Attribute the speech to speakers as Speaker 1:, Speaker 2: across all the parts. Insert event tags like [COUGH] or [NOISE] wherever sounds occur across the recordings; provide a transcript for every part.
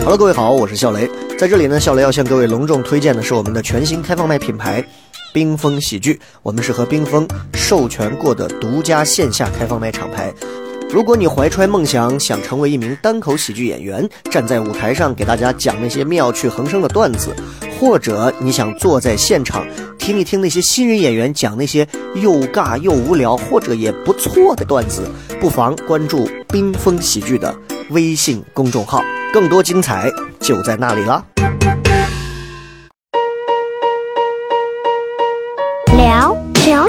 Speaker 1: Hello，各位好，我是笑雷，在这里呢，笑雷要向各位隆重推荐的是我们的全新开放麦品牌冰封喜剧，我们是和冰封授权过的独家线下开放麦厂牌。如果你怀揣梦想，想成为一名单口喜剧演员，站在舞台上给大家讲那些妙趣横生的段子，或者你想坐在现场听一听那些新人演员讲那些又尬又无聊或者也不错的段子，不妨关注冰封喜剧的微信公众号，更多精彩就在那里啦！
Speaker 2: 聊聊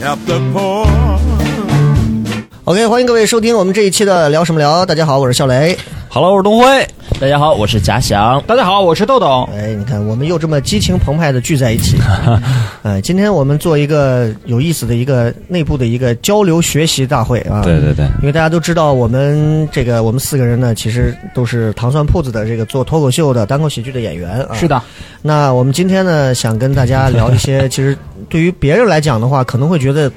Speaker 3: help the poor.
Speaker 1: OK，欢迎各位收听我们这一期的聊什么聊。大家好，我是笑雷。
Speaker 4: Hello，我是东辉。大家好，我是贾翔。
Speaker 5: 大家好，我是豆豆。
Speaker 1: 哎，你看，我们又这么激情澎湃的聚在一 [LAUGHS] 起。呃，今天我们做一个有意思的一个内部的一个交流学习大会啊。
Speaker 4: 对对对，
Speaker 1: 因为大家都知道，我们这个我们四个人呢，其实都是糖蒜铺子的这个做脱口秀的单口喜剧的演员啊。
Speaker 5: 是。的，
Speaker 1: 那我们今天呢，想跟大家聊一
Speaker 5: [LAUGHS]
Speaker 1: 些，其实对于别人来讲的话，可能会觉得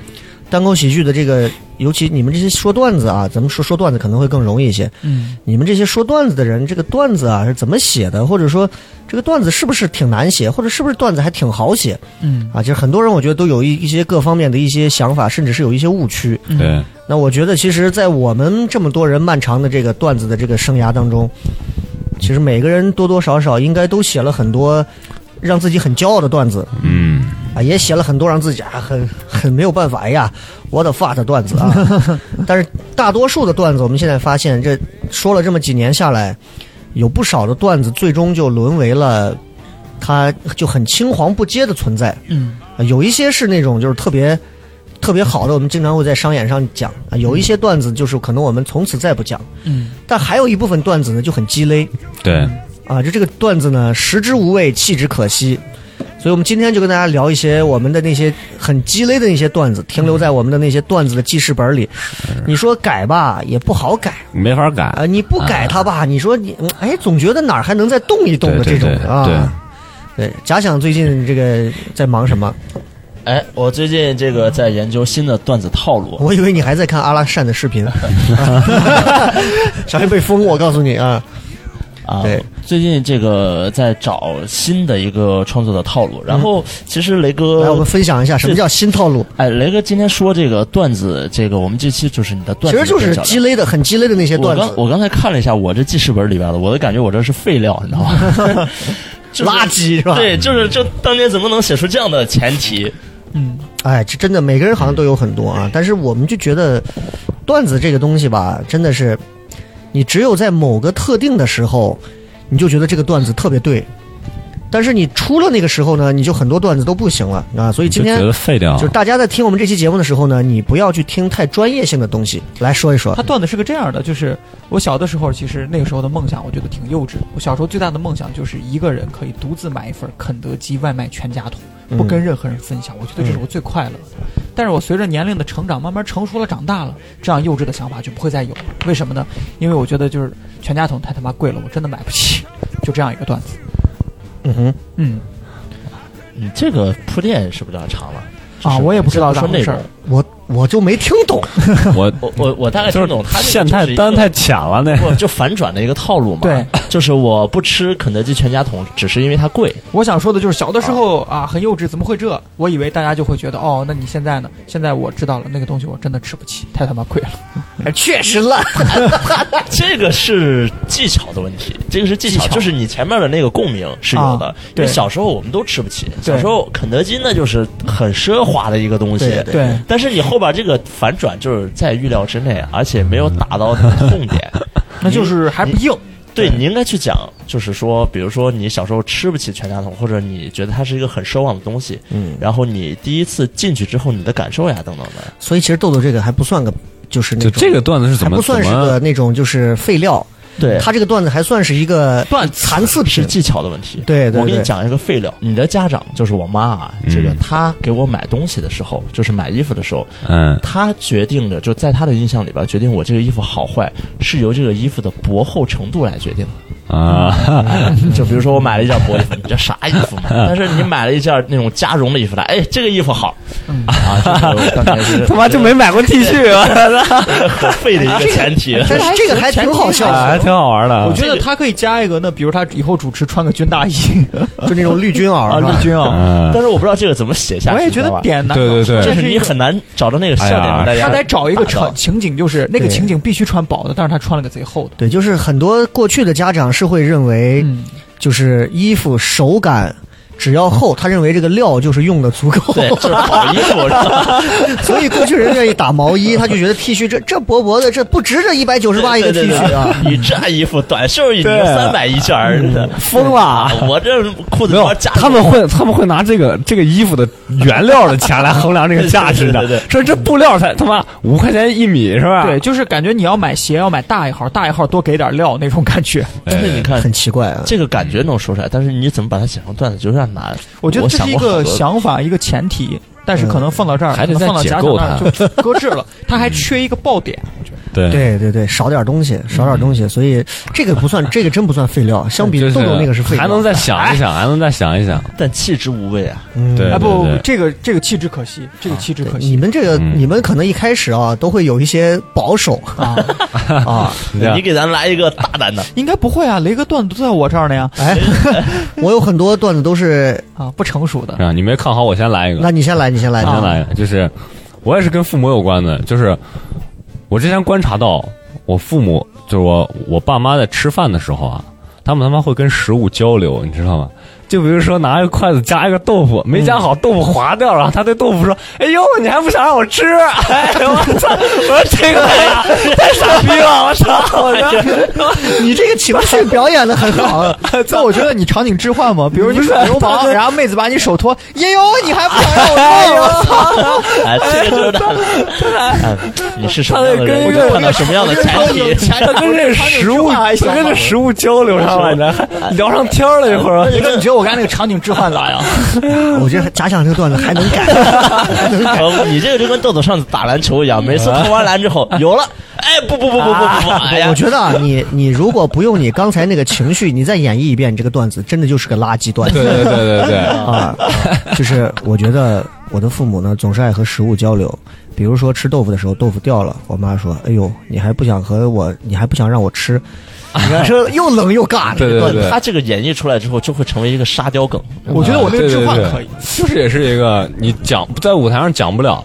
Speaker 1: 单口喜剧的这个，尤其你们这些说段子啊，咱们说说段子可能会更容易一些。
Speaker 5: 嗯，
Speaker 1: 你们这些说段子的人，这个段子啊是怎么写的，或者说这个段子是不是挺难写，或者是不是段子还挺好写？
Speaker 5: 嗯
Speaker 1: 啊，其实很多人我觉得都有一一些各方面的一些想法，甚至是有一些误区。
Speaker 6: 嗯
Speaker 4: 对，
Speaker 1: 那我觉得，其实，在我们这么多人漫长的这个段子的这个生涯当中，其实每个人多多少少应该都写了很多让自己很骄傲的段子
Speaker 4: 嗯，
Speaker 1: 啊，也写了很多让自己啊很很没有办法哎呀我的 fuck 的段子啊。
Speaker 5: [LAUGHS]
Speaker 1: 但是大多数的段子，我们现在发现，这说了这么几年下来，有不少的段子最终就沦为了它就很青黄不接的存在。
Speaker 5: 嗯
Speaker 1: 啊，有一些是那种就是特别特别好的，我们经常会在商演上讲啊。有一些段子就是可能我们从此再不讲，
Speaker 5: 嗯，
Speaker 1: 但还有一部分段子呢就很鸡肋
Speaker 4: 对，
Speaker 1: 啊。就这个段子呢，食之无味，弃之可惜。所以我们今天就跟大家聊一些我们的那些很鸡肋的那些段子，停留在我们的那些段子的记事本里。你说改吧，也不好改
Speaker 4: 没法改
Speaker 1: 啊；你不改它吧，你说你嗯哎，总觉得哪儿还能再动一动
Speaker 4: 对
Speaker 1: 的这
Speaker 4: 对
Speaker 1: 种
Speaker 4: 对
Speaker 1: 啊。对，假想最近这个在忙什么？
Speaker 6: 哎，我最近这个在研究新的段子套路，
Speaker 1: 我以为你还在看阿拉善的视
Speaker 6: [LAUGHS]
Speaker 1: 频，小心被封。我告诉你啊，
Speaker 6: 啊，
Speaker 1: 对，
Speaker 6: 最近这个在找新的一个创作的套路。然后，其实雷
Speaker 1: 嗯来我
Speaker 6: 哥
Speaker 1: 们，分享一下什么叫新套路，
Speaker 6: 哎，雷哥今天说这个段子，这个我们这期就是你的
Speaker 1: 其
Speaker 6: 段子，
Speaker 1: 实就是鸡。肋的、很鸡肋的那些
Speaker 6: 我
Speaker 1: 段
Speaker 6: 刚
Speaker 1: 子，
Speaker 6: 我刚才看了一下我这记事本里边的，我就感觉我这是废料，你知道
Speaker 1: [LAUGHS]
Speaker 6: 吗？就是
Speaker 1: 垃圾是吧？，
Speaker 6: 对，就是这当年怎么能写出这样的前提？
Speaker 1: 哎，这真的每个人好像都有很多
Speaker 7: 嗯
Speaker 1: 啊，但是我们就觉得段子这个东西吧，真的是你只有在某个特定的时候，你就觉得这个段子特别对，但是你出了那个时候呢，你就很多段子都不行了啊。所以今
Speaker 4: 就
Speaker 1: 天
Speaker 4: 觉得废掉
Speaker 7: 啊
Speaker 1: 就是
Speaker 4: 了。
Speaker 1: 大家在听我们这期节目的时候呢，你不要去听太专业性的东西，来说一说
Speaker 5: 他。段子是个这样的，就是我小的时候，其实那个时候的梦想，我觉得挺幼稚。我小时候最大的梦想就是一个人可以独自买一份肯德基外卖全家桶，不跟任何人分享。我觉得这是我最快乐的。但是我随着年龄的成长，慢慢成熟了，长大了，这样幼稚的想法就不会再有了。为什么呢？因为我觉得就是全家桶太他妈贵了，我真的买不起。 [LAUGHS] 就这样一个段子。
Speaker 1: 嗯哼。
Speaker 5: 嗯
Speaker 6: 你嗯这个铺垫是不是有点长了？
Speaker 5: 啊，我也不知道咋
Speaker 6: 说
Speaker 5: 回
Speaker 6: 内
Speaker 5: 事
Speaker 6: 容
Speaker 5: 儿。，
Speaker 1: 我我就没听懂， [LAUGHS]
Speaker 6: [LAUGHS]
Speaker 4: 我
Speaker 6: 我我我大概
Speaker 4: 就
Speaker 6: 听懂
Speaker 4: 是
Speaker 6: 他这个
Speaker 4: 线
Speaker 6: 就
Speaker 4: 太
Speaker 6: 是一
Speaker 4: 单
Speaker 6: 个
Speaker 4: 太浅了，那
Speaker 6: 不就反转的一个套路嘛？
Speaker 5: 对，
Speaker 6: 就是我不吃肯德基全家桶，只是因为它贵。
Speaker 5: 我想说的就是，小的时候啊，很幼稚，怎么会这？我以为大家就会觉得，哦，那你现在呢？现在我知道了，那个东西我真的吃不起，太他妈贵了。
Speaker 1: 确实烂。 [LAUGHS]
Speaker 6: 这个是技巧的问题，这个是技巧，
Speaker 5: 技巧
Speaker 6: 就是你前面的那个共鸣是有的，
Speaker 5: 啊
Speaker 6: 因
Speaker 5: 对
Speaker 6: 为小时候我们都吃不起，
Speaker 5: 对
Speaker 6: 小时候肯德基那就是很奢华的一个东西。
Speaker 1: 对
Speaker 5: 对
Speaker 6: 但是你后边这个反啊
Speaker 5: [LAUGHS]
Speaker 6: 转就是在预料之内，而且没有打到痛点，
Speaker 5: 那就是还不硬，
Speaker 6: 对
Speaker 4: 对
Speaker 6: 你应啊该去讲，就是说，比如说你小时候吃不起全家桶，或者你觉得它是一个很奢望的东西，
Speaker 1: 嗯，
Speaker 6: 然后你第一次进去之后你的感受呀，等等的。
Speaker 1: 所以其实豆豆这个还不算个，就是那
Speaker 7: 就
Speaker 1: 种
Speaker 7: 这个段子是怎
Speaker 1: 还
Speaker 7: 么
Speaker 1: 不算
Speaker 7: 怎
Speaker 1: 是
Speaker 7: 么
Speaker 1: 个那种就是废料，
Speaker 6: 对，
Speaker 1: 他这个段子还算是一个
Speaker 6: 断
Speaker 1: 残次
Speaker 6: 是
Speaker 1: 品。
Speaker 6: 技巧的问题。
Speaker 1: 对对
Speaker 6: 我给你
Speaker 1: 对，
Speaker 6: 讲一个废料，你的家长就是我妈啊，这个
Speaker 7: 嗯
Speaker 6: 她给我买东西的时候，就是买衣服的时候，
Speaker 7: 嗯
Speaker 6: 她决定着就在她的印象里边，决定我这个衣服好坏是由这个衣服的薄厚程度来决 [LAUGHS] 定的。
Speaker 7: 啊，
Speaker 6: [LAUGHS] 就比如说我买了一件薄衣服，你这啥衣 [LAUGHS] 服嘛？但是你买了一件那种加绒的衣服来，哎，这个衣服好
Speaker 5: 嗯
Speaker 6: 啊，就是我刚才 [LAUGHS] 就是
Speaker 4: 他妈就没买过 T 恤
Speaker 6: [LAUGHS]
Speaker 4: 啊，
Speaker 6: 很费的一个前提。
Speaker 1: 但是这个还挺好笑
Speaker 7: 啊
Speaker 4: 还
Speaker 1: 的，
Speaker 4: 挺好玩的
Speaker 5: 我。觉得他可以加一个，那比如他以后主持穿个军大衣
Speaker 1: 就那种绿军
Speaker 6: 啊，
Speaker 1: 袄是
Speaker 6: 陆
Speaker 1: 吧？
Speaker 6: 军啊，
Speaker 7: 嗯
Speaker 6: [LAUGHS] 但是我不知道这个怎么写下去。
Speaker 5: 我也觉
Speaker 6: 你知道
Speaker 5: 得
Speaker 6: 吧，
Speaker 5: 点难搞。
Speaker 7: 对对对
Speaker 5: 这
Speaker 6: 就是是
Speaker 5: 一
Speaker 6: 你
Speaker 5: 个
Speaker 6: 很难找到那个笑点
Speaker 7: 哎呀
Speaker 6: 让大家
Speaker 5: 他得找一个
Speaker 6: 达到
Speaker 5: 场情景，就是那个
Speaker 1: 对
Speaker 5: 情景必须穿薄的，但是他穿了个贼厚的。
Speaker 1: 对，就是很多过去的家长是会认为，
Speaker 5: 嗯，
Speaker 1: 就是衣服手感只要厚，他认为这个料就是用的足够。
Speaker 6: 对，就是好衣服，
Speaker 1: [LAUGHS] 所以过去人愿意打毛衣，他就觉得 T 恤这这薄薄的，这不值这一百九十八一个 T
Speaker 6: 对对对
Speaker 1: 恤啊。
Speaker 6: 你这衣服短袖已经三百一件儿，
Speaker 7: 疯
Speaker 6: 啊
Speaker 7: 了！
Speaker 6: 我这裤子
Speaker 7: 没有
Speaker 6: 里边，加
Speaker 7: 他们会他们会拿这个这个衣服的原料的钱来衡量这个价值
Speaker 6: [LAUGHS] 对对
Speaker 7: 的
Speaker 6: 对，
Speaker 7: 说这布料才他妈五块钱一米是吧？
Speaker 5: 对，，就是感觉你要买鞋要买大一号，大一号多给点料那种感觉。
Speaker 6: 但
Speaker 7: 哎
Speaker 6: 是你
Speaker 1: [LAUGHS]
Speaker 6: 看
Speaker 1: 很奇怪啊，
Speaker 6: 这个感觉能说出来，但是你怎么把它写成段子就有点难。
Speaker 5: 我觉得这是一个
Speaker 6: 我想过好多
Speaker 5: 想法，一个前提，但是可能放到这儿，
Speaker 7: 还得
Speaker 5: 可能放到
Speaker 7: 再
Speaker 5: 家
Speaker 7: 解构
Speaker 5: 长那儿就搁置了，他还缺一个爆点。
Speaker 7: 对
Speaker 1: 对对对，少点东西，少点东西，所以这个不算，这个真不算废料，相比
Speaker 7: 就
Speaker 1: 豆豆那个是废料，
Speaker 7: 还能再想一想，还能再想一想。
Speaker 6: 但弃之无味啊！
Speaker 1: 嗯
Speaker 7: 对
Speaker 5: 哎，不
Speaker 7: 对，
Speaker 5: 这个这个气质可惜，这个气质
Speaker 1: 啊对
Speaker 5: 可
Speaker 1: 你
Speaker 5: 惜。
Speaker 1: 们这个，
Speaker 7: 嗯
Speaker 1: 你们可能一开始啊都会有一些保守
Speaker 5: 啊，
Speaker 1: 啊，
Speaker 7: 你这样
Speaker 6: 你给咱来一个大胆的，
Speaker 5: 应该不会啊，雷哥段子都在我这儿呢呀，
Speaker 1: 哎，我有很多段子都是，
Speaker 5: 啊，不成熟的
Speaker 7: 啊，你没看好，我先来一个，
Speaker 1: 那啊你先来，你先来，
Speaker 7: 我先啊来一个，就是我也是跟父母有关的，就是我之前观察到，我父母就是我我爸妈在吃饭的时候啊，他们他妈会跟食物交流，你知道吗？就比如说拿一个筷子夹一个豆腐，没夹好，豆腐滑掉了，然后他对豆腐说：“哎呦，你还不想让我吃？”哎，我操！我说这个太太傻逼了，我操！我
Speaker 5: [LAUGHS]
Speaker 7: 说
Speaker 1: 你这个情绪表演的很好，啊
Speaker 5: 但我觉得你场景置换嘛，比如你耍流氓，然后妹子把你手脱，耶呦，你还不
Speaker 7: [LAUGHS]
Speaker 5: 想让我脱？
Speaker 6: 哎，这个就是大胆。哎你是什么样的人？
Speaker 7: 我
Speaker 6: 我
Speaker 7: 觉得
Speaker 6: 就
Speaker 7: 我
Speaker 6: 看到什么样的前提。
Speaker 7: 他跟这食物，他跟这食物交流上
Speaker 5: [LAUGHS]
Speaker 7: 了，你知道还聊上天了一会儿。
Speaker 5: 啊雷哥，你觉得我刚才那个场景置换咋样？
Speaker 1: 我觉得假想这个段子还能改，还能改。
Speaker 6: 呃你这个就跟豆豆上次打篮球一样，每次投完篮之后有了，哎，不不不不不不不，哎呀
Speaker 1: 我，觉得啊，你你如果不用你刚才那个情绪，你再演绎一遍你这个段子，真的就是个垃圾段
Speaker 7: 对
Speaker 1: 子
Speaker 7: 对对对对，
Speaker 1: 啊！就是我觉得我的父母呢，总是爱和食物交流。比如说吃豆腐的时候，豆腐掉了，我妈说：“哎呦，你还不想和我，你还不想让我吃？”你看，这又冷又尬，这个
Speaker 7: 对对
Speaker 1: 段
Speaker 7: 对
Speaker 1: 子。
Speaker 6: 他这个演绎出来之后就会成为一个沙雕梗。
Speaker 5: 我觉得我那个置换可以。
Speaker 7: 就是也是一个你讲在舞台上讲不了，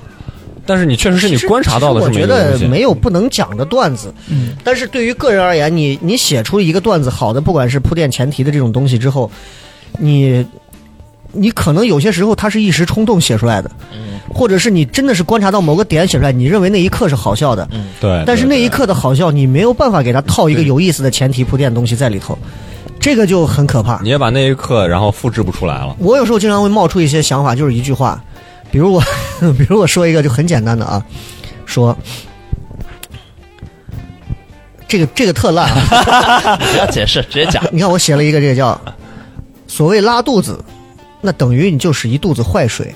Speaker 7: 但是你确实是你观察到
Speaker 1: 我
Speaker 7: 的这么一
Speaker 1: 觉
Speaker 7: 个
Speaker 1: 得
Speaker 7: 东西。
Speaker 1: 没有不能讲的段子，
Speaker 5: 嗯，
Speaker 1: 但是对于个人而言，你你写出一个段子好的，不管是铺垫前提的这种东西之后，你你可能有些时候他是一时冲动写出来的，
Speaker 7: 嗯
Speaker 1: 或者是你真的是观察到某个点写出来，你认为那一刻是好笑的，
Speaker 7: 对，
Speaker 1: 但是那一刻的好笑，你没有办法给他套一个有意思的前提铺垫东西在里头，这个就很可怕。
Speaker 7: 你也把那一刻然后复制不出来了。
Speaker 1: 我有时候经常会冒出一些想法，就是一句话，比如我， [LAUGHS] 比如我说一个就很简单的啊，说这个这个特烂啊， [LAUGHS]
Speaker 6: 不要解释，直接讲。
Speaker 1: 你看我写了一个这个叫所谓拉肚子，那等于你就是一肚子坏水。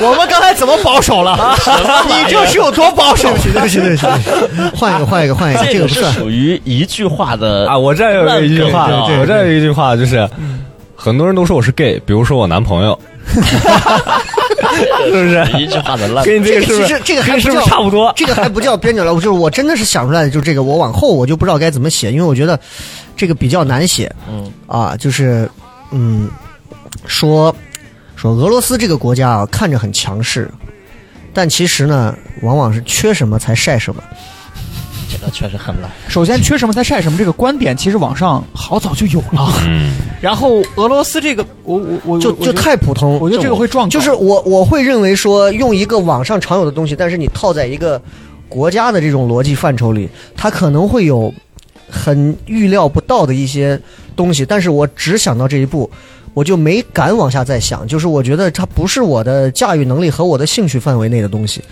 Speaker 5: 我们刚才怎么保守了？
Speaker 7: [LAUGHS]
Speaker 1: 你这是有多保
Speaker 7: 哦
Speaker 1: 守？对不起，对不起，对不起，对不起换一个，换一个，换一个，哎这
Speaker 6: 这
Speaker 1: 个
Speaker 6: 个
Speaker 1: 不
Speaker 6: 是
Speaker 1: 算。
Speaker 6: 属于一句话的
Speaker 7: 啊，我这儿有一个一句话
Speaker 6: 烂
Speaker 7: 啊，
Speaker 6: 梗对对
Speaker 7: 我这儿有一句话就是，很多人都说我是 gay，比如说我男朋友，是不是？
Speaker 6: 一句话的烂梗。
Speaker 7: 跟你这
Speaker 1: 这
Speaker 7: 个
Speaker 1: 个其
Speaker 7: 是不
Speaker 1: 实
Speaker 7: 是
Speaker 1: 这个还不
Speaker 7: 跟是不
Speaker 1: 叫
Speaker 7: 是差不多？
Speaker 1: 这个还不叫边角料，就是我真的是想出来的，就这个，我往后我就不知道该怎么写，因为我觉得这个比较难写。
Speaker 6: 嗯
Speaker 1: 啊，就是嗯，说说俄罗斯这个国家啊，看着很强势，但其实呢，往往是缺什么才晒什么。
Speaker 6: 这个确实很烂。
Speaker 5: 首先，缺什么才晒什么这个观点，其实网上好早就有了。
Speaker 7: 嗯，
Speaker 5: [LAUGHS] 然后俄罗斯这个，我我我
Speaker 1: 就
Speaker 5: 我
Speaker 1: 就
Speaker 5: 觉得
Speaker 1: 太普通。
Speaker 5: 我觉得这个会撞
Speaker 1: 就是我我会认为说，用一个网上常有的东西，但是你套在一个。国家的这种逻辑范畴里，它可能会有很预料不到的一些东西，但是我只想到这一步，我就没敢往下再想，就是我觉得它不是我的驾驭能力和我的兴趣范围内的东西。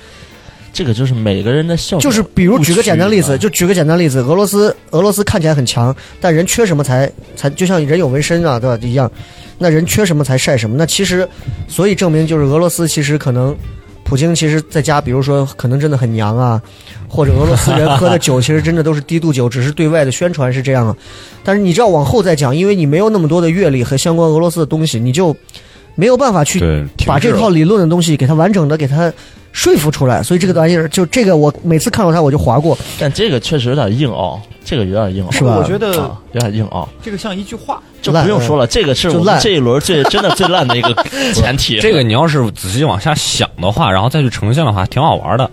Speaker 6: 这个就是每个人的笑点，
Speaker 1: 就是比如举个简单例子，
Speaker 6: 误区啊
Speaker 1: 就举个简单例子，俄罗斯俄罗斯看起来很强，但人缺什么才才就像人有纹身啊，对吧？一样，那人缺什么才晒什么。那其实，所以证明就是俄罗斯其实可能。普京其实在家，比如说，可能真的很娘啊，或者俄罗斯人
Speaker 7: [LAUGHS]
Speaker 1: 喝的酒其实真的都是低度酒，只是对外的宣传是这样啊。但是你知道往后再讲，因为你没有那么多的阅历和相关俄罗斯的东西，你就没有办法去
Speaker 7: 对，停
Speaker 1: 把这
Speaker 7: 滞
Speaker 1: 套
Speaker 7: 了
Speaker 1: 理论的东西给它完整的给它说服出来。所以这个玩意儿，就这个我每次看到它我就划过，
Speaker 6: 但这个确实有点硬凹，这个有点硬凹，
Speaker 1: 是吧
Speaker 5: 我觉得
Speaker 6: 啊有点硬凹，
Speaker 5: 这个像一句话，
Speaker 6: 就不用说了，这个是我
Speaker 1: 呃就
Speaker 6: 们
Speaker 1: 烂
Speaker 6: 这一轮最真的最烂的
Speaker 1: [LAUGHS]
Speaker 6: 一个前提。
Speaker 7: 这个你要是仔细往下想的话，然后再去呈现的话，挺好玩的。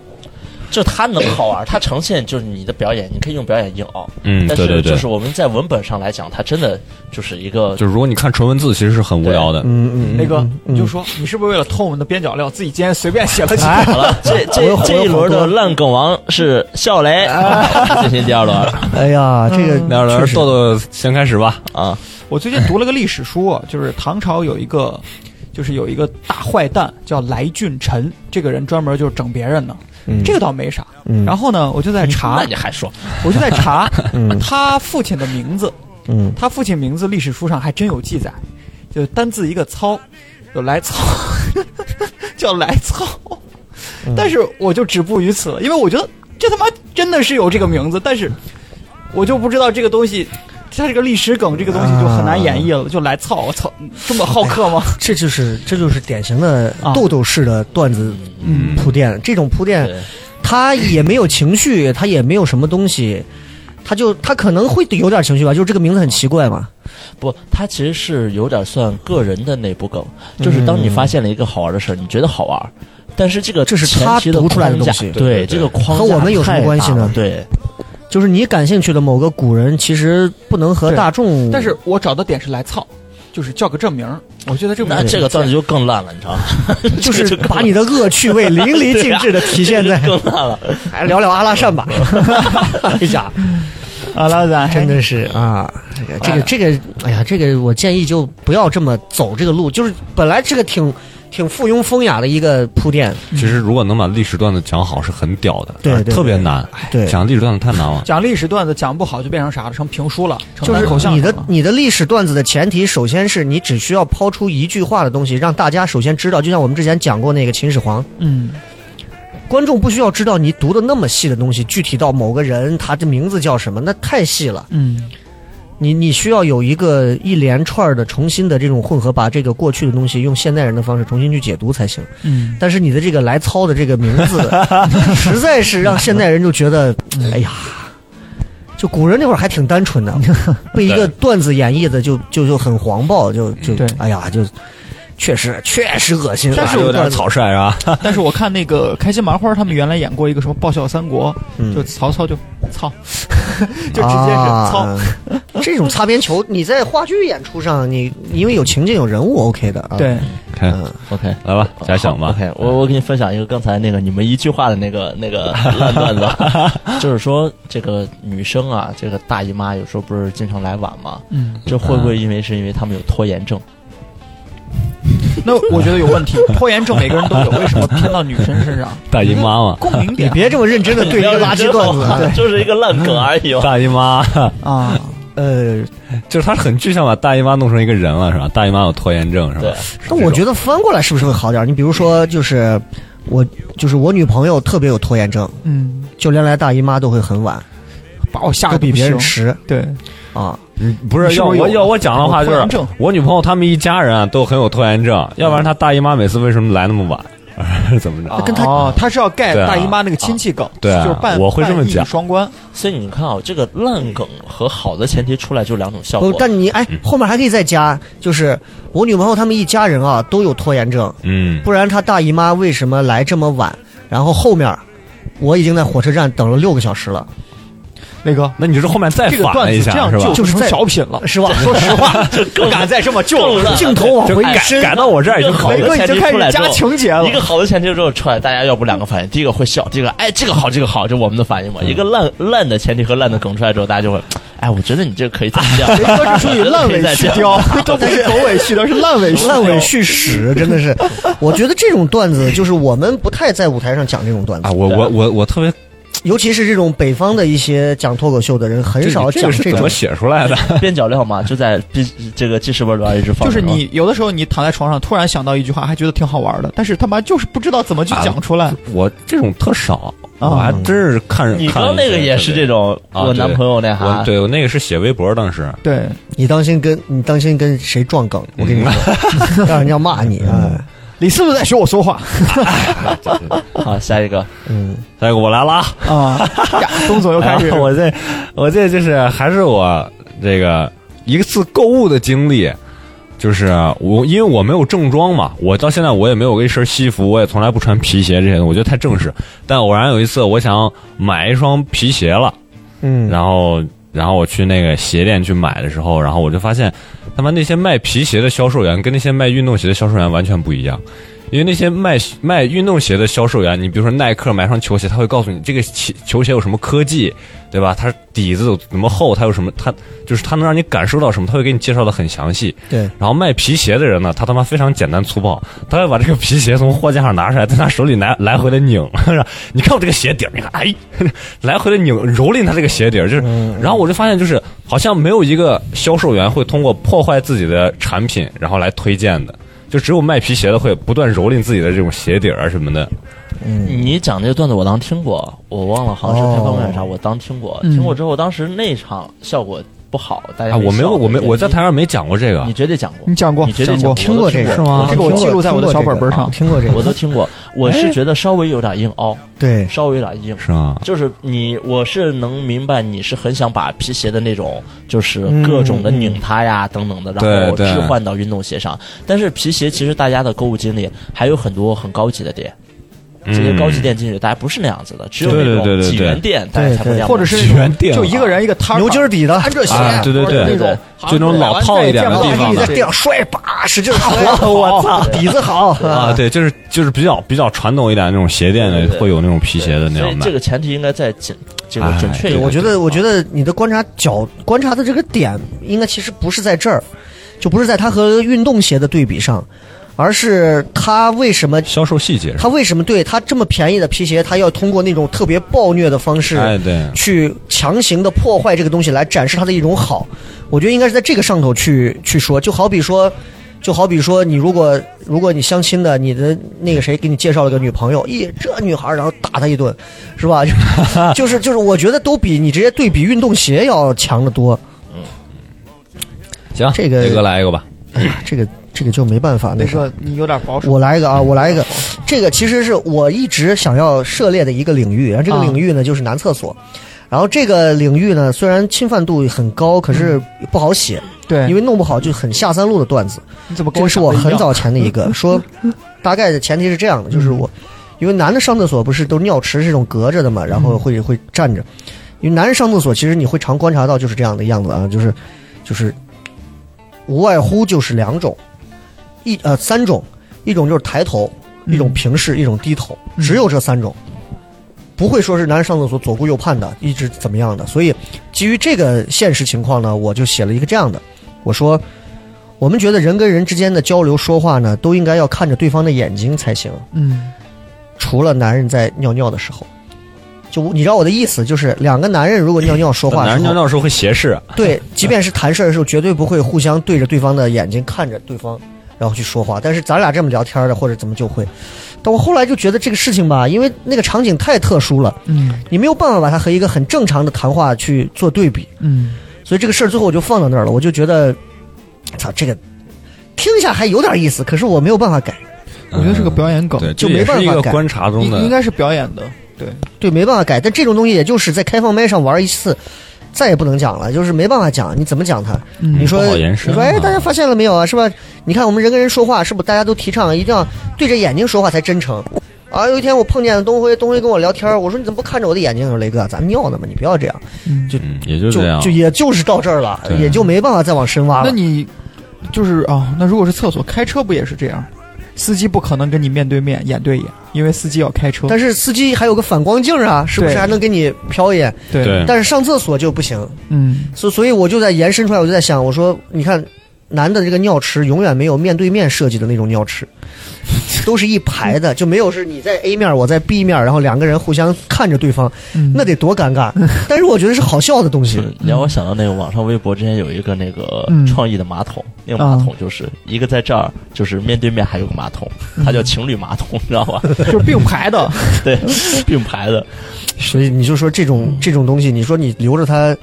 Speaker 6: 就它能好玩，它呈现就是你的表演，你可以用表演硬凹。
Speaker 7: 嗯，
Speaker 6: 但
Speaker 7: 对对
Speaker 6: 是
Speaker 7: 对，
Speaker 6: 就是我们在文本上来讲，它真的就是一个
Speaker 7: 就是如果你看纯文字，其实是很无聊的。
Speaker 1: 嗯嗯，嗯
Speaker 5: 雷哥，
Speaker 1: 嗯
Speaker 5: 你就说你是不是为了偷我们的边角料，自己今天随便写了几
Speaker 6: 好
Speaker 1: 哎
Speaker 5: 个？
Speaker 6: 了，
Speaker 1: [LAUGHS]
Speaker 6: 这
Speaker 1: 我有
Speaker 6: 这
Speaker 1: 好
Speaker 6: 这
Speaker 1: 我有
Speaker 6: 一
Speaker 1: 好
Speaker 6: 轮的
Speaker 1: 多
Speaker 6: 烂梗王是笑雷， [LAUGHS] 进行第二轮
Speaker 1: 哎呀，
Speaker 5: 嗯
Speaker 1: 这个
Speaker 7: 那
Speaker 1: 确
Speaker 7: 轮
Speaker 1: 实
Speaker 7: 豆豆先开始吧。
Speaker 6: 啊，
Speaker 5: [LAUGHS] 我最近读了个历史书啊，就是唐朝有一个，就是有一个大坏蛋叫来俊臣，这个人专门就是整别人的，
Speaker 1: 嗯
Speaker 5: 这个倒没啥。
Speaker 1: 嗯
Speaker 5: 然后呢，我就在查
Speaker 6: 那，你还说
Speaker 5: 我就在查
Speaker 1: [LAUGHS] 嗯
Speaker 5: 他父亲的名字，
Speaker 1: 嗯
Speaker 5: 他父亲名字历史书上还真有记载，就单字一个操，有来操， [LAUGHS] 叫来操。但是我就止步于此了，因为我觉得这他妈真的是有这个名字，但是我就不知道这个东西。它这个历史梗，这个东西就很难演绎了，就来操！我操，这么好客吗？
Speaker 1: 这就是这就是典型的
Speaker 5: 啊
Speaker 1: 豆豆式的段子
Speaker 5: 嗯
Speaker 1: 铺垫，这种铺垫
Speaker 6: 对
Speaker 1: 他也没有情绪，他也没有什么东西，他就他可能会有点情绪吧，就是这个名字很奇怪嘛，
Speaker 6: 不，它其实是有点算个人的内部梗，就是当你发现了一个好玩的事儿，你觉得好玩，但是这
Speaker 1: 嗯
Speaker 6: 个
Speaker 1: 这是
Speaker 6: 前
Speaker 1: 他
Speaker 6: 提的
Speaker 1: 读出来的
Speaker 6: 框架
Speaker 1: 东西
Speaker 6: 对
Speaker 7: 对对
Speaker 6: 这个框
Speaker 1: 和
Speaker 6: 架
Speaker 1: 我们有什么
Speaker 6: 太
Speaker 1: 关系
Speaker 6: 大
Speaker 1: 呢
Speaker 6: 了对，
Speaker 1: 就是你感兴趣的某个古人，其实不能和
Speaker 5: 对
Speaker 1: 大众，
Speaker 5: 但是我找的点是来操，就是叫个证名儿。我觉得这个
Speaker 6: 那这个段子就更烂了，你知道吗？
Speaker 1: 就
Speaker 6: 这
Speaker 1: 是
Speaker 6: 个更，
Speaker 1: 把你的恶趣味淋漓尽致的体 [LAUGHS] 现在
Speaker 6: [LAUGHS] 更烂了。
Speaker 1: 还聊聊阿拉善吧，哎呀。
Speaker 5: 啊，老板
Speaker 1: [LAUGHS] 真的是啊，这个这个这个，哎呀，这个我建议就不要这么走这个路，就是本来这个挺挺附庸风雅的一个铺垫，
Speaker 7: 其实如果能把历史段子讲好，是很屌的，
Speaker 1: 对对对
Speaker 7: 特别难。
Speaker 1: 对
Speaker 7: 讲历史段子太难了。
Speaker 5: 讲历史段子讲不好就变成啥了，成评书了，成
Speaker 1: 就是
Speaker 5: 单口相
Speaker 1: 你
Speaker 5: 声
Speaker 1: 的
Speaker 5: 了。
Speaker 1: 你的历史段子的前提，首先是你只需要抛出一句话的东西，让大家首先知道，就像我们之前讲过那个秦始皇，
Speaker 5: 嗯，
Speaker 1: 观众不需要知道你读的那么细的东西，具体到某个人他的名字叫什么，那太细了。
Speaker 5: 嗯，
Speaker 1: 你你需要有一个一连串儿的重新的这种混合，把这个过去的东西用现代人的方式重新去解读才行。
Speaker 5: 嗯，
Speaker 1: 但是你的这个来操的这个名字，实在是让现代人就觉得，哎呀，就古人那会儿还挺单纯的，被一个段子演绎的就就就很黄暴，就就
Speaker 5: 对
Speaker 1: 哎呀，就确实确实恶心。
Speaker 5: 但是
Speaker 1: 哎
Speaker 5: 我
Speaker 1: 呦
Speaker 7: 有点草率啊，
Speaker 5: 但是我看那个开心麻花，他们原来演过一个什么《爆笑三国》，
Speaker 1: 嗯
Speaker 5: 就曹操就操， [LAUGHS] 就直接是操。
Speaker 1: 啊 [LAUGHS] 这种擦边球，你在话剧演出上，你因为有情境有人物 OK 的啊。
Speaker 5: 对，
Speaker 7: 看
Speaker 6: OK，
Speaker 7: 来吧，假想吧
Speaker 6: 好。OK，我
Speaker 1: 嗯
Speaker 6: 我给你分享一个刚才那个你们一句话的那个
Speaker 1: [LAUGHS]
Speaker 6: 那个烂段子，就是说这个女生啊，这个大姨妈有时候不是经常来晚吗？
Speaker 5: 嗯，
Speaker 6: 这会不会因为是因为他们有拖延症？
Speaker 5: 那我觉得有问 [LAUGHS] 题，拖延症每个人都有，为什么偏到女生身 [LAUGHS] 上？
Speaker 7: 大姨妈嘛，
Speaker 5: 共鸣
Speaker 1: 你
Speaker 5: 点
Speaker 1: 别这么认真的对一个
Speaker 5: [LAUGHS]
Speaker 1: 垃圾段子啊。
Speaker 6: 对，就是一个烂梗而已嘛。
Speaker 7: 大姨妈， [LAUGHS]
Speaker 5: 啊，
Speaker 1: 呃，
Speaker 7: 就是他很具象把大姨妈弄成一个人了，是吧？大姨妈有拖延症，是
Speaker 6: 对
Speaker 7: 吧？，
Speaker 1: 那我觉得翻过来是不是会好点儿？你比如说，就是我，就是我女朋友特别有拖延症，
Speaker 5: 嗯，
Speaker 1: 就连来大姨妈都会很晚，
Speaker 5: 把我吓
Speaker 1: 都
Speaker 5: 得
Speaker 1: 比
Speaker 5: 不
Speaker 1: 别人
Speaker 5: 行。
Speaker 1: 迟
Speaker 5: 对，
Speaker 1: 啊。
Speaker 7: 嗯，不
Speaker 5: 你
Speaker 7: 是
Speaker 5: 是
Speaker 7: 要
Speaker 5: 不是有
Speaker 7: 我要我讲的话，就
Speaker 5: 有拖延
Speaker 7: 是
Speaker 5: 症
Speaker 7: 我女朋友他们一家人啊都很有拖延症，要不然她大姨妈每次为什么来那么晚？ [LAUGHS] 怎么着？
Speaker 5: 跟他哦，他是要盖
Speaker 7: 对啊
Speaker 5: 大姨妈那个亲戚梗，
Speaker 7: 对啊
Speaker 5: 就是半
Speaker 7: 我会这么
Speaker 5: 半义
Speaker 7: 讲
Speaker 5: 双关。
Speaker 6: 所以你看啊，这个烂梗和好的前提出来就两种效
Speaker 1: 不
Speaker 6: 果，。
Speaker 1: 但你
Speaker 5: 嗯
Speaker 1: 哎，后面还可以再加，就是我女朋友他们一家人啊都有拖延症，
Speaker 7: 嗯，
Speaker 1: 不然她大姨妈为什么来这么晚？然后后面我已经在火车站等了六个小时了。
Speaker 5: 那个
Speaker 7: 那你就是后面再
Speaker 5: 这个
Speaker 7: 反
Speaker 5: 段
Speaker 7: 了
Speaker 5: 子
Speaker 7: 一
Speaker 5: 这
Speaker 7: 下
Speaker 5: 样
Speaker 7: 是吧？
Speaker 5: 就
Speaker 1: 就是
Speaker 5: 成
Speaker 1: 在
Speaker 5: 小品了，
Speaker 7: [LAUGHS]
Speaker 1: 是吧？说实话，不敢再这么救了。镜头往
Speaker 7: 就
Speaker 1: 回一
Speaker 7: 改
Speaker 1: 伸，
Speaker 7: 改到我这儿已经好
Speaker 5: 雷
Speaker 7: 了
Speaker 5: 哥已经开始加情节了
Speaker 6: 一。个好的前提之后出来，大家要不两个反应，第一个会笑，第一个哎这个好这个好，这我们的反应
Speaker 7: 嗯
Speaker 6: 嘛。一个烂烂的前提和烂的梗出来之后，大家就会，哎，我觉得你这个可以再
Speaker 5: [LAUGHS]
Speaker 6: 这样，
Speaker 5: 雷
Speaker 6: [LAUGHS]
Speaker 5: 哥是属于烂尾续貂， [LAUGHS] 都不是狗尾续貂，是烂尾续
Speaker 1: 烂尾
Speaker 5: 貂。
Speaker 1: 续史，真的是，我觉得这种段子就是我们不太在舞台上讲这种段子
Speaker 7: 啊！，我我我我特别
Speaker 1: 尤其是这种北方的一些讲脱口秀的人，很少
Speaker 7: 这个
Speaker 1: 讲
Speaker 7: 是
Speaker 1: 这
Speaker 7: 怎么
Speaker 1: 种。
Speaker 7: 写出来的？
Speaker 6: 边角料嘛，就在边这个记事本上一直放
Speaker 5: 就
Speaker 6: 着
Speaker 5: 是
Speaker 6: 嘛。
Speaker 5: 你有的时候你躺在床上突然想到一句话，还觉得挺好玩的，但是他妈就是不知道怎么去讲出来。
Speaker 7: 我这种特少，
Speaker 5: 啊
Speaker 7: 我还真是看
Speaker 6: 你
Speaker 7: 看
Speaker 6: 刚刚那个也是这种，
Speaker 7: 啊
Speaker 6: 我男朋友那
Speaker 7: 我
Speaker 6: 哈，
Speaker 7: 对我那个是写微博，当
Speaker 6: [LAUGHS]
Speaker 7: 时
Speaker 5: 对，
Speaker 1: 你当心跟你当心跟谁撞梗，我跟你说， [LAUGHS] 让人家骂你啊！
Speaker 5: 你是不是在学我说话
Speaker 6: 好下一个，
Speaker 1: 嗯，
Speaker 7: 下一个我来了啊。
Speaker 5: 啊？呀，东总又开始
Speaker 7: 然后 [LAUGHS] 我这我这就是还是我这个一次购物的经历，就是我因为我没有正装嘛，我到现在我也没有一身西服，我也从来不穿皮鞋这些的，我觉得太正式。但偶然有一次，我想买一双皮鞋了，
Speaker 1: 嗯
Speaker 7: 然后然后我去那个鞋店去买的时候，然后我就发现他妈那些卖皮鞋的销售员跟那些卖运动鞋的销售员完全不一样。因为那些卖卖运动鞋的销售员，你比如说耐克买双球鞋，他会告诉你这个球球鞋有什么科技，对吧？它底子有怎么厚，它有什么，它就是它能让你感受到什么，他会给你介绍的很详细。
Speaker 1: 对。
Speaker 7: 然后卖皮鞋的人呢，他他妈非常简单粗暴，他会把这个皮鞋从货架上拿出 [LAUGHS] 来，在他手里来来回的拧，你看我这个鞋底儿，你看，哎， [LAUGHS] 来回的拧蹂躏他这个鞋底儿，就是，
Speaker 6: 嗯
Speaker 7: 然后我就发现就是好像没有一个销售员会通过破坏自己的产品然后来推荐的。就只有卖皮鞋的会不断蹂躏自己的这种鞋底儿啊什么的，
Speaker 5: 嗯
Speaker 6: 你讲这个段子我当听过，我忘了好像是开放麦啥，我当听过，
Speaker 5: 哦嗯
Speaker 6: 听过之后，当时那场效果不好，大家
Speaker 7: 啊，我没有，
Speaker 6: 笑
Speaker 7: 我没，
Speaker 6: 对
Speaker 7: 我在台上没讲过这个
Speaker 6: 你，绝对讲过
Speaker 5: 你，讲过
Speaker 6: 你，绝对
Speaker 5: 讲
Speaker 6: 讲
Speaker 5: 过
Speaker 6: 过，
Speaker 1: 听过这个
Speaker 5: 是吗？
Speaker 6: 我
Speaker 5: 这
Speaker 6: 都
Speaker 5: 个
Speaker 1: 听
Speaker 5: 我
Speaker 1: 过
Speaker 5: 记录在我
Speaker 1: 听过
Speaker 5: 的小
Speaker 1: 这个
Speaker 5: 本本上。
Speaker 1: 听过这
Speaker 6: 我
Speaker 1: 个，
Speaker 6: 都听过，我是觉得稍微有点硬凹，
Speaker 1: 对，
Speaker 6: 稍微有点硬。
Speaker 7: 是吗？
Speaker 6: 就是你，我是能明白你是很想把皮鞋的那种，就是各种的拧它呀、等等的，
Speaker 7: 对
Speaker 6: 然后
Speaker 7: 对
Speaker 6: 置换到运动鞋上。但是皮鞋其实大家的购物经历还有很多很高级的店，这些高级店进去大家不是那样子的，只有
Speaker 7: 对
Speaker 6: 那
Speaker 7: 对
Speaker 6: 种
Speaker 7: 对对
Speaker 6: 几元
Speaker 7: 对
Speaker 6: 店大家
Speaker 1: 对
Speaker 6: 才会这样买。
Speaker 5: 或者是
Speaker 7: 起源店
Speaker 5: 就一个人一个摊儿
Speaker 1: 牛筋儿底的
Speaker 5: 穿，着鞋
Speaker 7: 啊，对对对
Speaker 5: 那
Speaker 6: 对
Speaker 5: 种
Speaker 7: 就那种老炮一点的地方
Speaker 1: 你
Speaker 7: 的
Speaker 1: 在地上摔吧，使 [LAUGHS] 劲摔，我操，底子好
Speaker 7: 啊，，对，就是就是比较比较传统一点的那种鞋店
Speaker 6: 对对
Speaker 7: 的，
Speaker 6: 对
Speaker 7: 会有那种皮鞋的那
Speaker 6: 所
Speaker 7: 样
Speaker 6: 以
Speaker 7: 卖
Speaker 6: 这。个前提应该再紧，这个
Speaker 7: 哎
Speaker 6: 准确一
Speaker 7: 对
Speaker 6: 点。
Speaker 1: 我觉得，我觉得你的观察角观察的这个点，应该其实不是在这儿，就不是在它和运动鞋的对比上，而是它为什么
Speaker 7: 销售细节是吧
Speaker 1: 它为什么对它这么便宜的皮鞋，它要通过那种特别暴虐的方式，
Speaker 7: 哎，对，
Speaker 1: 去强行的破坏这个东西来展示它的一种好，我觉得应该是在这个上头去去说，就好比说。就好比说，你如果如果你相亲的，你的那个谁给你介绍了个女朋友，咦，这女孩儿，然后打她一顿，是吧？就
Speaker 7: [LAUGHS]
Speaker 1: 就是就是，我觉得都比你直接对比运动鞋要强得多。
Speaker 7: 行，
Speaker 1: 这个
Speaker 7: 雷哥来一个吧。
Speaker 1: 哎呀，这个这个就没办法，那
Speaker 5: 那
Speaker 1: 个
Speaker 5: 个你有点保守，
Speaker 1: 我来一个啊，我来一个，这个其实是我一直想要涉猎的一个领域，然后这个
Speaker 5: 啊
Speaker 1: 领域呢就是男厕所，然后这个领域呢虽然侵犯度很高，可是不好写，
Speaker 5: 嗯对，
Speaker 1: 因为弄不好就很下三路的段子。
Speaker 5: 你怎么
Speaker 1: 这个
Speaker 5: 跟我
Speaker 1: 是
Speaker 5: 想的
Speaker 1: 我
Speaker 5: 一样
Speaker 1: 很早前的一
Speaker 5: [LAUGHS]
Speaker 1: 个说，大概的前提是这样的，就是我，
Speaker 5: 嗯
Speaker 1: 因为男的上厕所不是都尿池是这种隔着的嘛，然后
Speaker 5: 嗯
Speaker 1: 会会站着，因为男人上厕所其实你会常观察到就是这样的样子啊，就是就是无外乎就是两种，一呃三种，一种就是抬头，一种平视，一种低头，
Speaker 5: 嗯
Speaker 1: 只有这三种。不会说是男人上厕所左顾右盼的，一直怎么样的，所以基于这个现实情况呢，我就写了一个这样的，我说我们觉得人跟人之间的交流说话呢，都应该要看着对方的眼睛才行。
Speaker 5: 嗯
Speaker 1: 除了男人在尿尿的时候，就你知道我的意思，就是两个男人如果尿尿说话的
Speaker 7: 男人
Speaker 1: 时
Speaker 7: 尿
Speaker 1: 候，
Speaker 7: 尿的时候会斜视，啊
Speaker 1: 对，即便是谈事儿的时候，绝对不会互相对着对方的眼睛看着对方，然后去说话。但是咱俩这么聊天的，或者怎么就会。但我后来就觉得这个事情吧，因为那个场景太特殊了，
Speaker 5: 嗯
Speaker 1: 你没有办法把它和一个很正常的谈话去做对比。
Speaker 5: 嗯，
Speaker 1: 所以这个事儿最后我就放到那儿了，我就觉得，操，这个听一下还有点意思，可是我没有办法改，
Speaker 5: 我觉得是个表演梗，
Speaker 7: 对，
Speaker 1: 就
Speaker 7: 这也
Speaker 1: 没办法
Speaker 7: 是一个
Speaker 1: 改
Speaker 7: 观察中
Speaker 5: 应
Speaker 7: 的
Speaker 5: 应该是表演的，对，
Speaker 1: 对，没办法改。但这种东西也就是在开放麦上玩一次，再也不能讲了，就是没办法讲，你怎么讲它？
Speaker 5: 嗯
Speaker 1: 你说，
Speaker 7: 不好
Speaker 1: 你
Speaker 7: 延伸
Speaker 1: 说，哎，
Speaker 7: 啊
Speaker 1: 大家发现了没有啊？是吧？你看我们人跟人说话，是不是大家都提倡一定要对着眼睛说话才真诚？啊，有一天我碰见东辉，东辉跟我聊天儿，我说你怎么不看着我的眼睛？他说雷哥，咱们尿呢嘛，你不要这样，
Speaker 5: 嗯
Speaker 7: 嗯，也就
Speaker 1: 就
Speaker 7: 这样
Speaker 1: 就。也就是到这儿了，
Speaker 7: 对
Speaker 1: 也就没办法再往深挖
Speaker 5: 那
Speaker 1: 了。
Speaker 5: 你就是哦，那如果是厕所开车不也是这样？司机不可能跟你面对面眼对眼，因为司机要
Speaker 6: 嗯
Speaker 5: 开车。
Speaker 1: 但是司机还有个反光镜啊，是不是
Speaker 5: 对
Speaker 1: 还能给你瞟一眼？
Speaker 5: 对，
Speaker 6: 嗯
Speaker 7: 对，
Speaker 1: 但是上厕所就不行，
Speaker 5: 嗯，
Speaker 1: 所所以我就在延伸出来，我就在想，我说你看，男的这个尿池永远没有面对面设计的那种尿
Speaker 6: [LAUGHS]
Speaker 1: 池，都是一排的，就没有是你在 A 面，我在 B 面，然后两个人互相看着对方，
Speaker 5: 嗯
Speaker 1: 那得多尴
Speaker 6: [LAUGHS]
Speaker 1: 尬。但是我觉得是好笑的东西
Speaker 7: 嗯
Speaker 6: 是，你让我想到那个网上微博之前有一个那个
Speaker 5: 嗯
Speaker 6: 创意的马桶，那个马
Speaker 7: 啊
Speaker 6: 桶就是一个在这儿，就是面对面还有个马桶，
Speaker 7: 嗯
Speaker 6: 它叫情侣马桶，你知道吧？
Speaker 5: 就是并
Speaker 1: [LAUGHS]
Speaker 5: 排的。
Speaker 7: [LAUGHS]
Speaker 6: 对，并排的，
Speaker 1: 所以你就说这种这种东西，你说你留着它，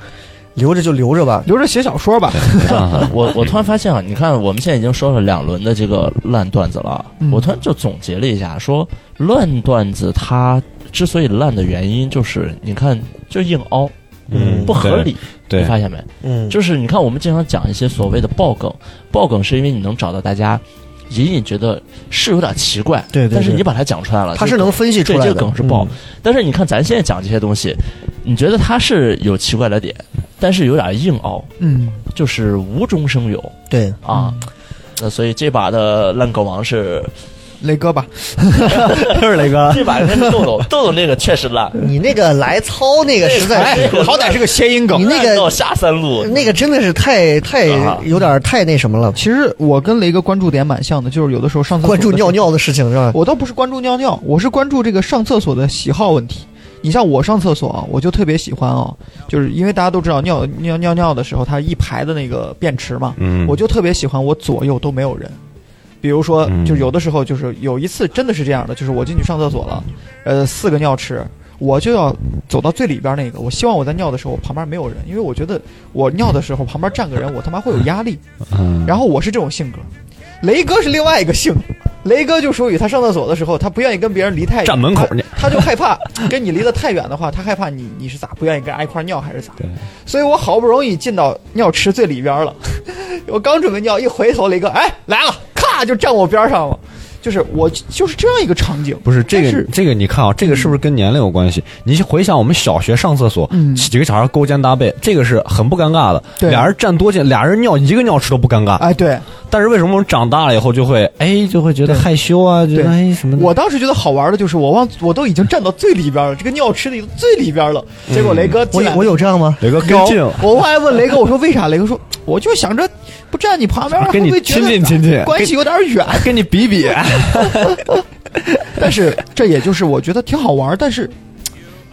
Speaker 1: 留着就留着吧。
Speaker 5: 留着写小说吧。
Speaker 7: 没办法
Speaker 6: 我我突然发现啊，你看我们现在已经说了两轮的这个烂段子了，
Speaker 5: 嗯
Speaker 6: 我突然就总结了一下，说烂段子它之所以烂的原因就是，你看就硬凹，
Speaker 7: 嗯
Speaker 6: 不合理，
Speaker 7: 对
Speaker 6: 你发现没？
Speaker 1: 嗯，
Speaker 6: 就是你看我们经常讲一些所谓的爆梗，爆梗是因为你能找到大家隐隐觉得是有点奇怪，
Speaker 1: 对对对
Speaker 6: 但是你把它讲出来了，
Speaker 1: 它是能分析出
Speaker 6: 对
Speaker 1: 来
Speaker 6: 啊这
Speaker 1: 的。
Speaker 6: 个梗是爆，
Speaker 1: 嗯
Speaker 6: 但是你看咱现在讲这些东西，你觉得它是有奇怪的点，但是有点硬凹，
Speaker 5: 嗯
Speaker 6: 就是无中生有 [LAUGHS]
Speaker 1: 对，
Speaker 6: 啊。
Speaker 1: 嗯
Speaker 6: 那所以这把的烂梗王是
Speaker 5: 雷哥吧，
Speaker 1: 就是雷哥，
Speaker 6: 这把应该是豆
Speaker 1: [LAUGHS]
Speaker 6: 豆，豆豆那个确实烂，
Speaker 1: 你那个来操那个实在是，
Speaker 6: 好歹是
Speaker 5: 个谐音
Speaker 1: 你那个
Speaker 6: 到下三路
Speaker 1: 啊那个真的是太太
Speaker 6: 啊
Speaker 1: 有点太那什么了，
Speaker 5: 其实我跟雷哥关注点蛮像的，就是有的时候上厕所
Speaker 1: 关注
Speaker 5: 的时候
Speaker 1: 尿，尿的事情是吧？
Speaker 5: 我倒不是关注尿尿，我是关注这个上厕所的喜好问题。你像我上厕所啊，我就特别喜欢啊，就是因为大家都知道尿尿尿尿的时候，它一排的那个便池嘛，
Speaker 7: 嗯，
Speaker 5: 我就特别喜欢我左右都没有人。比如说，
Speaker 7: 嗯
Speaker 5: 就是有的时候，就是有一次真的是这样的，就是我进去上厕所了，呃，四个尿池，我就要走到最里边那个。我希望我在尿的时候，我旁边没有人，因为我觉得我尿的时候旁边站个人，我他妈会有压力。
Speaker 7: 嗯，
Speaker 5: 然后我是这种性格，雷哥是另外一个性格，雷哥就属于他上厕所的时候，他不愿意跟别人离太远，
Speaker 7: 站门口去
Speaker 5: 他，他就害怕跟你离得太远的话，他害怕你你是咋，不愿意跟挨一块尿还是咋
Speaker 7: [LAUGHS] 对？
Speaker 5: 所以我好不容易进到尿池最里边了， [LAUGHS] 我刚准备尿，一回头雷哥哎来了，咔就站我边上了，就是我就是这样一个场景，
Speaker 7: 不是这
Speaker 5: 但
Speaker 7: 个
Speaker 5: 是
Speaker 7: 这个，你看啊，这个是不是跟年龄有关系？你去回想我们小学上厕所，
Speaker 5: 嗯
Speaker 7: 几个小孩勾肩搭背，这个是很不尴尬的。
Speaker 5: 对
Speaker 7: 俩人站多近，俩人尿一个尿池都不尴尬。
Speaker 5: 哎对
Speaker 7: 但是为什么我们长大了以后就会哎就会觉得
Speaker 5: 对
Speaker 7: 害羞啊，觉
Speaker 5: 对
Speaker 7: 得哎什么的？
Speaker 5: 我当时觉得好玩的就是我往我都已经站到最里边了，这个尿池里最里边了，结果雷哥
Speaker 1: 我
Speaker 5: 进来
Speaker 1: 有我有这样吗？
Speaker 7: 雷哥跟进
Speaker 5: 有
Speaker 7: 了，，
Speaker 5: 我后来问雷哥，我说为啥？雷哥说，我就想着不站你旁边，
Speaker 7: 啊跟你
Speaker 5: 会不会觉得
Speaker 7: 亲近亲近
Speaker 5: 关系有点远。
Speaker 7: 跟你比比。
Speaker 5: 但是这也就是我觉得挺好玩，但是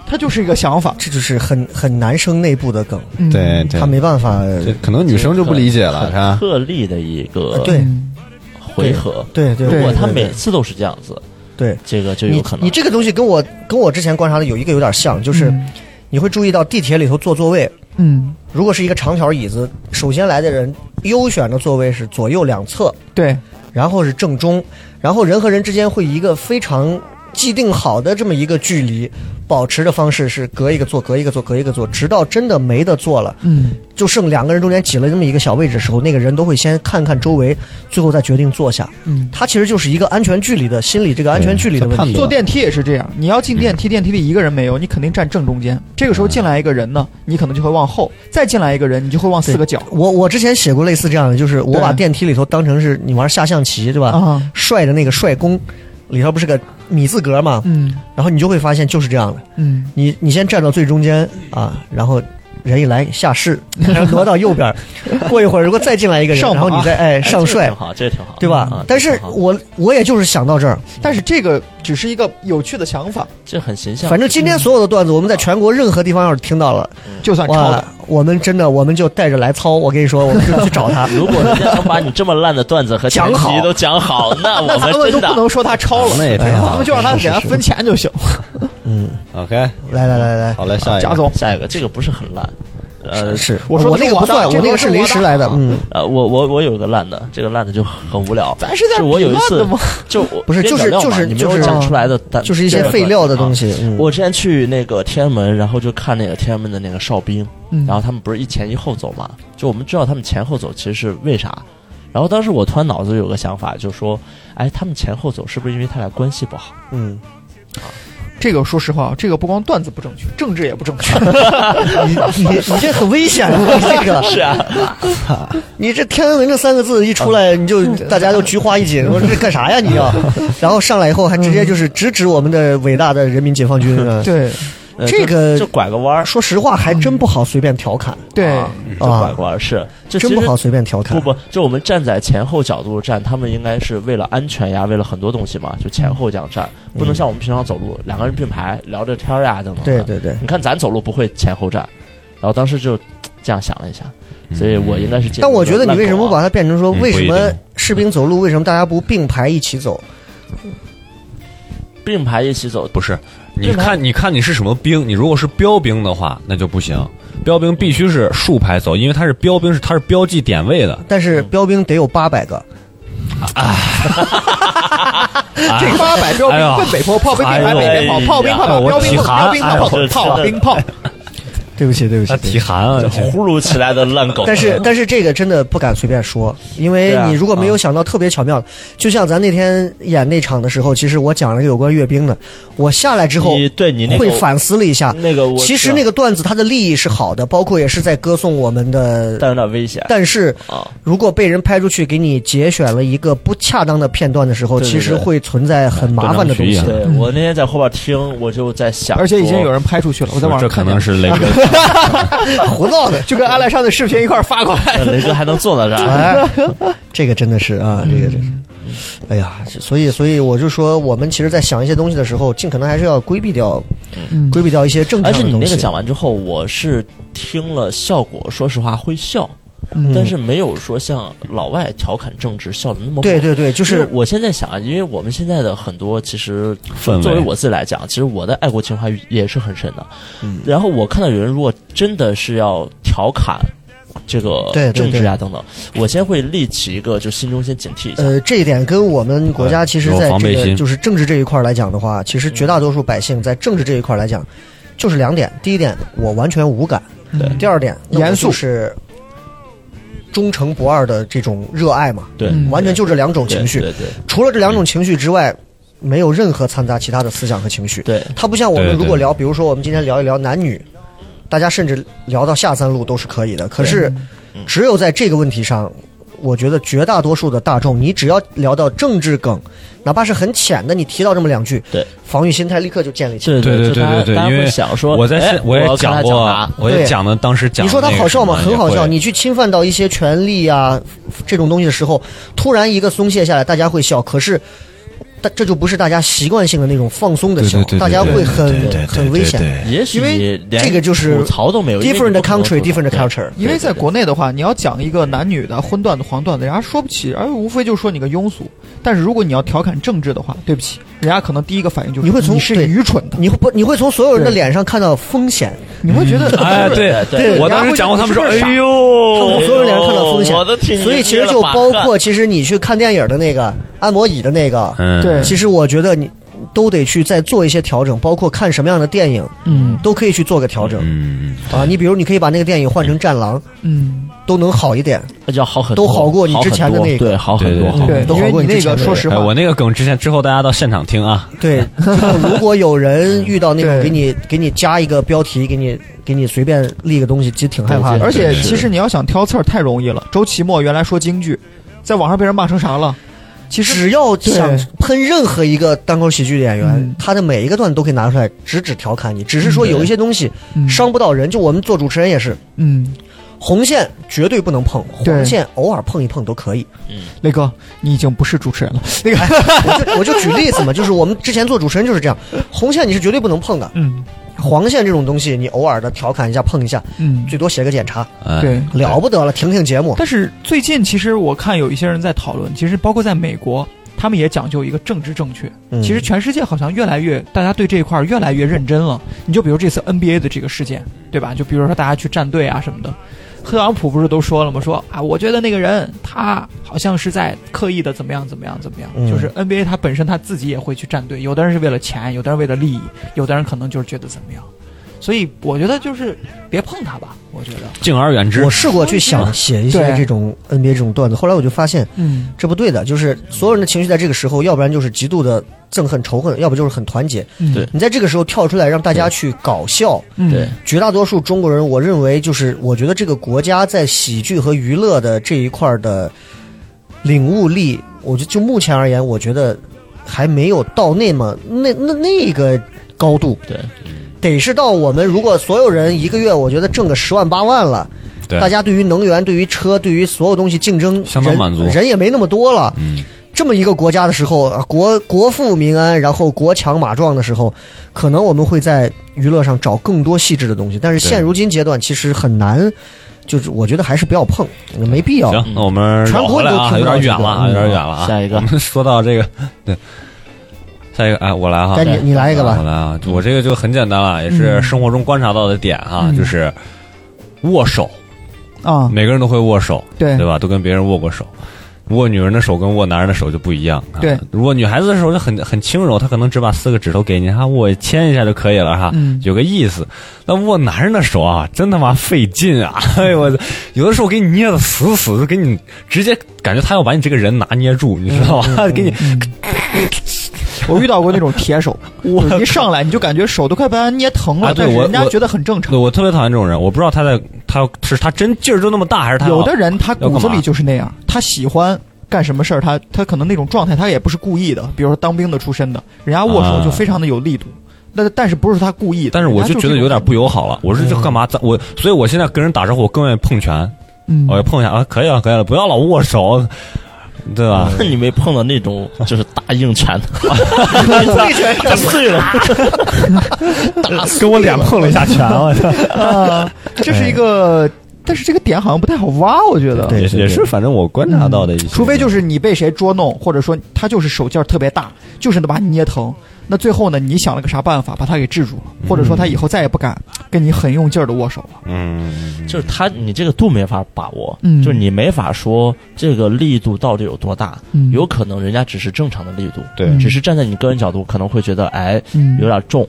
Speaker 5: 他就是一个想法。
Speaker 1: 这就是很很男生内部的梗，
Speaker 7: [LAUGHS]
Speaker 5: 嗯
Speaker 7: 对，对
Speaker 1: 他，没办法。
Speaker 7: 这可能女生就不理解
Speaker 6: [LAUGHS]
Speaker 7: 了，是吧？
Speaker 6: 特例的一个
Speaker 1: 呃对
Speaker 5: 嗯
Speaker 6: 回合。
Speaker 1: 对对，
Speaker 6: 如果
Speaker 1: 对
Speaker 6: 他
Speaker 1: 对
Speaker 6: 每次都是这样子，
Speaker 1: 对
Speaker 6: 这个就
Speaker 1: 你
Speaker 6: 有可能
Speaker 1: 你这个东西跟我跟我之前观察的有一个有点像，就是
Speaker 6: 嗯
Speaker 1: 你会注意到地铁里头坐座位，
Speaker 5: 嗯，
Speaker 1: 如果是一个长条椅子，首先来的人优选的座位是左右两侧，
Speaker 5: 对，
Speaker 1: 然后是正中，然后人和人之间会一个非常既定好的这么一个距离，保持的方式是隔一个坐，隔一个坐，隔一个坐，直到真的没得坐了，
Speaker 5: 嗯，
Speaker 1: 就剩两个人中间挤了这么一个小位置的时候，那个人都会先看看周围，最后再决定坐下。
Speaker 5: 嗯，
Speaker 1: 它其实就是一个安全距离的心理，这个安全距离的问
Speaker 7: 判
Speaker 1: 题。
Speaker 7: 断
Speaker 5: 坐电梯也是这样，你要进电梯，电梯里一个人没有，你肯定站正中间。这个时候进来一个人呢，你可能就会往后；再进来一个人，你就会往四个角。
Speaker 1: 我我之前写过类似这样的，就是我
Speaker 5: 对
Speaker 1: 把电梯里头当成是你玩下象棋对吧？
Speaker 5: 啊，
Speaker 1: 帅的那个帅宫里头不是个米字格嘛，
Speaker 5: 嗯
Speaker 1: 然后你就会发现就是这样的。
Speaker 5: 嗯，
Speaker 1: 你你先站到最中间啊，然后人一来下士，然后挪到右边儿，过一会儿如果再进来一个人，
Speaker 5: 上马
Speaker 1: 然后你再哎
Speaker 6: 哎
Speaker 1: 上
Speaker 6: 这个
Speaker 1: 帅
Speaker 6: 挺，好，这个挺好，
Speaker 1: 对吧？
Speaker 6: 啊
Speaker 1: 但是我我也就是想到这儿，
Speaker 5: 但是这个只是一个有趣的想法，
Speaker 6: 这很形象，。
Speaker 1: 反正今天所有的段子，我们在全国任何地方要是听到了，
Speaker 5: 就算抄
Speaker 1: 哇
Speaker 5: 的。，
Speaker 1: 我们真的我们就带着来操，我跟你说，我们就去找他
Speaker 6: 如果人家能把 [LAUGHS] 你这么烂的段子和前
Speaker 1: 讲好
Speaker 6: 提都讲
Speaker 1: [LAUGHS]
Speaker 6: 好，那我
Speaker 5: 那咱们
Speaker 6: 真
Speaker 5: 就
Speaker 6: 的
Speaker 5: 不能说他抄了，
Speaker 7: 那也挺好
Speaker 5: 咱们就让他给他分钱就行。
Speaker 7: OK，
Speaker 1: 来来来来
Speaker 7: 好嘞，下一
Speaker 5: 贾
Speaker 7: 个。
Speaker 5: 总，
Speaker 6: 下一个，这个不是很烂，
Speaker 1: 来，
Speaker 6: 呃
Speaker 1: 是
Speaker 5: 我说
Speaker 1: 我
Speaker 5: 的
Speaker 1: 那
Speaker 5: 是
Speaker 1: 个不
Speaker 5: 我的
Speaker 1: 算，
Speaker 5: 这
Speaker 1: 我
Speaker 5: 个
Speaker 1: 那个
Speaker 5: 是
Speaker 1: 是
Speaker 5: 我
Speaker 1: 临
Speaker 5: 的
Speaker 1: 时来的，嗯，
Speaker 6: 呃，我我我有一个烂的，这个烂的就很无聊。
Speaker 5: 咱是在
Speaker 6: 是我有一
Speaker 5: 比
Speaker 6: 次
Speaker 5: 烂的吗？
Speaker 6: 就我
Speaker 1: 不是
Speaker 6: 边
Speaker 1: 就是
Speaker 6: 角料嘛
Speaker 1: 就是
Speaker 6: 你没有
Speaker 1: 就是
Speaker 6: 讲出来的单，
Speaker 1: 就是一些废料的东
Speaker 6: 西。
Speaker 1: 西。嗯
Speaker 6: 我之前去那个天安门，然后就看那个天安门的那个哨兵，
Speaker 5: 嗯
Speaker 6: 然后他们不是一前一后走嘛？就我们知道他们前后走其实是为啥？然后当时我突然脑子有个想法，就说，哎，他们前后走是不是因为他俩关系不好？
Speaker 1: 嗯，
Speaker 5: [LAUGHS] 这个说实话啊，这个不光段子不正确，政治也不正确。
Speaker 1: 你你你这很危险，你 [LAUGHS] 这个是啊，你这天安门这三个字一出来，你就大家就菊花一紧，我说这干啥呀你要？ [LAUGHS] 然后上来以后还直接就是直指我们的伟大的人民解放军啊！
Speaker 5: 对
Speaker 6: 呃
Speaker 1: 这个
Speaker 6: 就就拐个弯儿，
Speaker 1: 说实话还真不好随便调侃，
Speaker 5: 对
Speaker 6: 啊就拐个弯儿是，
Speaker 1: 啊
Speaker 6: 这
Speaker 1: 真
Speaker 6: 其
Speaker 1: 不
Speaker 6: 实
Speaker 1: 好随便调侃。
Speaker 6: 不不，就我们站在前后角度站，他们应该是为了安全呀，为了很多东西嘛，就前后这样站，不能
Speaker 1: 嗯
Speaker 6: 像我们平常走路，两个人并排聊着天儿呀等等。
Speaker 1: 对，对对，
Speaker 6: 你看咱走路不会前后站，然后当时就嘖这样想了一下，所以我应该是进入
Speaker 1: 嗯但我觉得
Speaker 6: 了
Speaker 1: 你为什么把
Speaker 6: 烂
Speaker 1: 它
Speaker 6: 啊
Speaker 1: 变成说
Speaker 7: 嗯
Speaker 1: 为什
Speaker 7: 不一
Speaker 1: 么
Speaker 7: 定
Speaker 1: 士兵走路，为什么大家不并排一起走？
Speaker 6: 狗啊并排一起走？
Speaker 7: 不是，你看，你看你是什么兵？你如果是标兵的话，那就不行。标兵必须是竖排走，因为它是标兵，是它是标记点位的。
Speaker 1: 但是标兵得有八百个，
Speaker 5: 这个八百标
Speaker 7: 哎呀
Speaker 5: 兵奔北坡，炮兵
Speaker 7: 哎
Speaker 5: 并
Speaker 7: 呦
Speaker 5: 排北边跑，炮兵怕
Speaker 7: 哎
Speaker 5: 跑，
Speaker 7: 呦我
Speaker 5: 标兵炮
Speaker 7: 体
Speaker 5: 炮，
Speaker 7: 寒
Speaker 5: 标兵怕
Speaker 7: 哎呦
Speaker 5: 炮
Speaker 6: 这
Speaker 5: 炮，炮
Speaker 6: 这
Speaker 5: 兵炮。
Speaker 1: 对不起对不起
Speaker 7: 它体寒啊，这
Speaker 6: [LAUGHS] 呼噜起来的烂 [LAUGHS] 狗，
Speaker 1: 但是但是这个真的不敢随便说，因为
Speaker 6: 对啊
Speaker 1: 你如果没有想到特别巧妙的，就像咱那天演那场的时候，其实我讲了个有关阅兵的，我下来之后
Speaker 6: 你对你那
Speaker 1: 会
Speaker 6: 个
Speaker 1: 反思了一下，
Speaker 6: 那个我啊
Speaker 1: 其实那个段子它的利益是好的，包括也是在歌颂我们的。
Speaker 6: 但有点危险
Speaker 1: 但是，
Speaker 6: 啊，
Speaker 1: 如果被人拍出去，给你节选了一个不恰当的片段的时候，
Speaker 6: 对对
Speaker 1: 其实
Speaker 6: 对
Speaker 1: 会存在很麻烦的东西
Speaker 7: 不能。
Speaker 6: 对我那天在后边听，我就在想，
Speaker 5: 而且已经有人拍出去了，我在网
Speaker 7: 这
Speaker 5: 上
Speaker 7: 可
Speaker 5: 看
Speaker 7: 能
Speaker 5: 见，
Speaker 7: 是雷哥 [LAUGHS]
Speaker 1: [LAUGHS] 胡闹的，
Speaker 5: 就跟阿莱莎的视频一块儿发过
Speaker 6: [LAUGHS]
Speaker 5: 来。
Speaker 6: 说呃雷哥还能坐到这儿，
Speaker 1: 哎， [LAUGHS] 这个真的是
Speaker 6: 嗯
Speaker 1: 啊，这个真是，哎呀，所以所以我就说，我们其实，在想一些东西的时候，尽可能还是要规避掉，
Speaker 5: 嗯
Speaker 1: 规避掉一些正常
Speaker 6: 而
Speaker 1: 的
Speaker 6: 且
Speaker 1: 东
Speaker 6: 你
Speaker 1: 西。
Speaker 6: 那个讲完之后，我是听了效果，说实话会笑，
Speaker 1: 嗯
Speaker 6: 但是没有说像老外调侃政治笑的那么
Speaker 1: 对
Speaker 6: 猛
Speaker 1: 对对，就
Speaker 6: 就是是我现在想啊，因为我们现在的很多，其实
Speaker 7: 氛围
Speaker 6: 作为我自己来讲，其实我的爱国情怀也是很深的。
Speaker 7: 嗯
Speaker 6: 然后我看到有人如果真的是要调侃这个
Speaker 1: 对对
Speaker 6: 政治啊等等，我先会立起一个就心中先警惕一下。
Speaker 1: 呃，这一点跟我们国家其实
Speaker 7: 有
Speaker 6: 哎
Speaker 1: 在
Speaker 7: 防
Speaker 1: 这
Speaker 7: 备
Speaker 1: 个
Speaker 7: 心
Speaker 1: 就是政治这一块儿来讲的话，其实绝大多数百姓在政治这一块儿来讲，就是两点：第一点，我完全无感；第二点，那我
Speaker 5: 严肃
Speaker 1: 就是忠诚不二的这种热爱嘛，
Speaker 6: 对，
Speaker 5: 嗯
Speaker 1: 完全就这两种
Speaker 6: 对
Speaker 1: 情绪。
Speaker 6: 对对
Speaker 1: 除了这两种情绪之外，没有任何掺杂其他的思想和情绪。
Speaker 6: 对对
Speaker 1: 它不像我们
Speaker 7: 对对
Speaker 1: 如果聊，比如说我们今天聊一聊男女，大家甚至聊到下三路都是可以的。可是，只有在这个问题上，我觉得绝大多数的大众，你只要聊到政治梗，哪怕是很浅的，你提到这么两句，
Speaker 6: 对
Speaker 1: 防御心态立刻就建立起来。
Speaker 6: 对
Speaker 7: 对对
Speaker 6: 就
Speaker 7: 对
Speaker 6: 大家
Speaker 7: 对对，
Speaker 6: 大家
Speaker 7: 因
Speaker 6: 会
Speaker 7: 为
Speaker 6: 想说，
Speaker 7: 我在
Speaker 6: 哎
Speaker 7: 是我也
Speaker 6: 要跟
Speaker 7: 讲
Speaker 6: 他
Speaker 7: 过啊
Speaker 6: 啥，
Speaker 7: 我也讲的当时讲
Speaker 1: 你说它
Speaker 7: 那个
Speaker 1: 好笑吗？
Speaker 7: 什么
Speaker 1: 很好
Speaker 7: 也
Speaker 1: 笑。
Speaker 7: 会
Speaker 1: 你去侵犯到一些权利啊这种东西的时候，突然一个松懈下来，大家会笑。可是，但这就不是大家习惯性的那种放松的
Speaker 7: 对
Speaker 1: 笑
Speaker 7: 对，对，
Speaker 1: 大家
Speaker 7: 对
Speaker 1: 会
Speaker 7: 对
Speaker 1: 很
Speaker 7: 对对对
Speaker 1: 很
Speaker 7: 对
Speaker 1: 危
Speaker 7: 对
Speaker 1: 险。
Speaker 7: 对
Speaker 6: 也许
Speaker 1: 因为
Speaker 6: 你连
Speaker 1: 这个就是
Speaker 6: 吐槽都没有
Speaker 1: Different
Speaker 6: 因为你不
Speaker 1: country,
Speaker 6: 能吐槽
Speaker 1: different
Speaker 6: 对
Speaker 1: culture。
Speaker 5: 因为在
Speaker 6: 对对
Speaker 5: 国内的话，你要讲一个男女的荤段子、黄段子，人家说不起，而无非就说你个庸俗。但是如果你要调侃政治的话，对不起，人家可能第一个反应就是
Speaker 1: 你会从
Speaker 5: 你是
Speaker 1: 对
Speaker 5: 愚蠢的，
Speaker 1: 你会不？你会从所有人的
Speaker 5: 对
Speaker 1: 脸上看到风险，
Speaker 5: 你会觉得 [LAUGHS]
Speaker 7: 哎，对
Speaker 6: 对对
Speaker 7: 我当时讲过，他们说，哎呦，
Speaker 1: 看到所有人看到风险
Speaker 6: 哦我都替你
Speaker 1: 所以其
Speaker 6: 捏
Speaker 1: 实
Speaker 6: 了
Speaker 1: 就
Speaker 6: 把
Speaker 1: 包
Speaker 6: 汗
Speaker 1: 括，其实你去看电影的那个按摩椅的那个，
Speaker 7: 嗯，
Speaker 5: 对
Speaker 1: 其实我觉得你都得去再做一些调整，包括看什么样的电影，
Speaker 5: 嗯
Speaker 1: 都可以去做个调整
Speaker 7: 嗯，
Speaker 1: 啊。你比如，你可以把那个电影换成《战狼》，
Speaker 5: 嗯，
Speaker 1: 都能好一点。
Speaker 6: 要好很
Speaker 1: 都
Speaker 6: 多，
Speaker 1: 好过你之前的
Speaker 6: 好很多
Speaker 1: 那个
Speaker 6: 对，好很
Speaker 7: 对对
Speaker 6: 多，
Speaker 7: 对
Speaker 6: 好
Speaker 5: 对，
Speaker 6: 很多
Speaker 1: 都
Speaker 5: 因
Speaker 1: 好
Speaker 5: 为
Speaker 1: 过
Speaker 5: 哦
Speaker 1: 你
Speaker 5: 你那
Speaker 1: 之前
Speaker 5: 个
Speaker 1: 的
Speaker 5: 说实
Speaker 7: 哎，
Speaker 5: 话
Speaker 7: 我，那个梗之前之后大家到现场听啊，
Speaker 5: [LAUGHS]
Speaker 1: 对，就是如果有人遇到那种
Speaker 5: 嗯对
Speaker 1: 给你给你加一个标题，给你给你随便立个东西，其实挺害怕的。
Speaker 5: 而且其实你要想挑刺儿太容易了。周奇墨原来说京剧，在网上被人骂成啥了？其实
Speaker 1: 只要想
Speaker 5: 对
Speaker 1: 喷任何一个单口喜剧演员，
Speaker 5: 嗯
Speaker 1: 他的每一个段子都可以拿出来直指调侃你，只是说有一些东西
Speaker 5: 嗯
Speaker 1: 伤不到人。就我们做主持人也是，
Speaker 5: 嗯，
Speaker 1: 红线绝对不能碰，
Speaker 5: 对
Speaker 1: 黄线偶尔碰一碰都可以。
Speaker 5: 雷哥，你已经不是主持人了。那个，
Speaker 1: 我就我就举例子嘛， [LAUGHS] 就是我们之前做主持人就是这样，红线你是绝对不能碰的，
Speaker 5: 嗯
Speaker 1: 黄线这种东西你偶尔的调侃一下碰一下，
Speaker 5: 嗯，
Speaker 1: 最多写个检查，
Speaker 7: 哎
Speaker 5: 对，
Speaker 1: 了不得了，停停节目。
Speaker 5: 但是最近其实我看有一些人在讨论，其实包括在美国，他们也讲究一个政治正确。
Speaker 1: 嗯
Speaker 5: 其实全世界好像越来越，大家对这一块儿越来越认真了。你就比如这次 NBA 的这个事件，对吧？就比如说大家去站队啊什么的，特朗普不是都说了吗？说啊，我觉得那个人他好像是在刻意的怎么样怎么样怎么样。
Speaker 1: 嗯
Speaker 5: 就是 NBA 他本身他自己也会去站队，有的人是为了钱，有的人为了利益，有的人可能就是觉得怎么样。所以我觉得就是别碰它吧，我觉得，
Speaker 7: 敬而远之
Speaker 1: 我。试过去想写一些
Speaker 5: 对
Speaker 1: 这种 NBA 这种段子，后来我就发现
Speaker 5: 嗯，
Speaker 1: 这不对的，就是所有人的情绪在这个时候，要不然就是极度的憎恨、仇恨，要不就是很团结。
Speaker 6: 对
Speaker 1: 你在这个时候跳出来让大家去搞笑，
Speaker 5: 嗯
Speaker 6: 对，
Speaker 1: 绝大多数中国人，我认为就是我觉得这个国家在喜剧和娱乐的这一块儿的领悟力，我觉得就目前而言，我觉得还没有到那么那那那个高度。
Speaker 6: 对，
Speaker 1: 得是到我们如果所有人一个月，我觉得挣个十万八万了，
Speaker 7: 对
Speaker 1: 大家对于能源、对于车、对于所有东西竞争
Speaker 7: 相当
Speaker 1: 人
Speaker 7: 满足
Speaker 1: 人也没那么多了。
Speaker 7: 嗯，
Speaker 1: 这么一个国家的时候，啊国国富民安，然后国强马壮的时候，可能我们会在娱乐上找更多细致的东西。但是
Speaker 7: 对
Speaker 1: 现如今阶段，其实很难，就是我觉得还是不要碰，没必
Speaker 6: 哦
Speaker 1: 要。
Speaker 7: 行，那我
Speaker 6: 嗯
Speaker 7: 们绕回来啊，
Speaker 1: 全国都听
Speaker 7: 有
Speaker 1: 不到
Speaker 7: 点远了啊，
Speaker 1: 这
Speaker 7: 有
Speaker 1: 个
Speaker 7: 点远了啊。
Speaker 6: 下一个
Speaker 7: 我们 [LAUGHS] 说到这个，对，下一个，哎，我来哈
Speaker 1: 该，你
Speaker 6: 对
Speaker 1: 你来一个
Speaker 7: 我
Speaker 1: 吧，
Speaker 7: 来啊，我这个就很简单了，也是
Speaker 5: 嗯
Speaker 7: 生活中观察到的点啊，
Speaker 5: 嗯
Speaker 7: 就是握手，
Speaker 5: 啊，
Speaker 7: 每个人都会握手，
Speaker 5: 对
Speaker 7: 对吧？都跟别人握过手。握女人的手跟握男人的手就不一样。啊
Speaker 5: 对，
Speaker 7: 如果女孩子的手就很很轻柔，她可能只把四个指头给你，哈，我牵一下就可以了哈，
Speaker 5: 嗯
Speaker 7: 有个意思。那握男人的手啊，真他妈费劲啊！ [LAUGHS] 哎呦我的，有的时候给你捏的死死的，给你直接感觉他要把你这个人拿捏住，你知道
Speaker 5: 嗯
Speaker 7: 吧？ [LAUGHS] 给你
Speaker 5: 我遇到过那种铁手，我一上来你就感觉手都快被他捏疼
Speaker 7: 啊
Speaker 5: 了，
Speaker 7: 对
Speaker 5: 但是
Speaker 7: 我
Speaker 5: 人家
Speaker 7: 我
Speaker 5: 觉得很正常
Speaker 7: 对。我特别讨厌这种人，我不知道他在他要是他真劲儿就那么大，还是他要
Speaker 5: 有的人他骨子
Speaker 7: 要干嘛
Speaker 5: 里就是那样，他喜欢干什么事儿，他他可能那种状态他也不是故意的，比如说当兵的出身的，人家握手就非常的有力度，那但是不是他故意的，
Speaker 7: 但是我
Speaker 5: 人家
Speaker 7: 就觉得
Speaker 5: 是
Speaker 7: 有点不友好了。我说这干嘛？咱我所以我现在跟人打招呼，我更愿意碰拳，
Speaker 5: 嗯
Speaker 7: 我要碰一下啊，可以了，可以了，不要老握手，对吧？
Speaker 6: 那 [LAUGHS] 你没碰到那种就是大
Speaker 1: [LAUGHS]
Speaker 6: 硬拳的，
Speaker 5: [LAUGHS] 这一拳
Speaker 6: 打碎了，
Speaker 7: 跟我脸碰了一下拳，我操！
Speaker 5: 啊，这是一个，但是这个点好像不太好挖，我觉得。嗯
Speaker 1: 对
Speaker 7: 也也是，反正我观察到的一些，
Speaker 5: 除非就是你被谁捉弄，或者说他就是手劲儿特别大，就是能把你捏疼。那最后呢，你想了个啥办法把他给制住了，或者说他以后再也不敢跟你很用劲儿的握手了。
Speaker 7: 嗯，
Speaker 6: 就是他你这个度没法把握，
Speaker 5: 嗯
Speaker 6: 就是你没法说这个力度到底有多大，
Speaker 5: 嗯
Speaker 6: 有可能人家只是正常的力度，
Speaker 7: 对
Speaker 5: 嗯
Speaker 6: 只是站在你个人角度可能会觉得哎
Speaker 5: 嗯
Speaker 6: 有点重。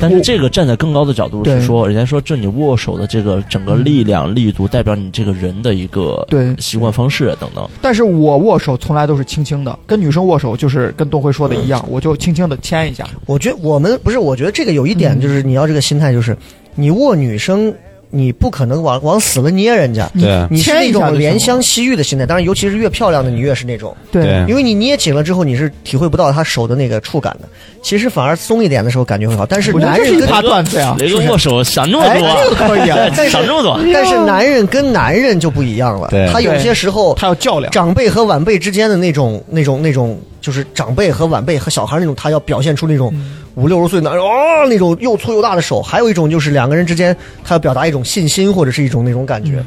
Speaker 6: 但是这个站在更高的角度
Speaker 5: 对
Speaker 6: 是说，人家说这你握手的这个整个力量力度，代表你这个人的一个
Speaker 5: 对
Speaker 6: 习惯方式等等。
Speaker 5: 但是我握手从来都是轻轻的，跟女生握手就是跟东辉说的一样，我就轻轻的牵一下。
Speaker 1: 我觉得我们不是，我觉得这个有一点
Speaker 5: 嗯
Speaker 1: 就是你要这个心态，就是你握女生，你不可能往往死了捏人家。
Speaker 7: 对
Speaker 1: 你是
Speaker 5: 牵
Speaker 1: 那
Speaker 5: 一下就行
Speaker 1: 种
Speaker 5: 了
Speaker 1: 怜香惜玉的心态，当然，尤其是越漂亮的你越是那种，
Speaker 7: 对
Speaker 5: 嗯
Speaker 1: 因为你捏紧了之后，你是体会不到他手的那个触感的。其实反而松一点的时候感觉会好，但是
Speaker 5: 我觉得
Speaker 1: 男
Speaker 5: 这
Speaker 1: 人
Speaker 5: 是一
Speaker 1: 跟
Speaker 5: 趴段子呀。
Speaker 6: 雷哥握手想那
Speaker 1: 啊哎
Speaker 6: 么
Speaker 1: 这个
Speaker 6: 多，
Speaker 1: 可以啊， [LAUGHS] 但是
Speaker 6: 想这么多，
Speaker 1: 但是男人跟男人就不一样了
Speaker 7: 对，
Speaker 1: 他有些时候
Speaker 5: 他要较量，
Speaker 1: 长辈和晚辈之间的那种、那种、那种，就是长辈和晚辈和小孩那种，他要表现出那种
Speaker 5: 嗯
Speaker 1: 五六十岁男人哦那种又粗又大的手；还有一种就是两个人之间，他要表达一种信心或者是一种那种感觉。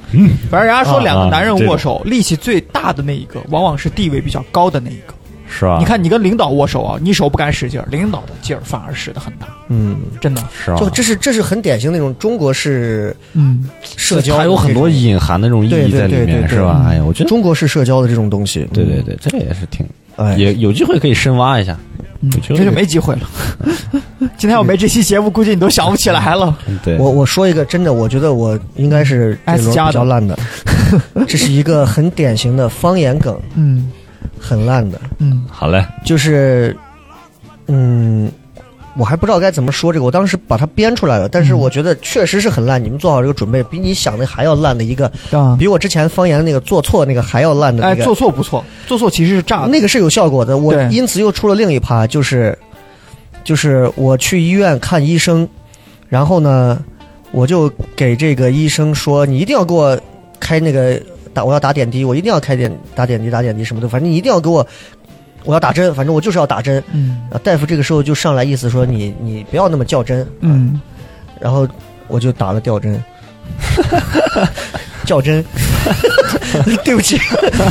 Speaker 5: 反正人家说两
Speaker 7: 啊
Speaker 5: 个
Speaker 7: 啊
Speaker 5: 男人
Speaker 7: 这
Speaker 5: 握
Speaker 7: 种
Speaker 5: 手，力气最大的那一个，往往是地位比较高的那一个。
Speaker 7: 是吧？
Speaker 5: 你看，你跟领导握手啊，你手不敢使劲儿，领导的劲儿反而使得很大，
Speaker 1: 嗯，
Speaker 5: 真的。
Speaker 7: 是吧？
Speaker 1: 就这是这是很典型那种中国式
Speaker 5: 嗯，
Speaker 1: 社交的
Speaker 7: 它有很多
Speaker 1: 这种
Speaker 7: 隐含的这种意义在里面，是吧？哎呀，我觉得，
Speaker 1: 中国式社交的这种东西。嗯
Speaker 7: 对对对，这个也是挺
Speaker 1: 哎，
Speaker 7: 也有机会可以深挖一下，我觉
Speaker 5: 嗯这
Speaker 7: 得
Speaker 5: 就没机会了。 [LAUGHS] 今天我没这期节目，估计你都想不起来了。
Speaker 7: 对，
Speaker 1: 我我说一个真的，我觉得我应该是这
Speaker 5: S
Speaker 1: 轮
Speaker 5: 加的
Speaker 1: 比较烂的，
Speaker 7: [LAUGHS]
Speaker 1: 这是一个很典型的方言梗，
Speaker 5: 嗯
Speaker 1: 很烂的，
Speaker 5: 嗯
Speaker 7: 好嘞，
Speaker 1: 就是，嗯，我还不知道该怎么说这个，我当时把它编出来了，但是
Speaker 7: 嗯
Speaker 1: 我觉得确实是很烂，你们做好这个准备，比你想的还要烂的一个，
Speaker 5: 啊，
Speaker 1: 比我之前方言那个做错那个还要烂的
Speaker 5: 哎，
Speaker 1: 那个，
Speaker 5: 做错不错，做错其实是炸的。
Speaker 1: 那个是有效果的，我
Speaker 5: 啊对
Speaker 1: 因此又出了另一趴，就是就是我去医院看医生，然后呢，我就给这个医生说，你一定要给我开那个打，我要打点滴，我一定要开点打点滴打点滴什么的，反正你一定要给我，我要打针，反正我就是要打针。
Speaker 5: 嗯
Speaker 1: 啊，大夫这个时候就上来意思说你你不要那么较真，
Speaker 5: 嗯，
Speaker 1: 然后我就打了吊针， [LAUGHS] 较真， [LAUGHS] 对
Speaker 5: [LAUGHS]
Speaker 1: 不起，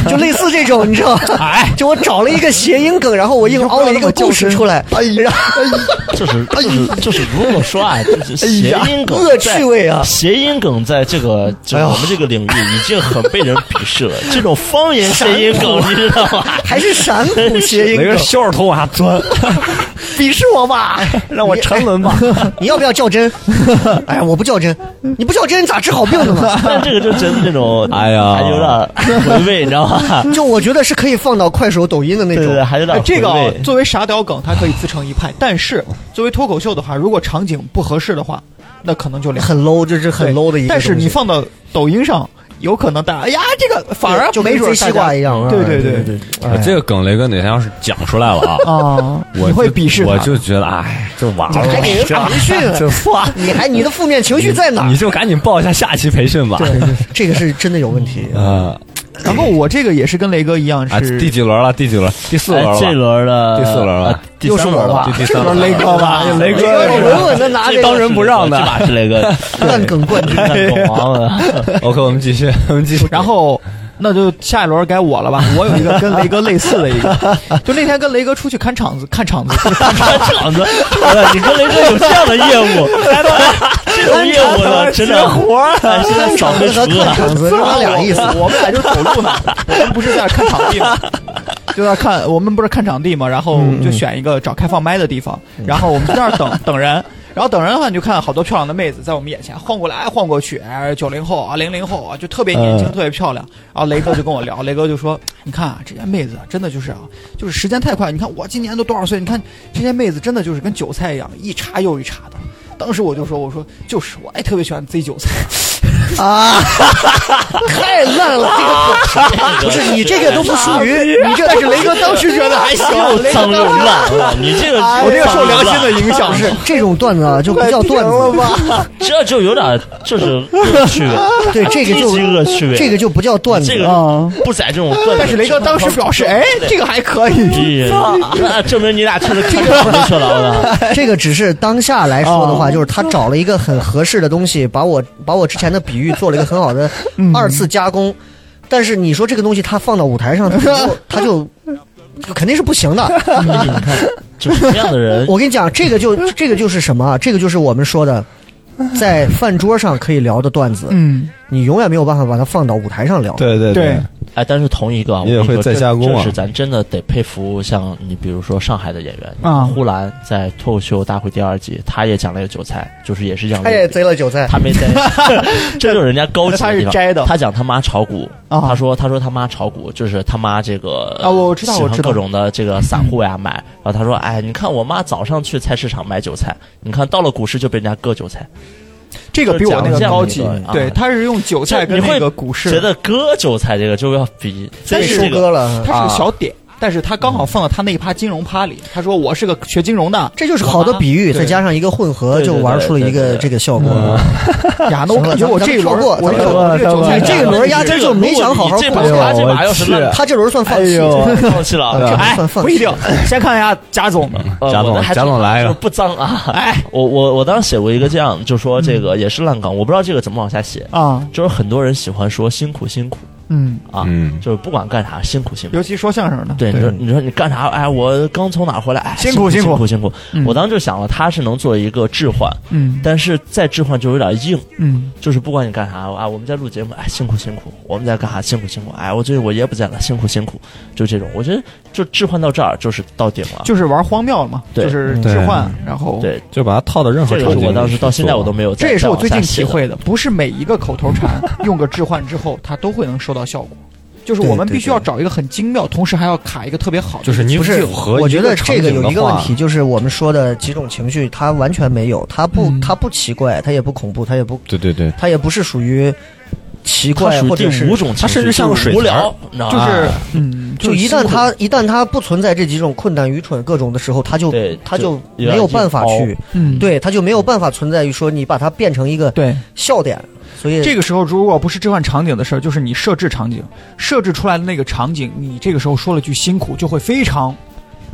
Speaker 1: 就类似这种，你知道吗？
Speaker 5: 哎，
Speaker 1: 就我找了一个谐音梗，然后我硬凹了一个故事出来，哎呀，
Speaker 6: 就是就是就是，如果说啊，就是谐音梗
Speaker 1: 恶
Speaker 6: 在
Speaker 1: 趣味啊！
Speaker 6: 谐音梗在这个就
Speaker 1: 哎
Speaker 6: 是
Speaker 1: 呦
Speaker 6: 我们这个领域已经很被人鄙视了。这种方言谐音梗，你知道吗？
Speaker 1: 还是陕普谐音
Speaker 7: 雷哥
Speaker 1: 梗，
Speaker 7: 笑着头往下钻，
Speaker 6: 鄙视我吧，让我沉沦吧。
Speaker 1: [LAUGHS] 你哎要不要较
Speaker 5: [LAUGHS]
Speaker 1: 真？哎呀，我不较真，你不较真咋治好病的嘛？
Speaker 5: [LAUGHS]
Speaker 6: 但这个就真的那种，
Speaker 7: 哎呀
Speaker 6: 还有点回味，你知道吧？
Speaker 1: 就我觉得是可以放到快手、抖音的那
Speaker 6: 对对，
Speaker 1: 种。
Speaker 6: 还有点
Speaker 5: 哎
Speaker 6: 回味。
Speaker 5: 这个啊作为傻屌梗，它可以自成一派，但是作为脱口秀的话，如果场景不合适的话，那可能就两。
Speaker 1: 很 low，这是很
Speaker 5: 对
Speaker 1: low 的一个东
Speaker 5: 但
Speaker 1: 西。
Speaker 5: 是你放到抖音上，有可能大家哎呀，这个反而
Speaker 1: 就
Speaker 5: 没
Speaker 1: 跟追
Speaker 5: 准儿
Speaker 1: 西
Speaker 5: 大
Speaker 1: 瓜
Speaker 5: 家
Speaker 1: 一样。啊
Speaker 5: 对对
Speaker 1: 对
Speaker 5: 对
Speaker 1: 对，
Speaker 7: 哎这个梗雷哥哪天要是讲出来了啊，
Speaker 5: 啊，
Speaker 7: 我
Speaker 5: 你会
Speaker 7: 就
Speaker 5: 鄙视他
Speaker 7: 我就觉得哎，就完了，
Speaker 1: 还给人培训了，
Speaker 7: [LAUGHS] 就哇，
Speaker 1: 你还你的负面情绪在哪
Speaker 7: 你？就赶紧报一下下期培训吧。
Speaker 1: [LAUGHS] 这个是真的有问题。
Speaker 7: 呃，
Speaker 5: 然后我这个也是跟雷哥一样
Speaker 7: 啊，第
Speaker 5: 是。
Speaker 7: 几轮了？第几轮？第四轮
Speaker 6: 哎
Speaker 7: 了吧？
Speaker 6: 这轮的
Speaker 7: 第四轮了
Speaker 6: 啊第三轮
Speaker 7: 就
Speaker 6: 吧，
Speaker 7: 第三轮，啊
Speaker 5: 吧
Speaker 7: 雷哥
Speaker 1: 哎稳稳的拿这
Speaker 7: 当
Speaker 1: 个
Speaker 7: 仁不让
Speaker 6: 这
Speaker 7: 的。
Speaker 6: 把是雷哥，
Speaker 1: 烂梗冠军，
Speaker 6: 干懂王 [LAUGHS] 了。
Speaker 7: OK，我们继续， [LAUGHS] 我们继续。
Speaker 5: 然后那就下一轮该我
Speaker 7: [LAUGHS]
Speaker 5: 了吧？我有一个跟雷哥类似的一个，就那天跟雷哥出去看场子，看
Speaker 7: [LAUGHS]
Speaker 5: 场子，
Speaker 6: 看场子，哎你跟雷哥有这样的业务，这种业务呢，
Speaker 5: [LAUGHS]
Speaker 6: 真的活儿，哎现在扫黑除
Speaker 1: 和看
Speaker 6: 恶。
Speaker 1: 场子他妈俩意思。
Speaker 5: 我们俩就走 [LAUGHS] 路呢，我们不是在那看场地嗯吗？就在那看，我们不是看场地嘛，然后就选一个找开放麦的地方，然后我们就在那儿 [LAUGHS] 等等人，然后等人的话，你就看好多漂亮的妹子在我们眼前晃过来晃过去，哎，九零后啊，零零后啊，就特别年轻，
Speaker 6: 嗯
Speaker 5: 特别漂亮。然后雷哥就跟我聊，雷哥就说：“你看啊，这些妹子真的就是啊，就是时间太快。你看我今年都多少岁？你看这些妹子真的就是跟韭菜一样，一茬又一茬的。”当时我就说：“我说就是，我也特别喜欢自己韭菜。”
Speaker 1: 啊，太烂了！
Speaker 6: 啊
Speaker 1: 这个
Speaker 6: [LAUGHS]
Speaker 1: 不是你这个都不属于你这，但是雷哥当时觉得还行，雷
Speaker 6: 脏哎 [LAUGHS] 又烂了，你这个
Speaker 1: 哎呀
Speaker 6: 我这个
Speaker 5: 受良心的影响
Speaker 1: 不是这种段子啊，就不叫段子了吧？
Speaker 6: 这就有点就是恶趣味，
Speaker 1: [LAUGHS] 对，这个
Speaker 6: [LAUGHS] 低级恶趣
Speaker 1: 就
Speaker 6: 味
Speaker 1: 这个就不叫段子
Speaker 6: 这个
Speaker 1: 啊。
Speaker 6: 不在这种段子。
Speaker 5: 但是雷哥当时表示：“哎，
Speaker 6: [LAUGHS]
Speaker 5: 这个还可以。”
Speaker 6: 咦，那证明你俩确实看场子去了啊我
Speaker 1: [LAUGHS]
Speaker 6: 操。
Speaker 1: 这个只是当下来说的话，就是他找了一个很合适的东西，把我把我之前的比喻做了一个很好的二次加工。但是你说这个东西他放到舞台上，他就他就就肯定是不行的。
Speaker 6: 就是这样的人，
Speaker 1: 我跟你讲，这个就这个就是什么啊？这个就是我们说的，在饭桌上可以聊的段子，
Speaker 5: 嗯，
Speaker 1: 你永远没有办法把它放到舞台上聊。
Speaker 7: 对对
Speaker 5: 对，
Speaker 6: 哎，但是同一个啊，
Speaker 7: 你也
Speaker 6: 我跟
Speaker 7: 会
Speaker 6: 说
Speaker 7: 再
Speaker 6: 这
Speaker 7: 加工啊
Speaker 6: 这是咱真的得佩服，像你比如说上海的演员
Speaker 5: 啊
Speaker 6: 呼兰在脱口秀大会第二季，他也讲了一个韭菜，就是也是这样的
Speaker 1: 他
Speaker 6: 例子，
Speaker 1: 也哎贼了韭菜，
Speaker 6: 他没在，
Speaker 5: [LAUGHS]
Speaker 6: 这就是人家高级
Speaker 5: 他
Speaker 6: 的
Speaker 5: 是
Speaker 6: 地方。
Speaker 5: 摘的
Speaker 6: 他讲他妈炒股，
Speaker 5: 啊
Speaker 6: 他说他说他妈炒股就是他妈这个
Speaker 5: 啊我知道
Speaker 6: 喜欢
Speaker 5: 我知道
Speaker 6: 各种的这个散户呀买，然后他说哎，你看我妈早上去菜市场买韭菜，你看到了股市就被人家割韭菜，
Speaker 5: 这个比我那个高级
Speaker 6: 就是讲这，个
Speaker 5: 对，
Speaker 6: 啊
Speaker 5: 他是用韭菜跟
Speaker 6: 你会
Speaker 5: 那个股市，
Speaker 6: 觉得割韭菜这个就要比
Speaker 1: 被
Speaker 6: 这是
Speaker 1: 收
Speaker 6: 这
Speaker 1: 割
Speaker 6: 个
Speaker 1: 了。
Speaker 5: 它是个小点，
Speaker 6: 啊
Speaker 5: 但是他刚好放到他那一趴金融趴里。他说我是个学金融的，啊
Speaker 1: 这就是好的比喻，
Speaker 5: 对
Speaker 1: 再加上一个混合，
Speaker 6: 对对
Speaker 1: 就
Speaker 6: 对
Speaker 1: 玩出了一
Speaker 6: 对
Speaker 1: 个
Speaker 6: 对对
Speaker 1: 这个效果。 [LAUGHS]
Speaker 5: 呀，那我感觉我这一轮
Speaker 1: 咱们跳过
Speaker 5: 我这
Speaker 1: 咱
Speaker 5: 个
Speaker 1: 们
Speaker 5: 我这个
Speaker 4: 跳
Speaker 5: 韭
Speaker 4: 过
Speaker 5: 菜
Speaker 1: 你这一轮压根就没想好好
Speaker 6: 这把
Speaker 1: 过
Speaker 6: 他这把要是烂
Speaker 1: 他这轮算放弃，
Speaker 6: 放弃
Speaker 5: [LAUGHS]
Speaker 6: 了，
Speaker 1: 这
Speaker 5: 哎
Speaker 1: 还算放
Speaker 5: 不一
Speaker 1: 弃。 [LAUGHS]
Speaker 5: 定，先看一下贾总，
Speaker 6: 呃
Speaker 7: 贾总
Speaker 6: 我的还
Speaker 7: 贾总来一个
Speaker 6: 就是不脏啊！
Speaker 5: 哎，嗯
Speaker 6: 我我我当时写过一个这样，就说这个也是烂梗，我不知道这个怎么往下写，
Speaker 5: 啊，
Speaker 6: 就是很多人喜欢说辛苦辛苦
Speaker 5: 嗯，
Speaker 6: 啊，
Speaker 7: 嗯
Speaker 6: 就是不管干啥辛苦辛苦
Speaker 5: 尤。其说相声的，
Speaker 6: 对，你说你说你干啥？哎，我刚从哪儿回来？哎，
Speaker 5: 辛
Speaker 6: 辛
Speaker 5: 苦
Speaker 6: 辛
Speaker 5: 辛苦
Speaker 6: 苦辛苦。
Speaker 5: 嗯
Speaker 6: 我当时就想了，他是能做一个置换，
Speaker 5: 嗯
Speaker 6: 但是再置换就有点硬，
Speaker 5: 嗯，
Speaker 6: 就是不管你干啥啊，我们在录节目，哎，辛苦辛苦；我们在干啥，辛苦辛苦。哎，我最近我爷不在了，辛苦辛苦。就这种，我觉得就置换到这儿就是到顶了。
Speaker 5: 就是玩荒谬嘛，
Speaker 6: 啊
Speaker 1: 嗯
Speaker 6: 对
Speaker 5: 就是
Speaker 7: 对
Speaker 5: 置换，然后
Speaker 6: 对，
Speaker 7: 就把它套到任何
Speaker 6: 这
Speaker 7: 场
Speaker 6: 个
Speaker 7: 景
Speaker 6: 是
Speaker 7: 里去
Speaker 6: 我当时到现在我都
Speaker 7: 做
Speaker 6: 没有再。
Speaker 5: 这也是
Speaker 6: 再
Speaker 5: 我
Speaker 6: 往
Speaker 5: 最
Speaker 6: 下
Speaker 5: 近
Speaker 6: 写
Speaker 5: 体
Speaker 6: 的
Speaker 5: 会的，不是每一个口头禅用个置换之后，它都会能收到效果。就是我们
Speaker 1: 对对
Speaker 5: 必须要找一个很精妙，同时还要卡一个特别好的。
Speaker 7: 就是你
Speaker 1: 不是
Speaker 7: 符，合
Speaker 1: 我觉得
Speaker 7: 一个场
Speaker 1: 这个
Speaker 7: 景的
Speaker 1: 有一个问
Speaker 7: 话
Speaker 1: 题，就是我们说的几种情绪，它完全没有，它不，
Speaker 5: 嗯
Speaker 1: 它不奇怪，它也不恐怖，它也不，
Speaker 7: 对对对，
Speaker 1: 它也不是属于奇
Speaker 6: 它
Speaker 1: 怪
Speaker 6: 属于
Speaker 1: 或
Speaker 6: 第
Speaker 1: 者是
Speaker 6: 五种情绪，
Speaker 7: 它甚至像个
Speaker 6: 就是
Speaker 7: 水
Speaker 6: 无
Speaker 7: 潭儿
Speaker 6: 聊，你知道
Speaker 5: 就
Speaker 6: 吗？
Speaker 5: 是嗯，
Speaker 1: 就是一旦
Speaker 5: 辛苦
Speaker 1: 他一旦他不存在这几种困难、愚蠢各种的时候，他就
Speaker 6: 对
Speaker 1: 他
Speaker 6: 就
Speaker 1: 就没有办法
Speaker 6: 有点
Speaker 1: 去，
Speaker 5: 嗯
Speaker 1: 对，他就没有办法存在于说你把它变成一个
Speaker 5: 对，
Speaker 1: 笑点，所以
Speaker 5: 这个时候如果不是置换场景的事儿，就是你设置场景，设置出来的那个场景，你这个时候说了句辛苦，就会非常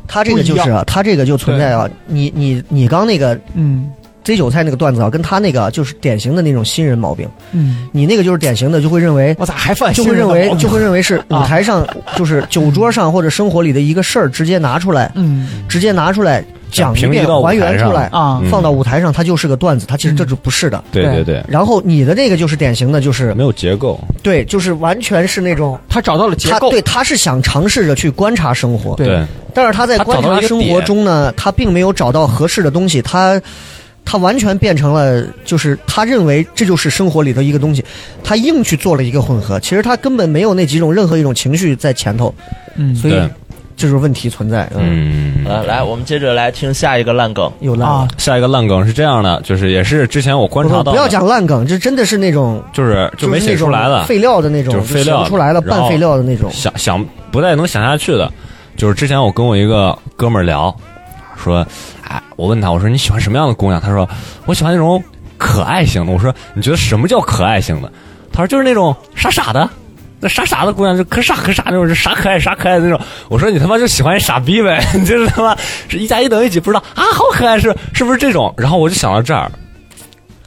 Speaker 1: 他这个就是啊，他这个就存在啊，你你你刚那个
Speaker 5: 嗯
Speaker 1: 摘韭菜那个段子啊，跟他那个啊就是典型的那种新人毛病，
Speaker 5: 嗯，
Speaker 1: 你那个就是典型的就会认为。
Speaker 5: 我咋还犯
Speaker 1: 就
Speaker 5: 哎新
Speaker 1: 会
Speaker 5: 人
Speaker 1: 认
Speaker 5: 的
Speaker 1: 为
Speaker 5: 毛病啊
Speaker 1: 就会认为是舞台上，就是酒桌上或者生活里的一个事儿，直接拿出来，
Speaker 5: 嗯
Speaker 1: 直接拿出来讲一
Speaker 7: 平移
Speaker 1: 遍
Speaker 7: 到舞
Speaker 1: 还
Speaker 7: 台
Speaker 1: 原
Speaker 7: 上
Speaker 1: 出来，
Speaker 5: 啊
Speaker 7: 嗯
Speaker 1: 放到舞台上，它就是个段子，它其
Speaker 5: 嗯
Speaker 1: 实这就不是的。
Speaker 7: 对对对，
Speaker 1: 然后你的那个就是典型的，就是
Speaker 7: 没有结构，
Speaker 1: 对，就是完全是那种
Speaker 5: 他找到了结
Speaker 1: 他
Speaker 5: 构，
Speaker 1: 对他是想尝试着去观察生活，
Speaker 5: 对
Speaker 7: 对
Speaker 1: 但是他在
Speaker 6: 他
Speaker 1: 观
Speaker 6: 找到
Speaker 1: 察
Speaker 6: 一个
Speaker 1: 生活
Speaker 6: 点
Speaker 1: 中呢，他并没有找到合适的东西，他他完全变成了就是他认为这就是生活里的一个东西，他硬去做了一个混合，其实他根本没有那几种任何一种情绪在前头，
Speaker 5: 嗯，
Speaker 1: 所以
Speaker 7: 对，
Speaker 1: 这就是问题存在。嗯，
Speaker 7: 嗯，
Speaker 6: 来来，我们接着来听下一个烂 [LAUGHS] 梗。
Speaker 1: 又烂
Speaker 5: 啊
Speaker 1: 了，，
Speaker 7: 下一个烂梗是这样的，就是也是之前我观
Speaker 1: 不
Speaker 7: 察
Speaker 1: 不
Speaker 7: 到的，
Speaker 1: 不要讲烂梗，这真的是那种
Speaker 7: 就是就没
Speaker 1: 是那
Speaker 7: 写出
Speaker 1: 种
Speaker 7: 来的，
Speaker 1: 废料的那种，
Speaker 7: 就是废料
Speaker 1: 写不出来的
Speaker 7: 然后
Speaker 1: 半废料的那种。
Speaker 7: 想想不太能想下去的，就是之前我跟我一个哥们儿聊，说，哎，我问他，我说你喜欢什么样的姑娘？他说我喜欢那种可爱型的。我说你觉得什么叫可爱型的？他说就是那种傻傻的。那傻傻的姑娘就可傻可傻那种，就傻可爱傻可爱的那种。我说你他妈就喜欢傻逼呗， [LAUGHS] 你就是他妈是一加一等于几不知道啊，好可爱是是不是这种？然后我就想到这儿， [LAUGHS]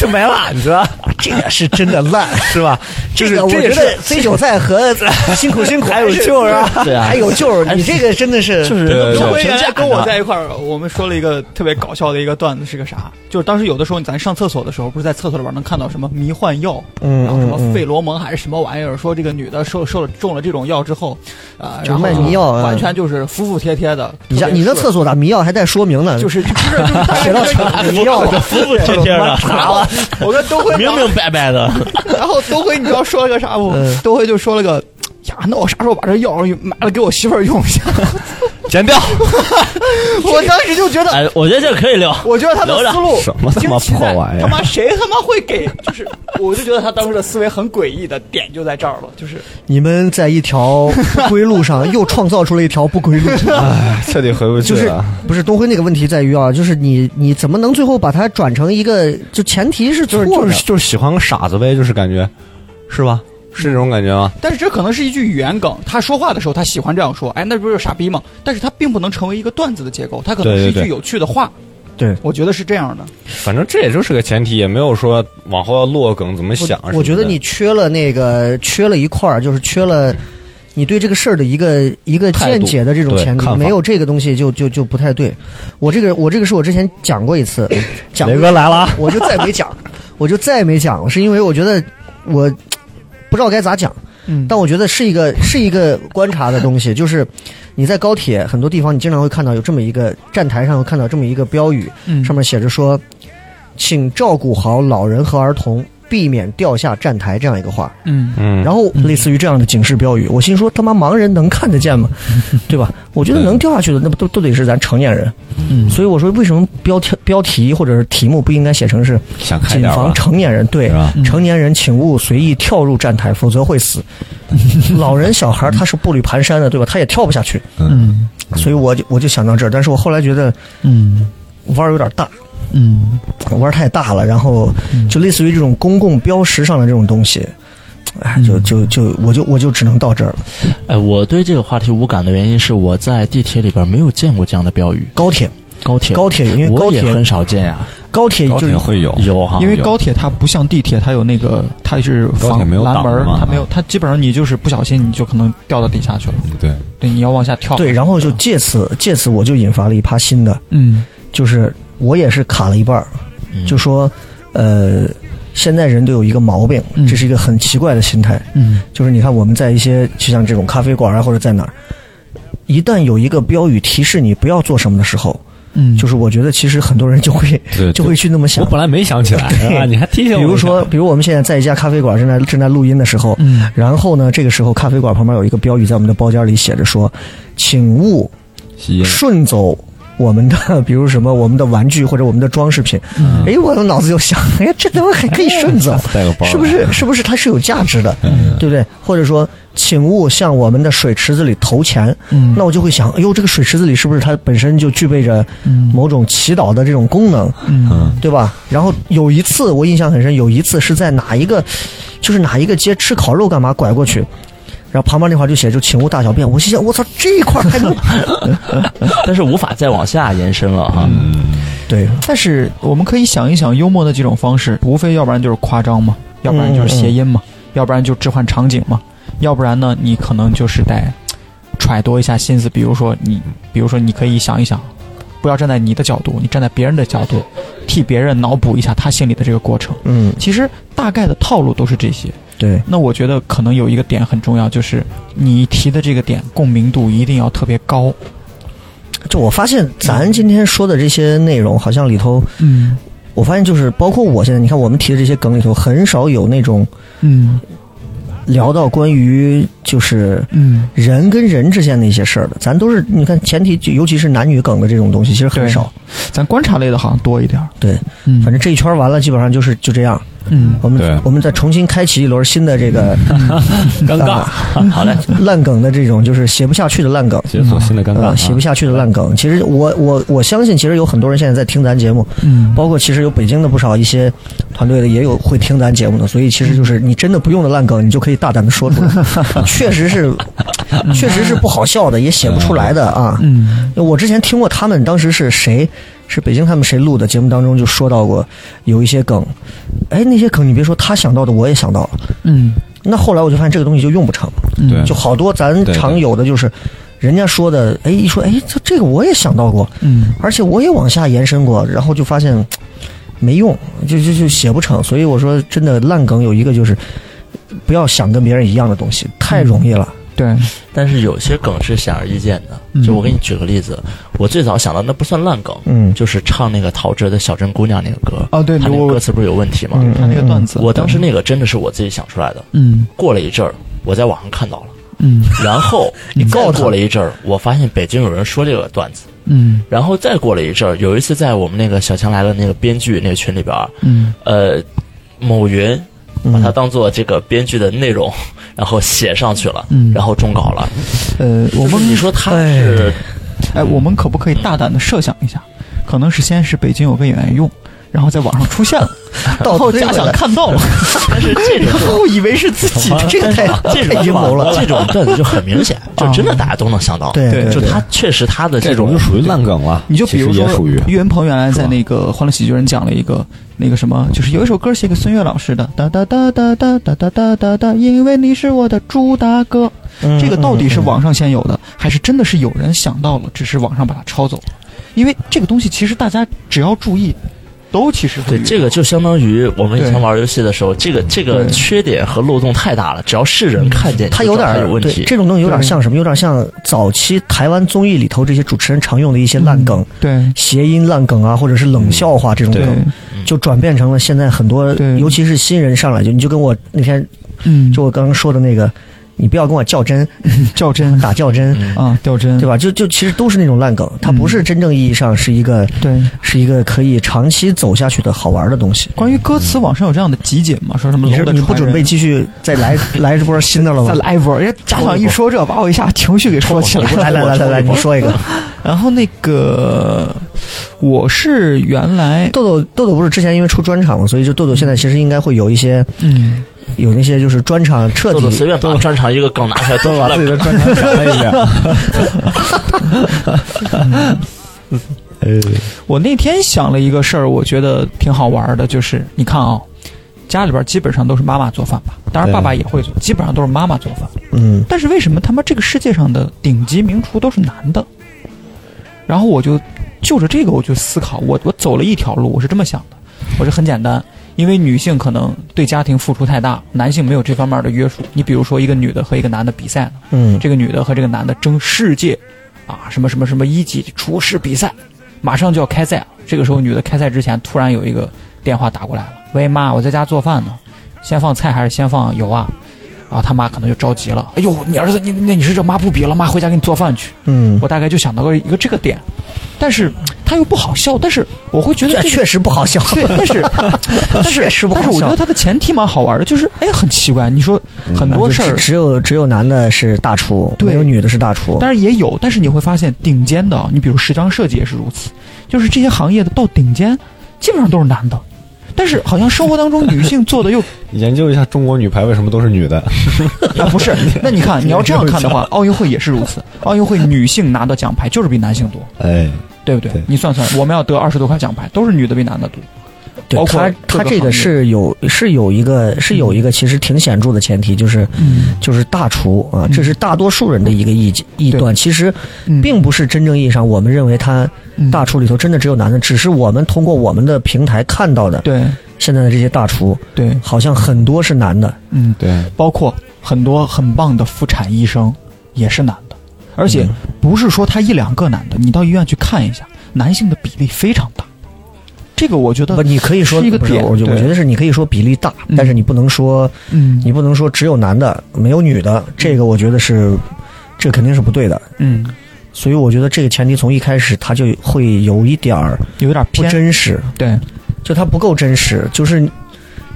Speaker 7: 就没了，你知道 [LAUGHS]
Speaker 1: 这个是真的烂，
Speaker 7: 是吧？就是
Speaker 1: 个我
Speaker 7: 这也
Speaker 1: 觉
Speaker 7: 是
Speaker 1: 得 C 韭菜和辛苦辛苦还有救啊，
Speaker 6: 对啊
Speaker 1: 还有救儿，你这个真的是
Speaker 6: 就是
Speaker 7: 对对
Speaker 6: 有
Speaker 7: 对
Speaker 6: 评
Speaker 5: 原
Speaker 6: 价
Speaker 5: 来
Speaker 6: 的
Speaker 5: 跟我在一块儿，我们说了一个特别搞笑的一个段子，是个啥？就是当时有的时候咱上厕所的时候，不是在厕所里边能看到什么迷幻药，
Speaker 1: 嗯
Speaker 5: 然后什
Speaker 1: 嗯嗯
Speaker 5: 么费罗蒙还是什么玩意儿，说这个女的受受了中了这种药之后，啊，
Speaker 1: 就
Speaker 5: 然后
Speaker 1: 卖迷药啊
Speaker 5: 完全就是服服帖帖的。
Speaker 1: 你家你的厕所咋迷药还带说明呢？
Speaker 5: 就是不是就是大
Speaker 1: 写
Speaker 5: 家
Speaker 1: 到
Speaker 5: 就是
Speaker 1: 墙迷药，啊
Speaker 6: 服 [LAUGHS] 服帖帖的，
Speaker 5: 查了，我跟东辉
Speaker 6: [LAUGHS] 明明白白 [LAUGHS] 的，
Speaker 5: 然后东辉，你知道说了个啥不
Speaker 1: 嗯？
Speaker 5: 东辉就说了个，呀，那我啥时候把这药买了给我媳妇儿用一下？
Speaker 7: 剪 [LAUGHS] 掉。
Speaker 5: 我当时就觉 [LAUGHS] 得，
Speaker 6: 哎，我觉得这可以聊。
Speaker 5: 我觉得他
Speaker 6: 聊
Speaker 5: 的
Speaker 6: 聊
Speaker 5: 思路
Speaker 7: 什么他妈
Speaker 5: 惊奇在
Speaker 7: 破玩意儿
Speaker 5: 他妈谁他妈会给？就是， [LAUGHS] 我就觉得他当时的思维很诡异的点就在这儿了，就是
Speaker 1: [LAUGHS] 你们在一条不归路上又创造出了一条不归路，
Speaker 7: 哎彻底回不去
Speaker 1: 就是不是东辉那个问题在于啊，就是你你怎么能最后把它转成一个就前提是
Speaker 7: 就
Speaker 1: 错
Speaker 7: 是就
Speaker 1: 的
Speaker 7: 是就是喜欢个傻子呗，就是感觉，是吧？是这种感觉吗？
Speaker 5: 但是这可能是一句语言梗，他说话的时候他喜欢这样说，哎，那不就是傻逼吗？但是他并不能成为一个段子的结构，他可能
Speaker 7: 对对
Speaker 5: 是一句
Speaker 7: 对
Speaker 5: 有趣的话。
Speaker 1: 对
Speaker 5: 我觉得是这样的。
Speaker 7: 反正这也就是个前提，也没有说往后要落梗怎么想
Speaker 1: 我我觉得你缺了那个缺了一块儿，就是缺了。你对这个事儿的一个一个
Speaker 7: 态度
Speaker 1: 见解的这种
Speaker 7: 对
Speaker 1: 前提
Speaker 7: 看，法
Speaker 1: 没有这个东西就就就不太对。我这个我这个是我之前讲过一
Speaker 7: [LAUGHS]
Speaker 1: 次，讲过
Speaker 7: 雷哥来了啊，
Speaker 1: 我就再没讲，我就再没讲了，是因为我觉得我不知道该咋讲。
Speaker 5: 嗯
Speaker 1: 但我觉得是一个是一个观察的东西，就是你在高铁很多地方，你经常会看到有这么一个站台上会看到这么一个标语，
Speaker 5: 嗯
Speaker 1: 上面写着说，请照顾好老人和儿童，避免掉下站台这样一个话。
Speaker 5: 嗯
Speaker 7: 嗯，
Speaker 1: 然后类似于这样的警示标语，我心说他妈盲人能看得见吗？对吧？我觉得能掉下去的，那不都都得是咱成年人。
Speaker 5: 嗯
Speaker 1: 所以我说，为什么标题标题或者是题目不应该写成是
Speaker 7: 想开
Speaker 1: 谨
Speaker 7: 点
Speaker 1: 防
Speaker 7: 吧，
Speaker 1: 成年人对
Speaker 7: 是吧？
Speaker 5: 嗯
Speaker 1: 成年人请勿随意跳入站台，否则会死。老人小孩他是步履蹒跚的，对吧？他也跳不下去，
Speaker 5: 嗯
Speaker 1: 所以我就我就想到这儿。但是我后来觉得
Speaker 5: 嗯
Speaker 1: 弯儿有点大，
Speaker 5: 嗯，
Speaker 1: 玩儿太大了，然后就类似于这种公共标识上的这种东西，哎，就就就我就我就只能到这儿了。
Speaker 6: 哎，我对这个话题无感的原因是我在地铁里边没有见过这样的标语。
Speaker 1: 高铁，
Speaker 6: 高铁，
Speaker 1: 高铁，因为高
Speaker 6: 我也
Speaker 1: 铁
Speaker 6: 很少见啊呀。
Speaker 1: 高铁
Speaker 7: 高
Speaker 1: 就
Speaker 7: 铁
Speaker 1: 是
Speaker 7: 会有
Speaker 6: 有哈，
Speaker 5: 因为高铁它不像地铁，它有那个它是
Speaker 7: 高铁
Speaker 5: 防
Speaker 7: 没有
Speaker 5: 栏
Speaker 7: 挡
Speaker 5: 门儿
Speaker 7: 嘛，
Speaker 5: 它没有，它基本上你就是不小心你就可能掉到底下去了。
Speaker 7: 嗯对，
Speaker 5: 对，你要往下跳。
Speaker 1: 对，然后就借此借此我就引发了一趴新的，
Speaker 5: 嗯
Speaker 1: 就是我也是卡了一半儿，
Speaker 6: 嗯
Speaker 1: 就说呃，现在人都有一个毛病，
Speaker 5: 嗯
Speaker 1: 这是一个很奇怪的心态，
Speaker 5: 嗯
Speaker 1: 就是你看我们在一些就像这种咖啡馆啊或者在哪儿，一旦有一个标语提示你不要做什么的时候，
Speaker 5: 嗯
Speaker 1: 就是我觉得其实很多人就会
Speaker 7: 对
Speaker 1: 就会去那么想
Speaker 7: 我。本来没想起来，
Speaker 1: [LAUGHS] 对
Speaker 7: 是吧你还提醒我一下，
Speaker 1: 比如说，比如我们现在在一家咖啡馆正在正在录音的时候，
Speaker 5: 嗯
Speaker 1: 然后呢，这个时候咖啡馆旁边有一个标语在我们的包间里写着说，请勿
Speaker 7: 吸烟，
Speaker 1: 顺走我们的，比如什么我们的玩具或者我们的装饰品。哎，我的脑子就想，哎，这他妈还可以顺走，
Speaker 7: 带个包
Speaker 1: [LAUGHS] 是不是？是不是它是有价值的，对不对？或者说，请勿向我们的水池子里投钱。
Speaker 5: 嗯
Speaker 1: 那我就会想，哎呦，这个水池子里是不是它本身就具备着某种祈祷的这种功能？
Speaker 5: 嗯
Speaker 1: 对吧？然后有一次我印象很深，有一次是在哪一个，就是哪一个街吃烤肉干嘛拐过去，然后旁边那块儿就写就请勿大小便，我心想我操这一块儿还能
Speaker 6: [LAUGHS] 但是无法再往下延伸了哈。
Speaker 1: 对，
Speaker 5: 但是我们可以想一想幽默的几种方式，无非要不然就是夸张嘛，要不然就是谐音嘛，要不然就置换场景嘛，要不然呢，你可能就是得揣度一下心思。比如说你，比如说你可以想一想，不要站在你的角度，你站在别人的角度，替别人脑补一下他心里的这个过程。
Speaker 1: 嗯，
Speaker 5: 其实大概的套路都是这些。
Speaker 1: 对，
Speaker 5: 那我觉得可能有一个点很重要，就是你提的这个点共鸣度一定要特别高。
Speaker 1: 就我发现咱今天说的这些内容，好像里头，
Speaker 5: 嗯
Speaker 1: 我发现就是包括我现在，你看我们提的这些梗里头，很少有那种
Speaker 5: 嗯
Speaker 1: 聊到关于就是
Speaker 5: 嗯，
Speaker 1: 人跟人之间的一些事儿的，咱都是你看前提，就尤其是男女梗的这种东西，其实很
Speaker 5: 对
Speaker 1: 少。
Speaker 5: 咱观察类的好像多一点儿。
Speaker 1: 对，
Speaker 5: 嗯，
Speaker 1: 反正这一圈完了，基本上就是就这样。
Speaker 5: 嗯
Speaker 1: 我们
Speaker 7: 对
Speaker 1: 我们再重新开启一轮新的这个呃
Speaker 6: 尴尬。 [LAUGHS] 好嘞，
Speaker 1: 烂梗的这种，就是写不下去的烂梗。
Speaker 7: 解锁新的尴尬
Speaker 1: 呃，
Speaker 7: 啊，
Speaker 1: 写不下去的烂梗，其实我我我相信，其实有很多人现在在听咱节目，
Speaker 5: 嗯，
Speaker 1: 包括其实有北京的不少一些团队的也有会听咱节目的，所以其实就是你真的不用的烂梗，你就可以大胆的说出来，确实是，确实是不好笑的，也写不出来的啊。
Speaker 5: 嗯
Speaker 1: 我之前听过他们当时是谁，是北京他们谁录的节目当中就说到过有一些梗，哎，那些梗你别说，他想到的我也想到了。
Speaker 5: 嗯
Speaker 1: 那后来我就发现这个东西就用不成，
Speaker 5: 嗯，
Speaker 7: 对
Speaker 1: 就好多咱
Speaker 7: 对
Speaker 1: 常有的就是人家说的，哎，一说哎，这这个我也想到过，
Speaker 5: 嗯
Speaker 1: 而且我也往下延伸过，然后就发现嘖没用，就就就写不成。所以我说，真的烂梗有一个就是不要想跟别人一样的东西，太容易了。
Speaker 5: 对，
Speaker 6: 但是有些梗是显而易见的，就我给你举个例子，我最早想到那不算烂梗，
Speaker 1: 嗯
Speaker 6: 就是唱那个陶喆的《小镇姑娘》那个歌，
Speaker 5: 哦对，
Speaker 6: 他那个歌
Speaker 5: 我
Speaker 6: 词不是有问题吗？
Speaker 1: 嗯
Speaker 5: 看那个段子，
Speaker 6: 我当时那个真的是我自己想出来的。
Speaker 5: 嗯
Speaker 6: 过了一阵儿，我在网上看到了，
Speaker 5: 嗯
Speaker 6: 然后
Speaker 1: 你告他
Speaker 6: 再过了一阵儿，我发现北京有人说这个段子，
Speaker 5: 嗯
Speaker 6: 然后再过了一阵儿，有一次在我们那个小强来了那个编剧那个群里边儿，
Speaker 5: 嗯
Speaker 6: 呃，某云把它
Speaker 1: 嗯，
Speaker 6: 当做这个编剧的内容，然后写上去了，
Speaker 5: 嗯
Speaker 6: 然后中稿了。
Speaker 5: 呃，
Speaker 6: 就
Speaker 5: 我
Speaker 6: 是
Speaker 5: 们
Speaker 6: 你说他是
Speaker 5: 哎，我们可不可以大胆的设想一下，可能是先是北京有个演员用，然后在网上出现了，
Speaker 1: 倒
Speaker 5: 然后
Speaker 1: 推
Speaker 5: 家
Speaker 1: 回
Speaker 5: 长
Speaker 1: 来，
Speaker 5: 看
Speaker 6: [LAUGHS]
Speaker 5: 到了，
Speaker 6: 但是这种
Speaker 1: 误以为是自己的，这个太
Speaker 6: 这
Speaker 1: 太
Speaker 6: 种
Speaker 1: 阴谋了。
Speaker 6: 这种段子就很明显，就真的大家都能想到。
Speaker 1: 对
Speaker 5: 对
Speaker 6: 就他确实他的
Speaker 7: 这种就
Speaker 6: 种
Speaker 7: 属于烂梗了，
Speaker 5: 你就比
Speaker 7: 其
Speaker 5: 如
Speaker 7: 实
Speaker 5: 说
Speaker 7: 也属于，
Speaker 5: 岳云鹏原来在那个《欢乐喜剧人》讲了一个那个什么，就是有一首歌写给孙悦老师的，哒哒哒哒哒哒哒哒哒哒，因为你是我的猪大哥，
Speaker 1: 嗯
Speaker 5: 这个到底是网上先有的，还是真的是有人想到了，只是网上把它抄走了？因为这个东西其实大家只要注意，都其实
Speaker 6: 对
Speaker 5: 会遇到
Speaker 6: 这个就相当于我们以前
Speaker 5: 对
Speaker 6: 玩游戏的时候，这个这个
Speaker 5: 对
Speaker 6: 缺点和漏洞太大了，只要是人看见，
Speaker 1: 他
Speaker 6: 你就
Speaker 1: 有
Speaker 6: 知道
Speaker 1: 点
Speaker 6: 它
Speaker 1: 儿
Speaker 6: 有问
Speaker 1: 对
Speaker 6: 题。
Speaker 1: 这种东西有点像什么？有点像早期台湾综艺里头这些主持人常用的一些烂梗、
Speaker 5: 对
Speaker 1: 谐音烂梗啊，或者是冷笑话这种
Speaker 5: 嗯对嗯
Speaker 1: 梗，就转变成了现在很多，
Speaker 5: 对
Speaker 1: 尤其是新人上来就你就跟我那天
Speaker 5: 嗯，
Speaker 1: 就我刚刚说的那个，你不要跟我较真，
Speaker 5: 较真
Speaker 1: 打较真，
Speaker 6: 嗯
Speaker 5: 啊较真
Speaker 1: 对吧？就就其实都是那种烂梗，它不是真正意义上是一个
Speaker 5: 嗯对。
Speaker 1: 是一个可以长期走下去的好玩的东西。
Speaker 5: 关于歌词，网上有这样的集锦吗？说什么
Speaker 1: 你
Speaker 5: 龙
Speaker 1: 是
Speaker 5: 的
Speaker 1: 你不
Speaker 5: 传
Speaker 1: 准
Speaker 5: 人
Speaker 1: 备继续再
Speaker 5: [LAUGHS]
Speaker 1: 来来一波新的了
Speaker 5: 再
Speaker 1: 吗？
Speaker 5: 来一波，人家家长一说这，把我一下情绪给说起来了。
Speaker 1: 来来来来来，你说一个。
Speaker 5: 然后那个，我是原来，
Speaker 1: 豆豆豆豆不是之前因为出专场嘛，所以就豆豆现在其实应该会有一些
Speaker 5: 嗯，
Speaker 1: 有那些就是专场彻
Speaker 6: 豆豆随
Speaker 1: 底
Speaker 6: 便把专场一个梗拿出来，都
Speaker 7: 把
Speaker 6: 完
Speaker 7: 自己
Speaker 6: 了。
Speaker 7: 的专长讲了一遍。
Speaker 5: 我那天想了一个事儿，我觉得挺好玩的，就是你看啊、家里边基本上都是妈妈做饭吧，当然
Speaker 7: 对
Speaker 5: 爸爸也会做，基本上都是妈妈做饭。
Speaker 1: 嗯
Speaker 5: 但是为什么他妈这个世界上的顶级名厨都是男的？然后我就就着这个，我就思考，我我走了一条路，我是这么想的，我是很简单，因为女性可能对家庭付出太大，男性没有这方面的约束。你比如说一个女的和一个男的比赛呢，
Speaker 1: 嗯
Speaker 5: 这个女的和这个男的争世界啊什么什么什么一级厨师比赛，马上就要开赛了。这个时候，女的开赛之前突然有一个电话打过来了：“喂妈，我在家做饭呢，先放菜还是先放油啊？”然后他妈可能就着急了：“哎呦，你儿子，你那你是这妈不比了，妈回家给你做饭去。”
Speaker 1: 嗯，
Speaker 5: 我大概就想到了一个这个点，但是嗯他又不好笑，但是我会觉得
Speaker 1: 这
Speaker 5: 这个
Speaker 1: 哎确实不好笑，
Speaker 5: 对，
Speaker 1: [LAUGHS]
Speaker 5: 但是但是
Speaker 1: 确实不好
Speaker 5: 但是我觉
Speaker 1: 笑
Speaker 5: 得它的前提蛮好玩的，就是哎很奇怪，你说很多
Speaker 1: 嗯
Speaker 5: 事
Speaker 1: 就
Speaker 5: 儿
Speaker 1: 只只有只有男的是大厨，
Speaker 5: 对
Speaker 1: 没有女的是大厨。
Speaker 5: 当然也有，但是你会发现顶尖的啊，你比如时装设计也是如此，就是这些行业的到顶尖基本上都是男的，但是好像生活当中女性做的又
Speaker 7: [LAUGHS] 研究一下中国女排为什么都是女的，
Speaker 5: 啊不是，那你看你要这样看的话，奥运会也是如此，奥运会女性拿的奖牌就是比男性多，
Speaker 7: 哎，
Speaker 5: 对不对？
Speaker 7: 对
Speaker 5: 你算算，我们要得二十多块奖牌，都是女的比男的多。
Speaker 1: 对
Speaker 5: 包括
Speaker 1: 他，他这个
Speaker 5: 行业
Speaker 1: 是有是有一个是有一个其实挺显著的前提，就是
Speaker 5: 嗯
Speaker 1: 就是大厨啊，这是大多数人的一个臆臆断。其实
Speaker 5: 嗯
Speaker 1: 并不是真正意义上我们认为他
Speaker 5: 嗯
Speaker 1: 大厨里头真的只有男的，只是我们通过我们的平台看到的
Speaker 5: 对
Speaker 1: 现在的这些大厨，
Speaker 5: 对
Speaker 1: 好像很多是男的。
Speaker 5: 嗯，
Speaker 7: 对，
Speaker 5: 包括很多很棒的妇产医生也是男的，而且不是说他一两个男的，你到医院去看一下，男性的比例非常大。这个我觉
Speaker 1: 不，
Speaker 5: 得，
Speaker 1: 你可以说
Speaker 5: 是一个
Speaker 1: 不是
Speaker 5: 点
Speaker 1: 我觉
Speaker 5: 对
Speaker 1: 我觉得是你可以说比例大，
Speaker 5: 嗯
Speaker 1: 但是你不能说
Speaker 5: 嗯
Speaker 1: 你不能说只有男的没有女的，这个我觉得是这肯定是不对的。
Speaker 5: 嗯，
Speaker 1: 所以我觉得这个前提从一开始他就会有一点儿
Speaker 5: 有点
Speaker 1: 不
Speaker 5: 偏，
Speaker 1: 真实，
Speaker 5: 对，啊
Speaker 1: 就它不够真实，就是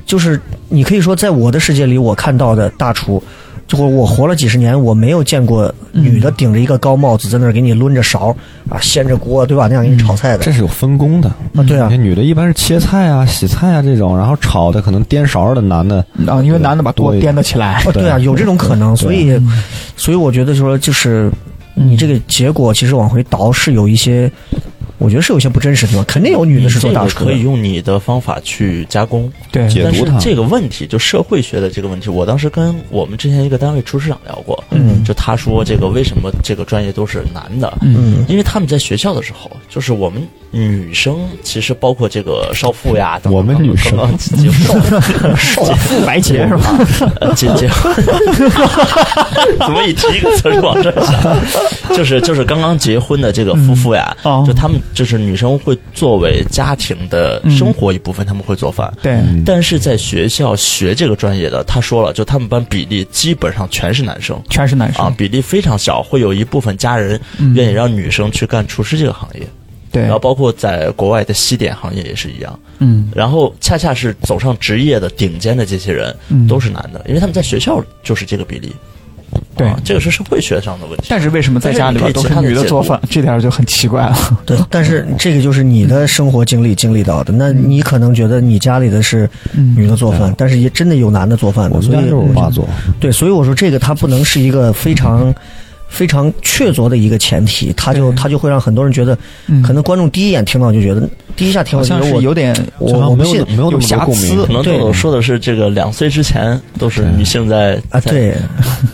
Speaker 1: 就是你可以说，在我的世界里，我看到的大厨，就我我活了几十年，我没有见过女
Speaker 5: 嗯
Speaker 1: 的顶着一个高帽子在那儿给你抡着勺啊，掀着锅，对吧？那样给你炒菜的
Speaker 7: 这是有分工的。
Speaker 1: 啊，对
Speaker 5: 嗯
Speaker 1: 啊
Speaker 7: 你看，女的一般是切菜啊、洗菜啊这种，然后炒的可能颠勺的男的，
Speaker 5: 啊，因为男的把锅
Speaker 7: 多一
Speaker 5: 掂得起来，
Speaker 1: 啊，对啊，有这种可能，所以所以我觉得说，就是你这个结果其实往回倒是有一些，我觉得是有一些不真实的地方，肯定有女的是做大
Speaker 6: 这个
Speaker 1: 厨
Speaker 6: 可以
Speaker 1: 的。
Speaker 6: 用你的方法去加工。
Speaker 5: 对，
Speaker 7: 解
Speaker 6: 但
Speaker 7: 读
Speaker 6: 是
Speaker 7: 它。
Speaker 6: 这个问题，就社会学的这个问题，我当时跟我们之前一个单位厨师长聊过，
Speaker 1: 嗯
Speaker 6: 就他说这个为什么这个专业都是男的，
Speaker 1: 嗯
Speaker 6: 因为他们在学校的时候，就是我们女生，其实包括这个少妇呀，等等
Speaker 7: 我们女
Speaker 6: [LAUGHS]
Speaker 7: 生
Speaker 6: 等等结少少妇白洁是吧？呃结结， [LAUGHS] 怎么一提一个词儿就往这儿想？就是就是刚刚结婚的这个夫妇呀，
Speaker 5: 嗯哦
Speaker 6: 就他们就是女生会作为家庭的生活一部分，他们会做饭。
Speaker 5: 对，
Speaker 7: 嗯
Speaker 6: 但是在学校学这个专业的，他说了，就他们班比例基本上全是男生，
Speaker 5: 全是男
Speaker 6: 啊
Speaker 5: 生，，
Speaker 6: 比例非常小，会有一部分家人
Speaker 5: 嗯
Speaker 6: 愿意让女生去干厨师这个行业，
Speaker 5: 对
Speaker 6: 然后，包括在国外的西点行业也是一样。
Speaker 5: 嗯
Speaker 6: 然后恰恰是走上职业的顶尖的这些人
Speaker 5: 嗯，
Speaker 6: 都是男的，因为他们在学校就是这个比例。
Speaker 5: 对
Speaker 6: 啊这个是社会学上的问题。
Speaker 5: 但是为什么在家里边都是女的做饭，这点儿就很奇怪了。
Speaker 1: 对，但是这个就是你的生活经历经历到的，那你可能觉得你家里的是女的做饭，但是也真的有男的做饭
Speaker 7: 我
Speaker 1: 的，所
Speaker 7: 们家就是
Speaker 1: 以嗯
Speaker 7: 我爸做，
Speaker 1: 对，所以我说这个它不能是一个非常非常确凿的一个前提，它就
Speaker 5: 对
Speaker 1: 它就会让很多人觉得，
Speaker 5: 嗯
Speaker 1: 可能观众第一眼听到就觉得，第一下听
Speaker 5: 好
Speaker 1: 到就觉
Speaker 5: 像
Speaker 1: 得
Speaker 5: 是
Speaker 1: 我
Speaker 5: 有点
Speaker 1: 我
Speaker 7: 好像
Speaker 1: 我不
Speaker 7: 没有
Speaker 1: 信
Speaker 7: 那没有那么
Speaker 5: 有
Speaker 7: 多
Speaker 5: 瑕
Speaker 7: 共鸣
Speaker 5: 疵
Speaker 6: 可，能豆
Speaker 1: 对
Speaker 6: 豆说的是这个两岁之前都是女性在
Speaker 1: 啊，
Speaker 6: 在
Speaker 1: 对，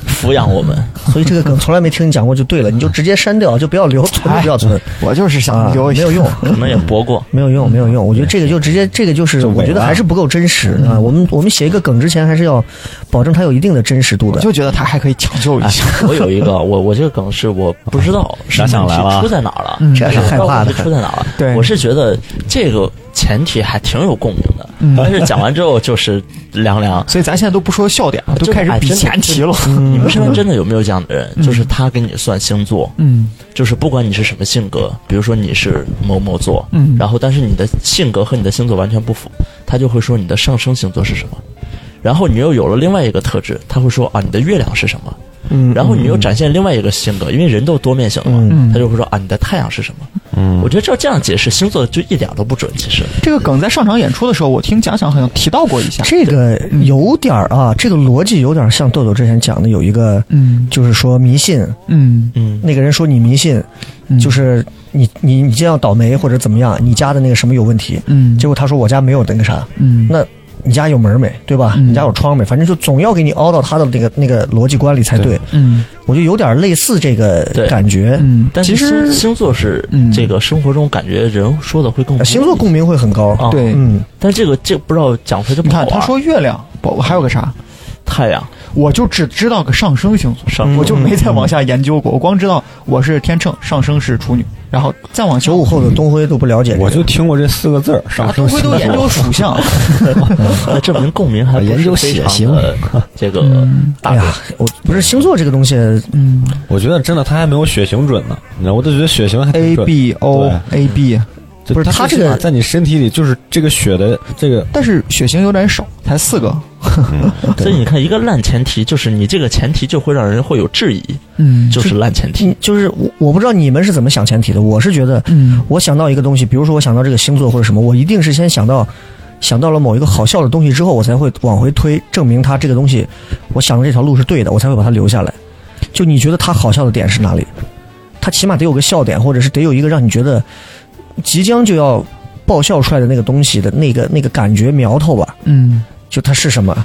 Speaker 6: 抚养我
Speaker 5: [LAUGHS]
Speaker 6: 们，
Speaker 1: 所以这个梗从来没听你讲过就对
Speaker 5: 嗯
Speaker 1: 了，你就直接删掉，就不要留，存都不要存
Speaker 5: 我就是
Speaker 1: 啊
Speaker 5: 想，哎留一
Speaker 1: 没
Speaker 5: 下
Speaker 1: 有
Speaker 5: 哎 [LAUGHS]
Speaker 1: 用。
Speaker 6: 可能也博过。
Speaker 1: 没有用，没有用。我觉得这个就直接，这个就是，
Speaker 7: 就
Speaker 1: 我觉
Speaker 7: 伪
Speaker 1: 得
Speaker 7: 了
Speaker 1: 还是不够真实
Speaker 5: 嗯
Speaker 1: 啊。我们我们写一个梗之前，还是要保证它有一定的真实度
Speaker 5: 我
Speaker 1: 的。
Speaker 5: 就觉得他还可以抢救一
Speaker 6: 哎
Speaker 5: 下。， [LAUGHS]
Speaker 6: 我有一个，我我这个梗是我不知道是
Speaker 7: 想
Speaker 6: 问题
Speaker 7: 来了
Speaker 6: 出在哪儿了，
Speaker 5: 嗯
Speaker 1: 这是害怕的
Speaker 6: 我不知道问题出在哪儿了？
Speaker 5: 对
Speaker 6: 我是觉得这个前提还挺有共鸣的，
Speaker 5: 嗯
Speaker 6: 但是讲完之后就是凉凉。
Speaker 5: 所以咱现在都不说笑点了， [LAUGHS] 都
Speaker 6: 就
Speaker 5: 开始
Speaker 6: 哎
Speaker 5: 比
Speaker 6: 真的
Speaker 5: 前提了。
Speaker 6: 你们身边真的有没有这样的人？
Speaker 5: 嗯
Speaker 6: 就是他给你算星座，
Speaker 5: 嗯
Speaker 6: 就是不管你是什么性格，比如说你是某某座，
Speaker 5: 嗯
Speaker 6: 然后但是你的性格和你的星座完全不符，他就会说你的上升星座是什么。然后你又有了另外一个特质，他会说啊，你的月亮是什么？
Speaker 1: 嗯，
Speaker 6: 然后你又展现另外一个性格，因为人都多面性嘛，
Speaker 5: 嗯
Speaker 6: 他就会说啊，你的太阳是什么？
Speaker 7: 嗯
Speaker 6: 我觉得照这样解释星座就一点都不准，其实
Speaker 5: 这个梗在上场演出的时候，我听蒋蒋好像提到过一下。
Speaker 1: 这个
Speaker 5: 嗯
Speaker 1: 有点儿啊，这个逻辑有点儿像豆豆之前讲的有一个，
Speaker 5: 嗯
Speaker 1: 就是说迷信。
Speaker 5: 嗯，
Speaker 6: 嗯，
Speaker 1: 那个人说你迷信，
Speaker 5: 嗯
Speaker 1: 就是你你你这样倒霉或者怎么样，你家的那个什么有问题。
Speaker 5: 嗯
Speaker 1: 结果他说我家没有那个啥，
Speaker 5: 嗯
Speaker 1: 那你家有门没？对吧？
Speaker 5: 嗯
Speaker 1: 你家有窗没？反正就总要给你凹到他的那个那个逻辑观里才对。
Speaker 5: 嗯
Speaker 1: 我就有点类似这个
Speaker 6: 对
Speaker 1: 感觉。
Speaker 5: 嗯，
Speaker 6: 但
Speaker 5: 其
Speaker 6: 是星
Speaker 5: 实
Speaker 6: 星座是
Speaker 5: 嗯
Speaker 6: 这个生活中感觉人说的会更多
Speaker 1: 呃星座共鸣会很高，
Speaker 6: 啊，
Speaker 5: 对
Speaker 1: 嗯，
Speaker 6: 但是这个这个不知道讲出来就
Speaker 5: 你
Speaker 6: 不好
Speaker 5: 看
Speaker 6: 玩
Speaker 5: 他说月亮，包还有个啥？
Speaker 6: 太阳
Speaker 5: 我就只知道个上升星座，
Speaker 6: 上升
Speaker 5: 我就没再往下研究过。我光知道我是天秤，上升是处女，然后再往下
Speaker 1: 九五后的东辉都不了解这个，
Speaker 7: 我就听过这四个字儿，上
Speaker 5: 啊，
Speaker 7: 升
Speaker 5: 都会
Speaker 7: 星
Speaker 5: 都研究
Speaker 7: 座。
Speaker 5: 属相。
Speaker 6: 那证明呃共鸣还不是
Speaker 7: 研究
Speaker 6: 非
Speaker 7: 血
Speaker 6: 常
Speaker 7: 型
Speaker 6: 的这个大
Speaker 1: 哎
Speaker 6: 众
Speaker 1: 呀，我不是星座这个东西，
Speaker 5: [LAUGHS] 嗯
Speaker 7: 我觉得真的他还没有血型准呢，你知道，我就觉得血型还挺
Speaker 5: ，A
Speaker 7: 准。
Speaker 5: B O
Speaker 7: 对
Speaker 5: A B，
Speaker 7: 就
Speaker 1: 不是
Speaker 7: 它
Speaker 1: 它这
Speaker 7: 最起码
Speaker 1: 个
Speaker 7: 在你身体里就是这个血的这个
Speaker 5: 但是血型有点少，才四个。
Speaker 6: 所以你看一个烂前提，就是你这个前提就会让人会有质疑，
Speaker 5: 嗯
Speaker 6: 就是烂前提
Speaker 1: 嗯。就是我我不知道你们是怎么想前提的，我是觉得，
Speaker 5: 嗯
Speaker 1: 我想到一个东西，比如说我想到这个星座或者什么，我一定是先想到。想到了某一个好笑的东西之后，我才会往回推，证明它这个东西，我想的这条路是对的，我才会把它留下来。就你觉得它好笑的点是哪里？它起码得有个笑点，或者是得有一个让你觉得即将就要爆笑出来的那个东西的那个那个感觉苗头吧，
Speaker 5: 嗯
Speaker 1: 就它是什么？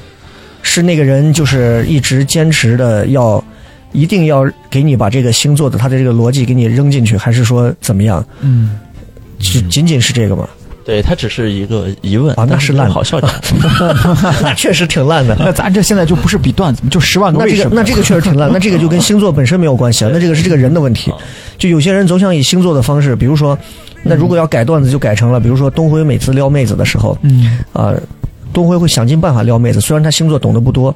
Speaker 1: 是那个人就是一直坚持的要，一定要给你把这个星座的他的这个逻辑给你扔进去，还是说怎么样？
Speaker 5: 嗯，
Speaker 1: 就仅仅是这
Speaker 5: [LAUGHS]
Speaker 1: 个吗？
Speaker 6: 对他只是一个疑问
Speaker 1: 啊那是烂的
Speaker 6: 好笑点。
Speaker 1: 那确实挺烂的。
Speaker 5: 那咱这现在就不是比段子，就十万个
Speaker 1: 那
Speaker 5: 为
Speaker 1: 这
Speaker 5: 什
Speaker 1: 个
Speaker 5: 么。
Speaker 1: 那这个确实挺烂，那这个就跟星座本身没有关系了，那这个是这个人的问题
Speaker 6: 啊。
Speaker 1: 就有些人总想以星座的方式，比如说，
Speaker 5: 嗯
Speaker 1: 那如果要改段子就改成了，比如说东辉每次撩妹子的时候，
Speaker 5: 嗯
Speaker 1: 啊，东辉会想尽办法撩妹子，虽然他星座懂得不多。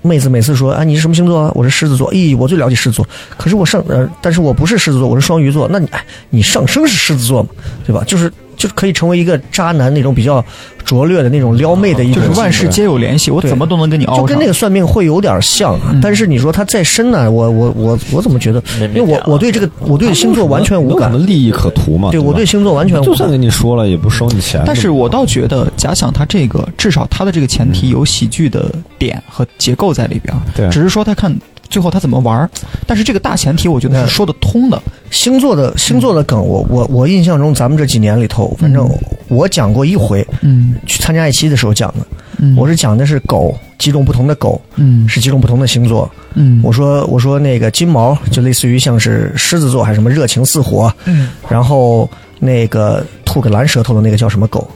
Speaker 1: 妹子每次说：“啊，你是什么星座啊？我是狮子座。咦，我最了解狮子座。可是我上呃，但是我不是狮子座，我是双鱼座。那你哎，你上升是狮子座嘛，对吧？就是就是可以成为一个渣男那种比较拙劣的那种撩妹的一
Speaker 5: 啊就
Speaker 1: 种
Speaker 5: 是
Speaker 1: 技
Speaker 5: 万
Speaker 1: 术
Speaker 5: 事皆有联啊系，我嗯
Speaker 1: 对
Speaker 5: 怎么都能跟你凹
Speaker 1: 就
Speaker 5: 上。
Speaker 1: 跟那个算命会有点像啊，但是你说它再深呢，我我我我怎么觉得？
Speaker 6: 没啊
Speaker 1: 因为我我对这个我对星座完全无
Speaker 7: 没
Speaker 1: 感
Speaker 7: 有什，么利益可图嘛？
Speaker 1: 对
Speaker 7: 吧
Speaker 1: 我对星座完全
Speaker 7: 就
Speaker 1: 无
Speaker 7: 算
Speaker 1: 感。
Speaker 7: 跟你说了，也不收你钱。
Speaker 5: 但是我倒觉得假想他这个，至少他的这个前提有喜剧的点和结构在里边儿，
Speaker 7: 对
Speaker 5: 只是说他看最后他怎么玩儿。但是这个大前提，我觉得
Speaker 1: 嗯
Speaker 5: 是说得通的。
Speaker 1: 星座的星座的梗，我我我印象中咱们这几年里头，反正
Speaker 5: 嗯
Speaker 1: 我讲过一回，
Speaker 5: 嗯，
Speaker 1: 去参加爱奇艺的时候讲的，
Speaker 5: 嗯
Speaker 1: 我是讲的是狗，几种不同的狗
Speaker 5: 嗯
Speaker 1: 是几种不同的星座。
Speaker 5: 嗯
Speaker 1: 我说我说那个金毛就类似于像是狮子座还是什么热情似火，
Speaker 5: 嗯
Speaker 1: 然后那个吐个蓝舌头的那个叫什么狗？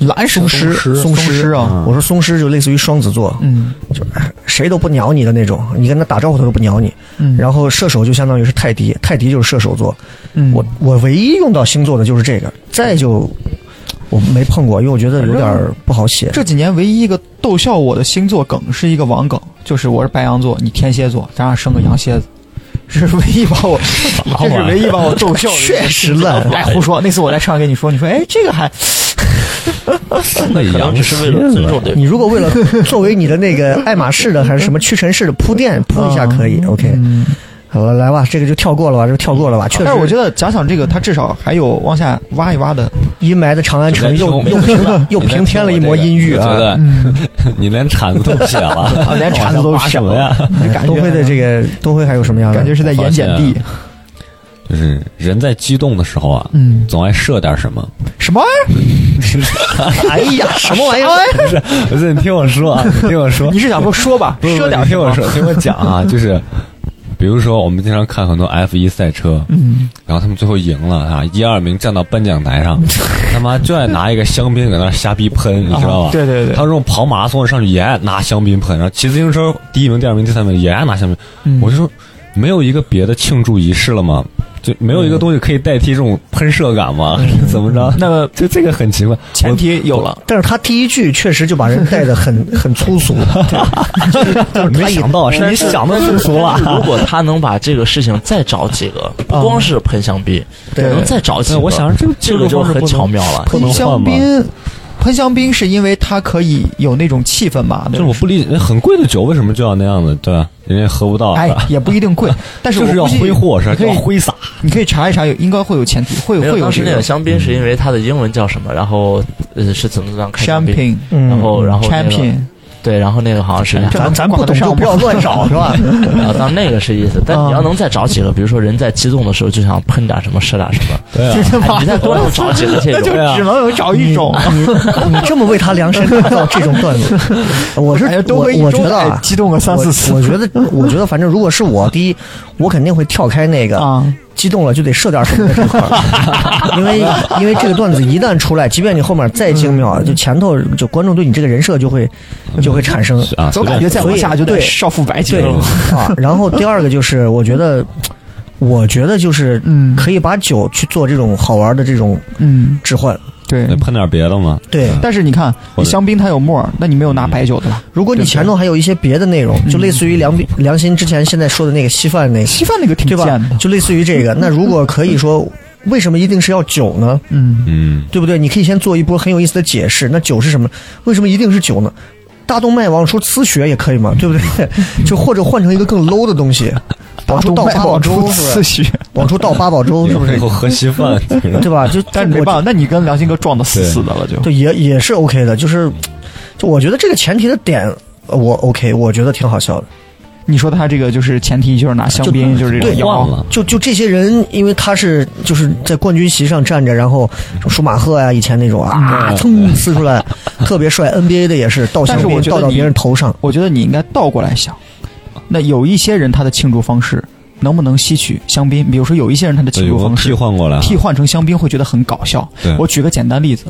Speaker 5: 蓝石狮
Speaker 1: 松
Speaker 5: 狮啊，
Speaker 1: 我说松狮就类似于双子座，
Speaker 5: 嗯
Speaker 1: 谁都不鸟你的那种，你跟他打招呼他都不鸟你。
Speaker 5: 嗯，
Speaker 1: 然后射手就相当于是泰迪，泰迪就是射手座。
Speaker 5: 嗯
Speaker 1: 我我唯一用到星座的就是这个，再就我没碰过，因为我觉得有点儿不好写。
Speaker 5: 这几年唯一一个逗笑我的星座梗是一个王梗，就是我是白羊座，你天蝎座，咱俩生个羊蝎子，这是唯一把我，这是唯一把我逗笑的。
Speaker 1: 确实烂
Speaker 5: 哎，胡说！那次我在车上跟你说，你说，哎，这个还
Speaker 7: 那
Speaker 6: 可能只是为了尊重对方。
Speaker 1: 你如果为
Speaker 5: [LAUGHS]
Speaker 1: 了作为你的那个爱马仕的还是什么屈臣氏的铺垫铺一下可以，OK，
Speaker 5: 嗯，
Speaker 1: 好了，来吧，这个就跳过了吧，这个跳过了吧，确实。
Speaker 5: 但是我觉得假想这个，它至少还有往下挖一挖的。
Speaker 1: 阴霾的长安城又又
Speaker 7: 你在听我
Speaker 1: 平了又平添了一抹阴郁
Speaker 7: 我觉
Speaker 1: 啊，
Speaker 7: 得 [LAUGHS] 你连铲子都
Speaker 1: [LAUGHS]
Speaker 7: 写了，
Speaker 5: 连铲子都
Speaker 7: [LAUGHS] 挖什么呀？
Speaker 5: 感觉
Speaker 1: 东辉的这个东辉还有什么样的
Speaker 5: 感觉是在
Speaker 7: 发
Speaker 5: 盐
Speaker 7: 现
Speaker 5: 碱地。
Speaker 7: 就是人在激动的时候啊，
Speaker 5: 嗯，
Speaker 7: 总爱射点
Speaker 1: [LAUGHS]
Speaker 7: 什么。
Speaker 5: 什么玩意
Speaker 1: 哎呀，
Speaker 5: [LAUGHS]
Speaker 1: 什么玩意
Speaker 5: 儿？
Speaker 1: 儿？
Speaker 7: 不是， [LAUGHS] 不是，你听我说啊，你听我说，
Speaker 5: 你是想说说吧？
Speaker 7: 不是，
Speaker 5: 说点
Speaker 7: 你
Speaker 5: 什
Speaker 7: 听我
Speaker 5: 么？
Speaker 7: 说，听我讲啊，就是，比如说我们经常看很多 F 一赛车，
Speaker 5: 嗯，
Speaker 7: 然后他们最后赢了啊，一二名站到颁奖台上， [LAUGHS] 他妈就爱拿一个香槟搁那儿瞎逼喷，你知道吧？
Speaker 5: 啊对对对
Speaker 7: 他用跑马拉松上去也爱拿香槟喷，然后骑自行车第一名、第二名、第三名也爱拿香槟，
Speaker 5: 嗯
Speaker 7: 我就说没有一个别的庆祝仪式了吗？就没有一个东西可以代替这种喷射感吗？ [LAUGHS] 怎么着？
Speaker 5: 嗯那么
Speaker 7: 就这个很奇怪，
Speaker 5: 前提有了，
Speaker 1: 但是他第一句确实就把人带的很 [LAUGHS] 很粗
Speaker 5: [LAUGHS]
Speaker 1: 俗，
Speaker 7: 我没想到是你想 [LAUGHS] 的粗俗了。
Speaker 6: 如果他能把这个事情再找几个，不光是喷香槟，
Speaker 1: 对
Speaker 6: 能再找几
Speaker 7: 对，
Speaker 6: 个，
Speaker 7: 我想着这个
Speaker 6: 这个就很巧妙了。
Speaker 7: 啊不能换
Speaker 5: 喷香
Speaker 7: 吗？
Speaker 5: 槟，喷香槟是因为它可以有那种气氛嘛？
Speaker 7: 就
Speaker 5: 对
Speaker 7: 是
Speaker 5: 吧
Speaker 7: 我不理解，很贵的酒为什么就要那样子？对吧？人家喝不到，
Speaker 5: 哎
Speaker 7: 是吧，
Speaker 5: 也不一定
Speaker 7: [LAUGHS]
Speaker 5: 贵，但是
Speaker 7: 就是要
Speaker 5: 我估
Speaker 7: 挥
Speaker 5: 计
Speaker 7: 霍，是吧？
Speaker 5: 你可
Speaker 7: 要
Speaker 5: 以
Speaker 7: 挥
Speaker 5: [LAUGHS]
Speaker 7: 洒。
Speaker 5: 你可以查一查，有应该会有前提，会
Speaker 6: 没有，
Speaker 5: 会有
Speaker 6: 当时
Speaker 5: 这
Speaker 6: 那
Speaker 5: 个
Speaker 6: 个香槟是因为它的英文叫什么，然后呃是怎么怎么样开香槟，
Speaker 5: champagne
Speaker 1: 嗯
Speaker 6: 然后然后那个
Speaker 5: champion，
Speaker 6: 对，然后那个好像是，
Speaker 5: 这
Speaker 1: 咱咱不懂就不要乱找是吧？
Speaker 6: 然后啊当那个是意思，但你要能再找几个，比如说人在激动的时候就想喷点什么射点什 [LAUGHS] 么，
Speaker 7: 对啊，
Speaker 5: 他
Speaker 6: 哎你再多能找几
Speaker 5: [LAUGHS]
Speaker 6: 个这
Speaker 5: 就
Speaker 6: 种，
Speaker 5: 只能有找哦一种。
Speaker 1: 你你这么为他量身打造这种段子，我是
Speaker 5: 感觉都
Speaker 1: 我
Speaker 5: 会一
Speaker 1: 我觉
Speaker 5: 周
Speaker 1: 得
Speaker 5: 得
Speaker 1: 啊，
Speaker 5: 激动个三四次
Speaker 1: 我我觉得我觉得反正如果是我第一，我肯定会跳开那个
Speaker 5: 啊！
Speaker 1: 激动了就得射点什么的这块
Speaker 5: [LAUGHS]
Speaker 1: 儿，因为因为这个段子一旦出来，即便你后面再精妙，就前头就观众对你这个人设就会就会产生
Speaker 7: 是啊，
Speaker 5: 总
Speaker 7: 随
Speaker 5: 感觉
Speaker 7: 便
Speaker 5: 再往下就
Speaker 1: 对
Speaker 5: 少妇白洁
Speaker 1: 对
Speaker 5: 了。
Speaker 1: [LAUGHS] 啊。然后第二个就是，我觉得，我觉得就是，
Speaker 5: 嗯
Speaker 1: 可以把酒去做这种好玩的这种
Speaker 5: 嗯，
Speaker 1: 置换。
Speaker 5: 对
Speaker 7: 得。喷点别的嘛。
Speaker 1: 对，
Speaker 5: 但是你看，
Speaker 7: 或
Speaker 5: 你
Speaker 7: 者
Speaker 5: 香槟它有沫儿，那你没有拿白酒的吧？
Speaker 1: 如果你前头还有一些别的内容，就类似于梁梁鑫之前现在说的那个稀饭那个，
Speaker 5: 嗯稀饭那个挺
Speaker 1: 对
Speaker 5: 贱
Speaker 1: 吧
Speaker 5: 的？。
Speaker 1: 就类似于
Speaker 5: [LAUGHS]
Speaker 1: 这个。那如果可以说，为什么一定是要酒呢？
Speaker 5: 嗯，
Speaker 7: 嗯，
Speaker 1: 对不对？你可以先做一波很有意思的解释。那酒是什么？为什么一定是酒呢？大动脉往出呲血也可以嘛，对不对？就或者换成一个更 low 的东
Speaker 5: [LAUGHS]
Speaker 1: 西，往出倒八宝粥是不
Speaker 5: 四
Speaker 1: 是？
Speaker 5: 许，
Speaker 1: 往出倒八宝粥是不是
Speaker 7: 以？后喝稀
Speaker 5: [LAUGHS]
Speaker 7: 饭，
Speaker 1: 对吧？就
Speaker 5: 嗯但是没办
Speaker 1: 法，，
Speaker 5: 法那你跟良心哥撞的死死的了，就
Speaker 1: 就也也是 OK 的，就是就我觉得这个前提的点，呃我 OK，我觉得挺好笑的。
Speaker 5: 你说他这个就是前提就是拿香槟就是这
Speaker 1: 对
Speaker 5: 种
Speaker 6: 忘
Speaker 5: 摇
Speaker 6: 了，
Speaker 1: 就就这些人，因为他是就是在冠军席上站着，然后舒马赫呀、以前那种啊，噌呲出来，特别帅。NBA 的也是倒香
Speaker 5: 嗯但是我
Speaker 1: 槟
Speaker 5: 觉得
Speaker 1: 倒到
Speaker 5: 你
Speaker 1: 别人头上，
Speaker 5: 我觉得你应该倒过来想，那有一些人他的庆祝方式能不能吸取香槟？比如说有一些人他的庆
Speaker 7: 有
Speaker 5: 祝方
Speaker 7: 替
Speaker 5: 式
Speaker 7: 换啊过来，
Speaker 5: 替换成香槟会觉得很搞笑
Speaker 7: 对。
Speaker 5: 我举个简单例子，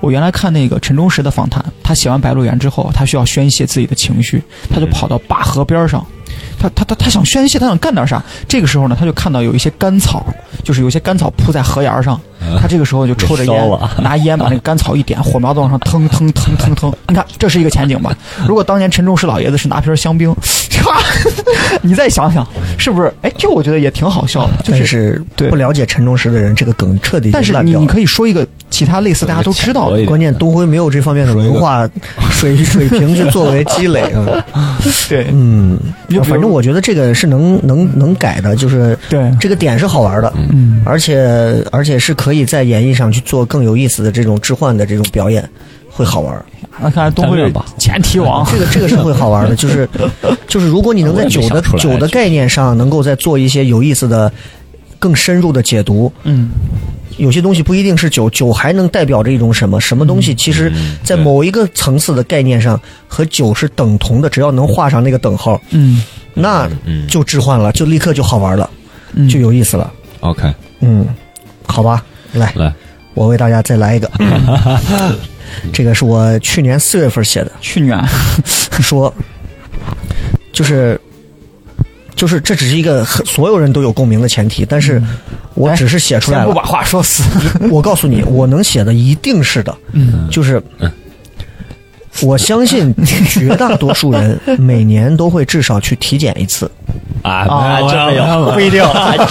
Speaker 5: 我原来看那个陈忠实的访谈，他写完《白鹿原》之后，他需要宣泄自己的情绪，
Speaker 6: 嗯
Speaker 5: 他就跑到灞河边上。他他他他想宣泄，他想干点啥？这个时候呢，他就看到有一些干草，就是有一些干草铺在河沿上。他这个时候就抽着
Speaker 6: 给嗯烧
Speaker 5: 烟
Speaker 6: 了，
Speaker 5: 拿烟把那个干草一点，火苗子往上腾腾腾腾腾。你看，这是一个前景吧？如果当年陈忠实老爷子是拿瓶香槟， [LAUGHS] 你再想想，
Speaker 6: 嗯
Speaker 5: 是不是？哎，这我觉得也挺好笑的，就
Speaker 1: 但
Speaker 5: 是
Speaker 1: 是
Speaker 5: 对
Speaker 1: 不了解陈忠实的人，这个梗彻底就
Speaker 5: 但是
Speaker 1: 烂
Speaker 5: 你
Speaker 1: 掉
Speaker 5: 你
Speaker 1: 了。
Speaker 5: 可以说一个其他类似大家都知道
Speaker 7: 可
Speaker 5: 的
Speaker 7: 以，
Speaker 1: 关键东辉没有这方面的文化水水平是作为积累啊。
Speaker 5: 对，
Speaker 1: 嗯，
Speaker 5: 就比如
Speaker 1: 反正我觉得这个是能能能改的，就是
Speaker 5: 对
Speaker 1: 这个点是好玩的，
Speaker 5: 嗯，
Speaker 1: 而且而且是可以在演绎上去做更有意思的这种置换的这种表演，会好玩。
Speaker 5: 那看来东
Speaker 6: 战略
Speaker 5: 辉
Speaker 6: 吧
Speaker 5: 前
Speaker 1: [LAUGHS]
Speaker 5: 提王，
Speaker 1: 这个这个是会好玩的，就是就是如果你
Speaker 6: [LAUGHS]
Speaker 1: 能在酒
Speaker 6: 我也没
Speaker 1: 的
Speaker 6: 想出来
Speaker 1: 酒的概念上能够再做一些有意思的、更深入的解读，
Speaker 5: 嗯，
Speaker 1: 有些东西不一定是酒，酒还能代表着一种什么什么东
Speaker 5: 嗯
Speaker 1: 西？其实，
Speaker 6: 嗯
Speaker 1: 在某一个层次的概念上和酒是等同的，只要能画上那个等号，
Speaker 5: 嗯
Speaker 1: 那
Speaker 7: 嗯
Speaker 1: 就置换了，就立刻就好玩了，
Speaker 5: 嗯，
Speaker 1: 就有意思了。
Speaker 7: ，OK，
Speaker 1: 嗯，好吧，来
Speaker 7: 来，
Speaker 1: 我为大家再
Speaker 5: [LAUGHS]
Speaker 1: 来一个，这个是我去年四月份写的，
Speaker 5: 去年， [LAUGHS]
Speaker 1: 说，就是。就是这只是一个很所有人都有共鸣的前提，但是我只是写出来
Speaker 5: 嗯哎先
Speaker 1: 了
Speaker 5: 不。把话说死，
Speaker 1: 我告诉你，我能写的一定是的，
Speaker 5: 嗯
Speaker 1: 就是我相信绝大多数人每年都会至少去体检一次。
Speaker 6: 啊，
Speaker 5: 啊
Speaker 6: 那真没有，
Speaker 1: 不一 [LAUGHS] 定
Speaker 6: 还真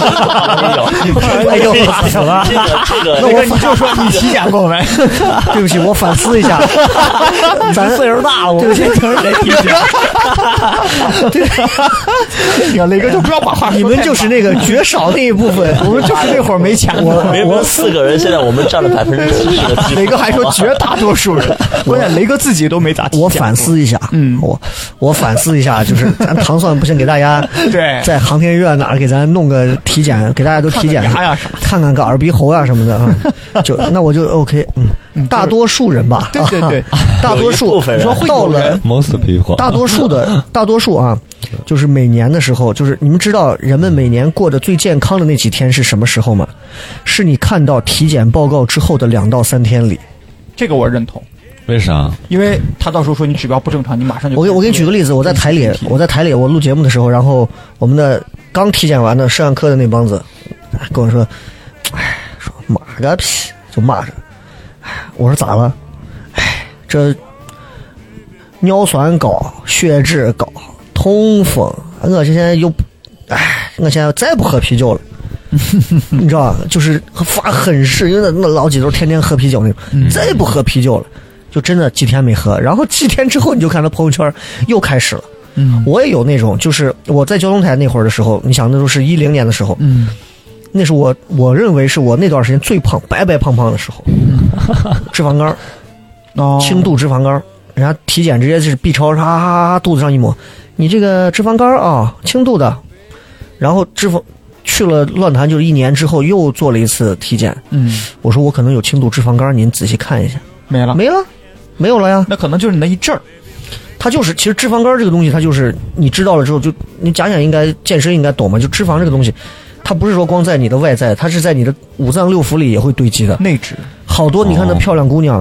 Speaker 6: 没有。
Speaker 1: 哎呦，怎么？
Speaker 6: 这个这个，
Speaker 1: 那我反
Speaker 5: 就说你体检过没？
Speaker 1: 对不起，我反思一
Speaker 5: [LAUGHS]
Speaker 1: 下，咱岁数大，我对不起， [LAUGHS]
Speaker 5: [LAUGHS] 磊哥就不要把话
Speaker 1: [LAUGHS]
Speaker 5: 说
Speaker 1: 你们就是是那个绝少那一部
Speaker 5: [LAUGHS]
Speaker 1: 分，我们就是那会儿没钱。我
Speaker 6: 没
Speaker 1: 我
Speaker 6: 有四个人，现在我们占了百分之七十的机会。
Speaker 5: 磊哥还说绝大多数人， [LAUGHS] 关键雷哥自己都没咋体检过
Speaker 1: 我反，思一下，
Speaker 5: 嗯
Speaker 1: 我我反思一下，就是 [LAUGHS] 咱糖蒜不行，给大 [LAUGHS] 家
Speaker 5: 对
Speaker 1: 在航天院哪儿给咱弄个体检，给大家都体检
Speaker 5: 看看牙呀啥
Speaker 1: 看看个耳鼻喉呀什么的啊， [LAUGHS] 就那我就 OK，嗯，大多数人吧，
Speaker 5: 对对对，
Speaker 1: [LAUGHS] 大多数
Speaker 6: 有一部分人
Speaker 1: 说到
Speaker 5: 有
Speaker 1: 了
Speaker 5: 人
Speaker 7: most people，
Speaker 1: 大多数的大多数啊，就是每年的时候，就是你们知道人们每年过得最健康的那几天是什么时候吗？是你看到体检报告之后的两到三天里。
Speaker 5: 这个我认同，
Speaker 7: 为啥？
Speaker 5: 因为他到时候说你指标不正常，你马上就
Speaker 1: 我给我给你举个例子，我在台里，我在台里，我录节目的时候，然后我们的刚体检完的摄像科的那帮子跟我说：“哎，说妈个屁！”就骂着。哎，我说咋了？哎，这尿酸高，血脂高，痛风，我现在又不，哎，我现在再不喝啤
Speaker 5: [LAUGHS]
Speaker 1: 酒了。你知道吧，就是发狠誓，因为那那老几都天天喝啤酒那种，
Speaker 5: 嗯
Speaker 1: 再不喝啤酒了，就真的几天没喝。然后几天之后，你就看他朋友圈又开始了。
Speaker 5: 嗯
Speaker 1: 我也有那种，就是我在交通台那会儿的时候，你想那时候是一零年的时候，
Speaker 5: 嗯
Speaker 1: 那是我我认为是我那段时间最胖、白白胖胖的时候，脂肪肝儿，
Speaker 5: 哦
Speaker 1: 轻度脂肪肝儿，人家体检直接就是 B 超，啊，肚子上一抹，你这个脂肪肝儿啊，轻度的，然后脂肪去了乱谈，就是一年之后又做了一次体检，
Speaker 5: 嗯
Speaker 1: 我说我可能有轻度脂肪肝儿，您仔细看一下，
Speaker 5: 没了，
Speaker 1: 没了，没有了呀。
Speaker 5: 那可能就是你那一阵儿，
Speaker 1: 它就是，其实脂肪肝这个东西，它就是你知道了之后就，你讲讲应该健身应该懂嘛？就脂肪这个东西，它不是说光在你的外在，它是在你的五脏六腑里也会堆积的。
Speaker 5: 内酯
Speaker 1: 好多你看那漂亮姑娘，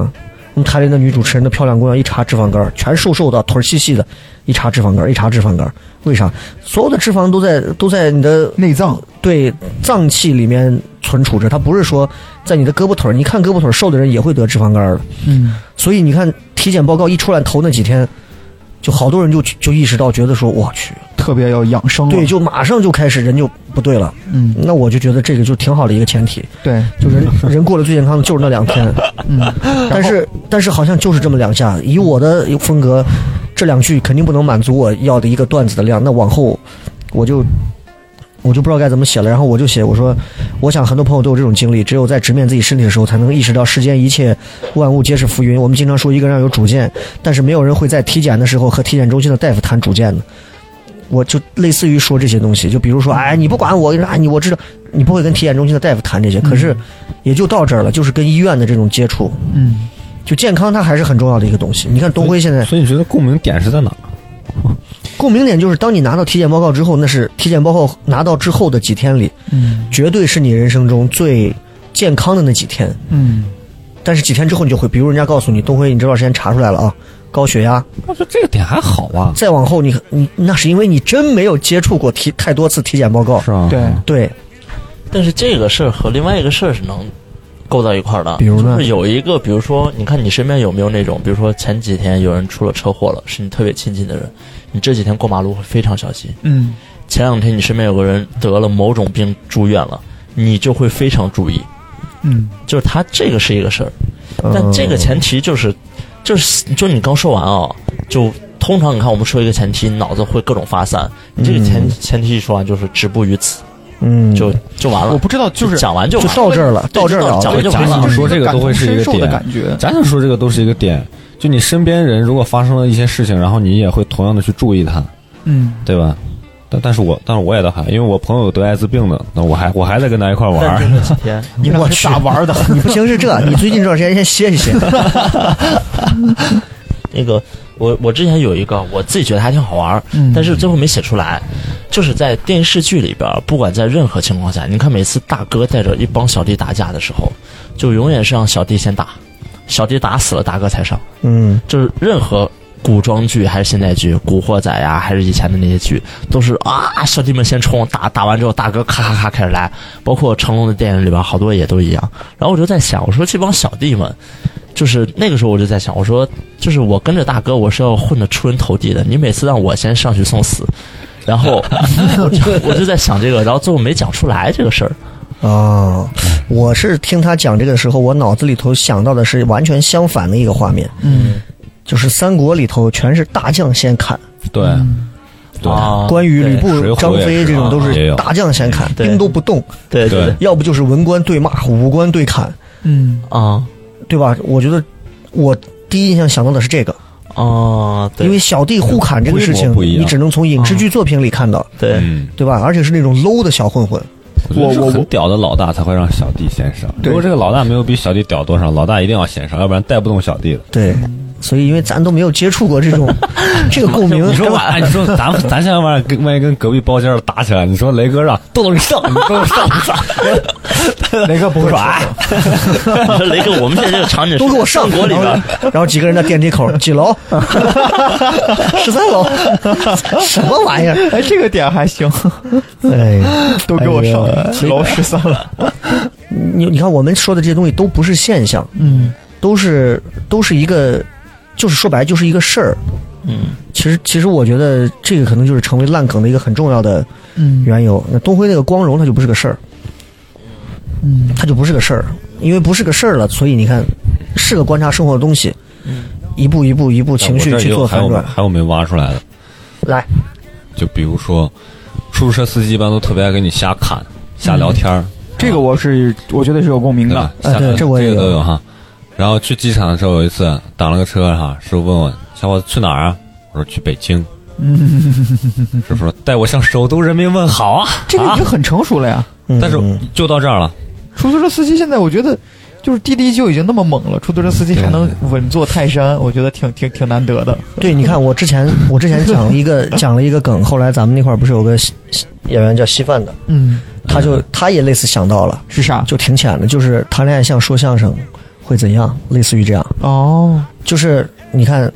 Speaker 1: 我们台里那女主持人的漂亮姑娘，一查脂肪肝，全瘦瘦的，腿儿细细的，一查脂肪肝，一查脂肪肝，为啥？所有的脂肪都在都在你的
Speaker 5: 内脏
Speaker 1: 对脏器里面存储着，它不是说在你的胳膊腿儿。你看胳膊腿儿瘦的人也会得脂肪肝儿的。
Speaker 5: 嗯
Speaker 1: 所以你看体检报告一出来头那几天，就好多人就就意识到，觉得说我去，
Speaker 5: 特别要养生了，
Speaker 1: 对，就马上就开始人就不对了。
Speaker 5: 嗯
Speaker 1: 那我就觉得这个就挺好的一个前提，
Speaker 5: 对，
Speaker 1: 就人 [LAUGHS] 人过得最健康的就是那两天，
Speaker 5: 嗯，
Speaker 1: 但是但是好像就是这么两下，以我的风格，这两句肯定不能满足我要的一个段子的量，那往后我就。我就不知道该怎么写了，然后我就写我说，我想很多朋友都有这种经历，只有在直面自己身体的时候，才能意识到世间一切万物皆是浮云。我们经常说一个人要有主见，但是没有人会在体检的时候和体检中心的大夫谈主见的。我就类似于说这些东西，就比如说，哎，你不管我，哎，你我知道，你不会跟体检中心的大夫谈这些，可是也就到这儿了，就是跟医院的这种接触，
Speaker 5: 嗯，
Speaker 1: 就健康它还是很重要的一个东西。你看东辉现在
Speaker 7: 所以你觉得共鸣点是在哪？
Speaker 1: 共鸣点就是，当你拿到体检报告之后，那是体检报告拿到之后的几天里，
Speaker 5: 嗯
Speaker 1: 绝对是你人生中最健康的那几天。
Speaker 5: 嗯，
Speaker 1: 但是几天之后你就会，比如人家告诉你，东辉，你这段时间查出来了啊，高血压。
Speaker 7: 我说这个点还好啊，
Speaker 1: 再往后你你那是因为你真没有接触过体太多次体检报告。
Speaker 7: 是啊吧？
Speaker 5: 对，
Speaker 1: 对，
Speaker 6: 但是这个事儿和另外一个事儿是能够到一块儿的。
Speaker 1: 比如呢
Speaker 6: 就是有一个，比如说，你看你身边有没有那种，比如说前几天有人出了车祸了，是你特别亲近的人，你这几天过马路会非常小心。
Speaker 5: 嗯
Speaker 6: 前两天你身边有个人得了某种病住院了，你就会非常注意。
Speaker 5: 嗯
Speaker 6: 就是他这个是一个事儿，但
Speaker 1: 嗯
Speaker 6: 这个前提就是，就是就你刚说完啊、就通常你看我们说一个前提，脑子会各种发散。你这个前、前提一说完，就是止步于此，
Speaker 1: 嗯，
Speaker 6: 就就完了。
Speaker 5: 我不知道，就是
Speaker 6: 讲完就
Speaker 1: 就
Speaker 6: 完了
Speaker 1: 到这儿了，
Speaker 6: 对
Speaker 1: 到这儿了
Speaker 6: 就到
Speaker 1: 啊。
Speaker 6: 这儿
Speaker 7: 对
Speaker 6: 就
Speaker 7: 咱
Speaker 6: 完
Speaker 7: 想
Speaker 5: [LAUGHS]
Speaker 6: 了。
Speaker 7: 说这个都会是一个
Speaker 5: 感同身受的
Speaker 7: 点
Speaker 5: 感，觉，
Speaker 7: 咱想说这个都是一个点。就你身边人如果发生了一些事情，然后你也会同样的去注意他，
Speaker 5: 嗯。
Speaker 7: 对吧？但但是我但是我也倒还，因为我朋友得艾滋病的，那我还我还在跟他一块玩
Speaker 6: 但
Speaker 7: 儿
Speaker 6: 就。这几天，
Speaker 5: 你
Speaker 1: 我
Speaker 5: 俩
Speaker 1: 去
Speaker 5: 是咋玩的？
Speaker 1: [LAUGHS] 你不行是这，你最近这段时间先歇一歇。
Speaker 6: 那个我我之前有一个，我自己觉得还挺好玩儿，
Speaker 5: 嗯
Speaker 6: 但是最后没写出来。就是在电视剧里边儿，不管在任何情况下，你看每次大哥带着一帮小弟打架的时候，就永远是让小弟先打，小弟打死了，大哥才上。
Speaker 1: 嗯，
Speaker 6: 就是任何古装剧还是现代剧，《古惑仔》呀，还是以前的那些剧，都是啊，小弟们先冲，打打完之后，大哥咔咔咔开始来。包括成龙的电影里边，好多也都一样。然后我就在想，我说这帮小弟们，就是那个时候我就在想，我说就是我跟着大哥，我是要混得出人头地的。你每次让我先上去送死，然后 [LAUGHS] 我就我就在想这个，然后最后没讲出来这个事儿。
Speaker 1: 啊，我是听他讲这个的时候，我脑子里头想到的是完全相反的一个画面，
Speaker 5: 嗯，
Speaker 1: 就是三国里头全是大将先砍，
Speaker 7: 对对
Speaker 6: 啊
Speaker 1: 关羽、
Speaker 6: 对
Speaker 1: 吕
Speaker 7: 水
Speaker 1: 布、
Speaker 7: 浒
Speaker 1: 张
Speaker 7: 也
Speaker 1: 飞
Speaker 7: 是
Speaker 1: 这种都
Speaker 7: 啊也
Speaker 1: 是
Speaker 7: 有
Speaker 1: 大将先砍，
Speaker 6: 对
Speaker 1: 兵都不动，
Speaker 6: 对对对
Speaker 1: 要不就是文官对骂，武官对砍，
Speaker 5: 嗯，
Speaker 6: 啊
Speaker 1: 对吧？我觉得我第一印象想到的是这个，
Speaker 6: 啊，对
Speaker 1: 因为小弟互砍这个事
Speaker 7: 规
Speaker 1: 情，
Speaker 7: 模不一样
Speaker 1: 你只能从影视剧作品里看到，
Speaker 6: 对
Speaker 7: 嗯，
Speaker 1: 对吧？而且是那种 low 的小混混，
Speaker 7: 我我很屌的老大才会让小弟先上。如果这个老大没有比小弟屌多少，老大一定要先上，要不然带不动小弟的。
Speaker 1: 对。所以，因为咱都没有接触过这
Speaker 7: [LAUGHS]
Speaker 1: 种这个共鸣，
Speaker 7: 你说
Speaker 1: 跟
Speaker 7: 晚，你说咱咱现在晚上跟万一跟隔壁包间儿打起来，你说雷哥让豆豆上，你豆豆 [LAUGHS] 上不上？
Speaker 5: 雷哥不会说，
Speaker 6: 你 [LAUGHS] 说雷哥，我们现在这个 [LAUGHS] 场景
Speaker 1: 都给我上
Speaker 6: 国里边。
Speaker 1: 然后几个人在电梯口，几楼？ [LAUGHS] 十三楼， [LAUGHS] 什么玩意儿？
Speaker 5: 哎，这个点还 [LAUGHS] 行，
Speaker 1: 哎，
Speaker 5: 都给我上
Speaker 1: 哎呀
Speaker 5: 几楼十三了。
Speaker 1: 你你看，我们说的这些东西都不是现象，
Speaker 5: 嗯
Speaker 1: 都是都是一个，就是说白了就是一个事儿。
Speaker 6: 嗯，
Speaker 1: 其实，其实我觉得这个可能就是成为烂梗的一个很重要的
Speaker 5: 嗯
Speaker 1: 缘由。那东辉那个光荣，它就不是个事儿，
Speaker 5: 嗯
Speaker 1: 它就不是个事儿，因为不是个事儿了，所以你看，是个观察生活的东西，一步一步一步情绪去做
Speaker 7: 还
Speaker 1: 反
Speaker 7: 有
Speaker 1: 转。
Speaker 7: 还有没挖出来的？
Speaker 1: 来，
Speaker 7: 就比如说，出租车司机一般都特别爱跟你瞎侃、
Speaker 1: 嗯
Speaker 7: 瞎聊天儿，
Speaker 5: 这个我是我觉得是有共鸣
Speaker 7: 对
Speaker 5: 的
Speaker 7: 吧。？瞎
Speaker 1: 啊对
Speaker 7: 聊
Speaker 1: 这我也
Speaker 7: 这个都
Speaker 1: 有
Speaker 7: 有哈。然后去机场的时候，有一次打了个车哈，师傅问我小伙子去哪儿啊？我说去北
Speaker 1: [LAUGHS]
Speaker 7: 京。师傅说带我向首都人民问好啊！
Speaker 5: 这个已经很成熟了呀。
Speaker 1: 嗯
Speaker 7: 但是
Speaker 1: 嗯
Speaker 7: 就到这儿了，
Speaker 5: 出租车司机现在我觉得，就是滴滴就已经那么猛了，出租车司机还能稳坐泰山，我觉得挺挺挺难得的。
Speaker 1: 对，你看我之
Speaker 7: [LAUGHS]
Speaker 1: 前我之前讲了一个讲了一个梗，后来咱们那块儿不是有个西西演员叫稀饭的，
Speaker 5: 嗯，
Speaker 1: 他就他也类似想到了，
Speaker 5: 是啥？
Speaker 1: 就挺浅的，就是谈恋爱像说相声会怎样，类似于这样。
Speaker 5: 哦，
Speaker 1: 就是你看，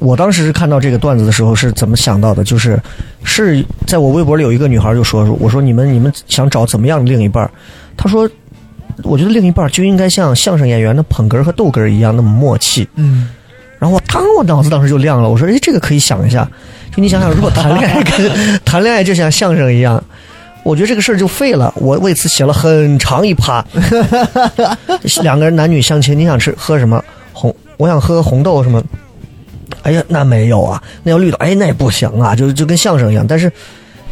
Speaker 1: 我当时是看到这个段子的时候是怎么想到的？就是是在我微博里有一个女孩就说，我说你们你们想找怎么样的另一半儿？她说，我觉得另一半儿就应该像相声演员的捧哏儿和逗哏儿一样那么默契。
Speaker 5: 嗯，
Speaker 1: 然后我当我脑子当时就亮了，我说，哎，这个可以想一下。就你想想，如果谈恋爱 [LAUGHS] 跟谈恋爱就像相声一样，我觉得这个事儿就废了。我为此写了很长一趴， [LAUGHS] 两个人男女相亲，你想吃喝什么红？我想喝红豆什么？哎呀，那没有啊，那要绿豆，哎，那也不行啊，就就跟相声一样，但是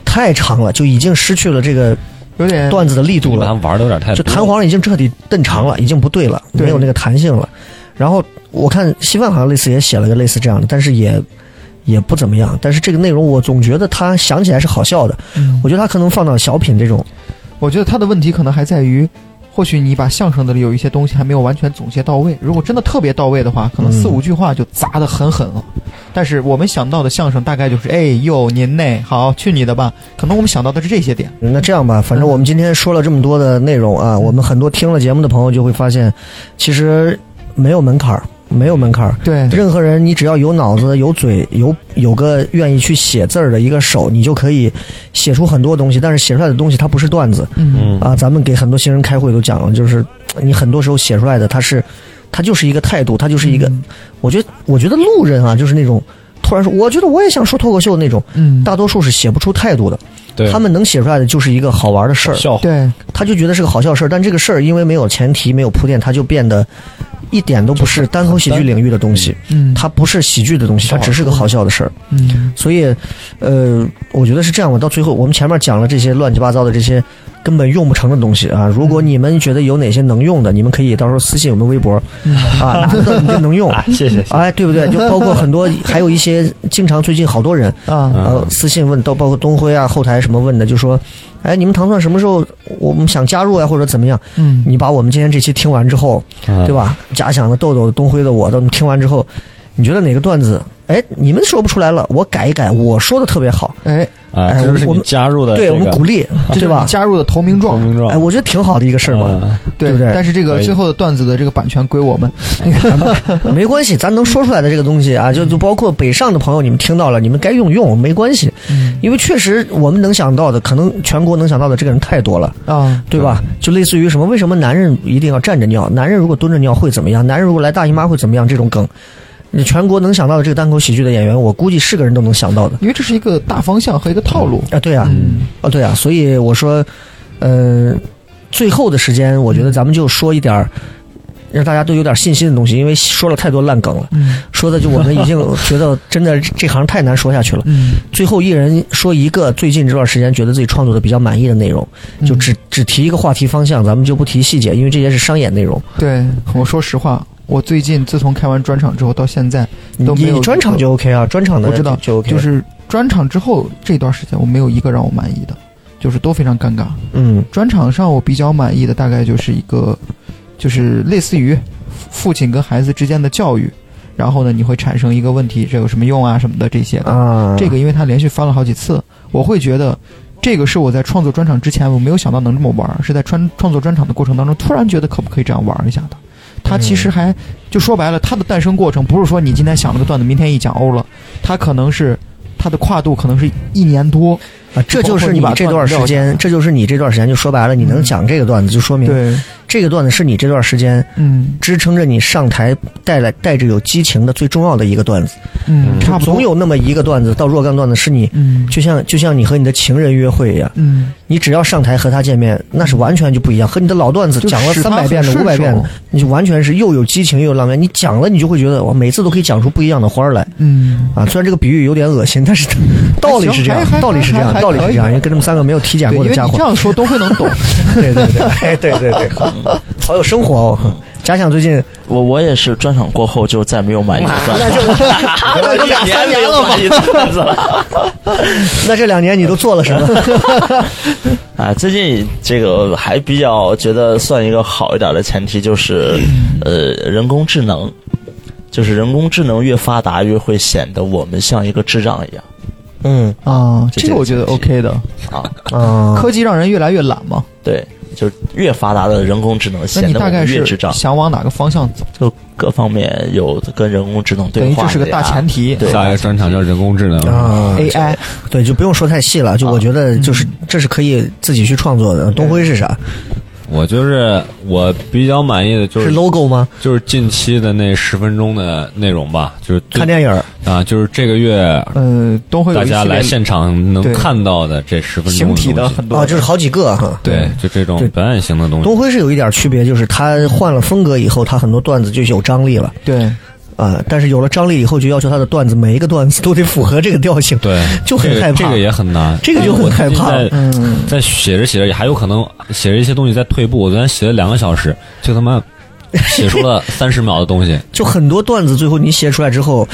Speaker 1: 太长了，就已经失去了这个
Speaker 5: 有点
Speaker 1: 段子的力
Speaker 7: 你
Speaker 1: 度
Speaker 7: 把
Speaker 1: 了
Speaker 7: 他。玩的有点
Speaker 5: 哎
Speaker 7: 太
Speaker 1: 就
Speaker 7: 多
Speaker 1: 弹簧已经彻底蹬长了，已经不对了，
Speaker 5: 嗯对
Speaker 1: 没有那个弹性了。然后我看稀饭好像类似也写了个类似这样的，但是也也不怎么样，但是这个内容我总觉得它想起来是好笑的。
Speaker 5: 嗯
Speaker 1: 我觉得它可能放到小品这种，
Speaker 5: 我觉得他的问题可能还在于，或许你把相声的里有一些东西还没有完全总结到位。如果真的特别到位的话，可能四
Speaker 1: 嗯
Speaker 5: 五句话就砸得很狠了。但是我们想到的相声大概就是，哎呦您内好，去你的吧。可能我们想到的是这些点。
Speaker 1: 那这样吧，反正我们今天说了这么多的内容
Speaker 5: 嗯
Speaker 1: 啊，我们很多听了节目的朋友就会发现，其实没有门槛儿，没有门槛儿。
Speaker 5: 对
Speaker 1: 任何人，你只要有脑子、有嘴、有有个愿意去写字儿的一个手，你就可以写出很多东西。但是写出来的东西它不是段子
Speaker 5: 嗯，
Speaker 7: 嗯
Speaker 1: 啊！咱们给很多新人开会都讲了，就是你很多时候写出来的，它是它就是一个态度，它就是一个。我觉得，我觉得路人啊，就是那种突然说，我觉得我也想说脱口秀的那种，
Speaker 5: 嗯，
Speaker 1: 大多数是写不出态度的。
Speaker 7: 对，
Speaker 1: 他们能写出来的就是一个好玩的事儿，
Speaker 7: 笑话，
Speaker 5: 对，
Speaker 1: 他就觉得是个好笑事儿。但这个事儿因为没有前提、没有铺垫，他就变得一点都不是单口喜剧领域的东西，
Speaker 5: 嗯，
Speaker 1: 它不是喜剧的东西，它只是个好笑的事儿。
Speaker 5: 嗯，
Speaker 1: 所以，呃，我觉得是这样吧。到最后，我们前面讲了这些乱七八糟的这些根本用不成的东西啊。如果你们觉得有哪些能用的，你们可以到时候私信我们微博啊，哪个你就能
Speaker 6: [LAUGHS]
Speaker 5: [LAUGHS]
Speaker 1: 用。
Speaker 6: 谢谢。
Speaker 1: 哎，对不对？就包括很多，还有一些经常最近好多人
Speaker 5: 啊，
Speaker 1: 呃，私信问到，包括东辉啊、后台什么问的，就说，哎，你们糖蒜什么时候我们想加入呀、啊或者怎么样？
Speaker 5: 嗯，
Speaker 1: 你把我们今天这期听完之后，
Speaker 7: 嗯
Speaker 1: 对吧？假想的豆豆、东辉的我的，你听完之后，你觉得哪个段子？哎，你们说不出来了，我改一改，我说的特别好，
Speaker 5: 哎，
Speaker 7: 哎，
Speaker 1: 哎
Speaker 7: 这是
Speaker 1: 我
Speaker 7: 你
Speaker 1: 们
Speaker 7: 加入的
Speaker 1: 对
Speaker 7: 嗯这
Speaker 1: 我们
Speaker 7: 个
Speaker 1: 鼓励，
Speaker 5: 这
Speaker 1: 啊对
Speaker 5: 就是
Speaker 1: 吧
Speaker 5: 你？加入的投名
Speaker 7: 光
Speaker 5: 状，
Speaker 7: 明状
Speaker 1: 哎，我觉得挺好的一个事儿嘛，
Speaker 7: 嗯
Speaker 1: 对不对哎
Speaker 5: 但是这个
Speaker 7: 可以
Speaker 5: 最后的段子的这个版权归我们。
Speaker 1: 没关系，咱能说出来的这个东西啊，就就包括北上的朋友，你们听到了，你们该用用，没关系，
Speaker 5: 嗯
Speaker 1: 因为确实我们能想到的，可能全国能想到的这个人太多了。
Speaker 5: 啊，
Speaker 1: 对吧？
Speaker 7: 嗯
Speaker 1: 就类似于什么，为什么男人一定要站着尿？男人如果蹲着尿会怎么样？男人如果来大姨妈会怎么样？这种梗，你全国能想到的这个单口喜剧的演员，我估计是个人都能想到的
Speaker 5: 因为这是一个大方向和一个套路。
Speaker 1: 啊！对啊，
Speaker 5: 嗯
Speaker 1: 啊对啊，所以我说，呃，最后的时间，我觉
Speaker 5: 嗯
Speaker 1: 得咱们就说一点儿，让大家都有点信心的东西，因为说了太多烂梗了，
Speaker 5: 嗯
Speaker 1: 说的就我们已
Speaker 5: [LAUGHS]
Speaker 1: 经觉得真的这行太难说下去了。
Speaker 5: 嗯，
Speaker 1: 最后一人说一个最近这段时间觉得自己创作的比较满意的内容，
Speaker 5: 嗯
Speaker 1: 就只只提一个话题方向，咱们就不提细节，因为这些是商演内容。
Speaker 5: 对，我说实话，我最近自从开完专场之后到现在，
Speaker 1: 你
Speaker 5: 都没有
Speaker 1: 你专场就 OK 啊，专场的
Speaker 5: 我知道
Speaker 1: 就 OK，
Speaker 5: 就是专场之后这段时间，我没有一个让我满意的，就是都非常尴尬。
Speaker 1: 嗯
Speaker 5: 专场上我比较满意的大概就是一个，就是类似于父亲跟孩子之间的教育，然后呢你会产生一个问题，这有什么用啊什么的这些的。
Speaker 1: 啊，
Speaker 5: 这个因为他连续翻了好几次，我会觉得这个是我在创作专场之前我没有想到能这么玩儿，是在创创作专场的过程当中突然觉得可不可以这样玩儿一下的。他其实还就说白了，他的诞生过程不是说你今天想了个段子，明天一讲哦欧了，他可能是他的跨度可能是一年多。
Speaker 1: 啊，这就
Speaker 5: 包
Speaker 1: 是
Speaker 5: 括你把
Speaker 1: 这段
Speaker 5: 段子
Speaker 1: 时
Speaker 5: 撂
Speaker 1: 间，
Speaker 5: 下
Speaker 1: 这就是你这段时间，就说白了，你能讲这个段子，就说明
Speaker 5: 嗯对，
Speaker 1: 这个段子是你这段时间
Speaker 5: 嗯
Speaker 1: 支撑着你上台带来带着有激情的最重要的一个段子。
Speaker 5: 嗯，差不多
Speaker 1: 总有那么一个段子到若干段子是你。
Speaker 5: 嗯
Speaker 1: 就像就像你和你的情人约会一样，
Speaker 5: 嗯，
Speaker 1: 你只要上台和他见面，那是完全就不一样。和你的老段子
Speaker 5: 就
Speaker 1: 讲了
Speaker 5: 使他
Speaker 1: 三百
Speaker 5: 很
Speaker 1: 遍的、
Speaker 5: 顺
Speaker 1: 五百遍的
Speaker 5: 手，
Speaker 1: 你就完全是又有激情又有浪漫。你讲了，你就会觉得哇，每次都可以讲出不一样的花儿来
Speaker 5: 嗯
Speaker 1: 啊！虽然这个比喻有点恶心，但是道理是这样
Speaker 5: 还行，还
Speaker 1: 道理是这
Speaker 5: 还
Speaker 1: 样，
Speaker 5: 还
Speaker 1: 道理是这样，
Speaker 5: 还可以
Speaker 1: 因为跟他们三个没有体检
Speaker 5: 对，因
Speaker 1: 过
Speaker 5: 为
Speaker 1: 的
Speaker 5: 你
Speaker 1: 家伙
Speaker 5: 这，样说都会能懂。
Speaker 1: [LAUGHS] 对对对，哎对对对，好有生活哦！假想最近
Speaker 6: 我我也是专场过后就再没有满意的段子， [LAUGHS]
Speaker 1: 那就两三年了吧，
Speaker 6: 吧？
Speaker 1: 那这两年你都做了什么？
Speaker 6: 啊，最近这个还比较觉得算一个好一点的前提就是，呃，人工智能，就是人工智能越发达越会显得我们像一个智障一样
Speaker 1: [LAUGHS] 嗯
Speaker 5: 啊，
Speaker 6: 这
Speaker 5: 这个我觉得
Speaker 6: 这个
Speaker 5: OK 的。
Speaker 6: 啊，
Speaker 1: 啊，
Speaker 5: 科技让人越来越懒嘛，
Speaker 6: 对，就是越发达的人工智能
Speaker 5: 那
Speaker 6: 显
Speaker 5: 你
Speaker 6: 得我
Speaker 5: 大概
Speaker 6: 们越
Speaker 5: 是
Speaker 6: 智障，
Speaker 5: 想往哪个方向走？
Speaker 6: 就各方面有跟人工智能
Speaker 5: 等
Speaker 6: 对
Speaker 5: 于
Speaker 6: 话的呀，
Speaker 5: 这是个大前提。
Speaker 6: 对
Speaker 7: 下一个专场叫人工智能，
Speaker 1: 啊嗯
Speaker 5: AI
Speaker 1: 对，就不用说太细了，就我觉得就是这是可以自己去创作的。东辉是啥？
Speaker 7: 我就是我比较满意的就是
Speaker 1: logo 吗？
Speaker 7: 就是近期的那十分钟的内容吧，就是最
Speaker 1: 看电影儿，
Speaker 7: 啊，就是这个月
Speaker 5: 呃，都会
Speaker 7: 嗯
Speaker 5: 有
Speaker 7: 大
Speaker 5: 一系
Speaker 7: 家来
Speaker 5: 列
Speaker 7: 现场能
Speaker 5: 对
Speaker 7: 看到的这十分钟
Speaker 5: 形体的
Speaker 7: 东西
Speaker 5: 很多
Speaker 1: 啊，就是好几个哈。
Speaker 7: 对，就这种
Speaker 1: 对
Speaker 7: 表演型的东西。
Speaker 1: 东辉是有一点区别，就是他换了风格以后，他很多段子就有张力了
Speaker 5: 对，
Speaker 1: 啊。但是有了张力以后，就要求他的段子每一个段子都得符合这个调性。
Speaker 5: [LAUGHS]
Speaker 7: 对，
Speaker 1: 就很
Speaker 7: 这个
Speaker 1: 害怕
Speaker 7: 这个也很难，
Speaker 1: 这个就很害怕
Speaker 7: 因为我最近在
Speaker 5: 嗯，
Speaker 7: 在写着写着，也还有可能写着一些东西在退步。我昨天写了两个小时，就他妈写出了三十秒的东西。
Speaker 1: 就很多段子最后你写出来之后，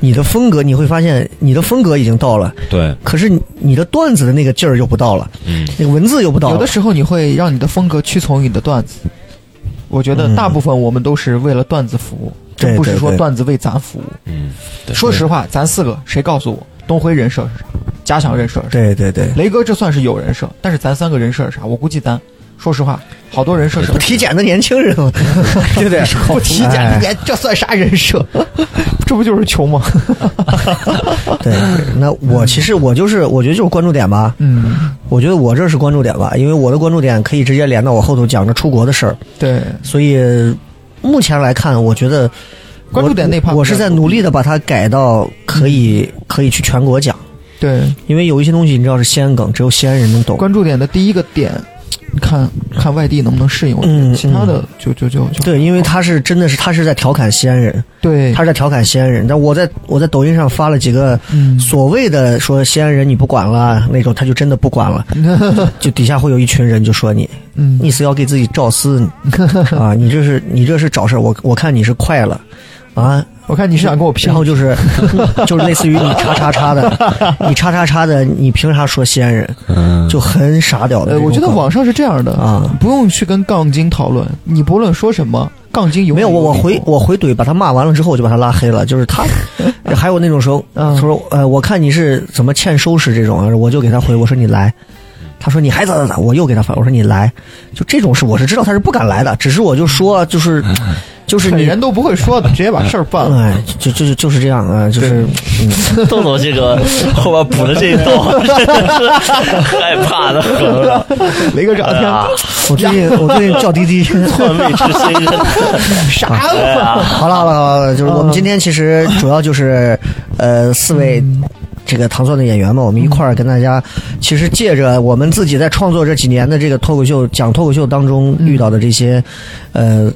Speaker 1: 你的风格，你会发现你的风格已经到了，
Speaker 7: 对，
Speaker 1: 可是你你的段子的那个劲儿又不到了，
Speaker 7: 嗯，
Speaker 1: 那个文字又不到
Speaker 5: 有
Speaker 1: 了
Speaker 5: 的。时候你会让你的风格屈从于你的段子。我觉得大部分我们都是为了段子服务，
Speaker 1: 对
Speaker 5: 真不是
Speaker 1: 对
Speaker 5: 说
Speaker 1: 对
Speaker 5: 段子为咱服务。
Speaker 7: 嗯，
Speaker 5: 说实话，咱四个谁告诉我东辉人设是啥？嘉祥人设是啥？
Speaker 1: 对对对，
Speaker 5: 雷哥这算是有人设，但是咱三个人设是啥？我估计咱说实话，好多人设是
Speaker 1: 不体检的年轻人 [LAUGHS] 嘛，对不对？
Speaker 5: 不体检的
Speaker 1: 哎
Speaker 5: 年，这算啥人设？这不就是穷吗？
Speaker 1: 对，那我其实我就是，我觉得就是关注点吧。
Speaker 5: 嗯，
Speaker 1: 我觉得我这是关注点吧，因为我的关注点可以直接连到我后头讲的出国的事儿，
Speaker 5: 对，
Speaker 1: 所以目前来看，我觉得
Speaker 5: 关注点那嗯 part
Speaker 1: 我，我是在努力的把它改到可以可以去全国讲，
Speaker 5: 对
Speaker 1: 因为有一些东西你知道是西安梗，只有西安人能懂。
Speaker 5: 关注点的第一个点，你看看外地能不能适应，我觉得
Speaker 1: 嗯
Speaker 5: 其他的就就就就
Speaker 1: 对，因为他是真的是他是在调侃西安人，
Speaker 5: 对
Speaker 1: 他是在调侃西安人。但我在我在抖音上发了几个
Speaker 5: 嗯
Speaker 1: 所谓的说西安人你不管了那种，他就真的不管
Speaker 5: [LAUGHS]
Speaker 1: 了，就底下会有一群人就说你
Speaker 5: 嗯
Speaker 1: 你是要给自己找事
Speaker 5: [LAUGHS]
Speaker 1: 呢啊，你这是你这是找事儿，我我看你是快了啊，
Speaker 5: 我看你是想跟我拼
Speaker 1: 然，后就是
Speaker 5: [LAUGHS]
Speaker 1: 就是类似于你叉叉叉的，你叉叉叉的，你凭啥说西安人？
Speaker 7: 嗯
Speaker 1: 就很傻屌的
Speaker 5: 呃，
Speaker 1: 这种梗。
Speaker 5: 嗯我觉得网上是这样的
Speaker 1: 啊，
Speaker 5: 不用去跟杠精讨论，你不论说什么，杠精永
Speaker 1: 没
Speaker 5: 远
Speaker 1: 有我我
Speaker 5: 理由
Speaker 1: 回我回怼把他骂完了之后，我就把他拉黑了。就是他，还有那种时候，
Speaker 5: 嗯
Speaker 1: 他说呃，我看你是怎么欠收拾这种，啊我就给他回我说你来。他说你还咋咋咋，我又给他反我说你来，就这种事我是知道他是不敢来的，只是我就说就是就是
Speaker 5: 狠
Speaker 1: 你
Speaker 5: 人都不会说的，直接把事儿办了。
Speaker 1: 哎，就就就就是这样啊，就是
Speaker 6: 豆豆这个后边补的这一刀，真的是害怕的很。
Speaker 5: 雷哥长
Speaker 6: 哎
Speaker 5: 天
Speaker 6: 呀，
Speaker 1: 我最近我最近叫滴滴。
Speaker 6: 换位置心真的哎
Speaker 5: 啥玩意
Speaker 1: 好了好了好了，就是我们今天其实主要就是，呃，四位这个糖蒜的演员嘛，我们一块儿跟大家，其实借着我们自己在创作这几年的这个脱口秀讲脱口秀当中遇到的这些，呃。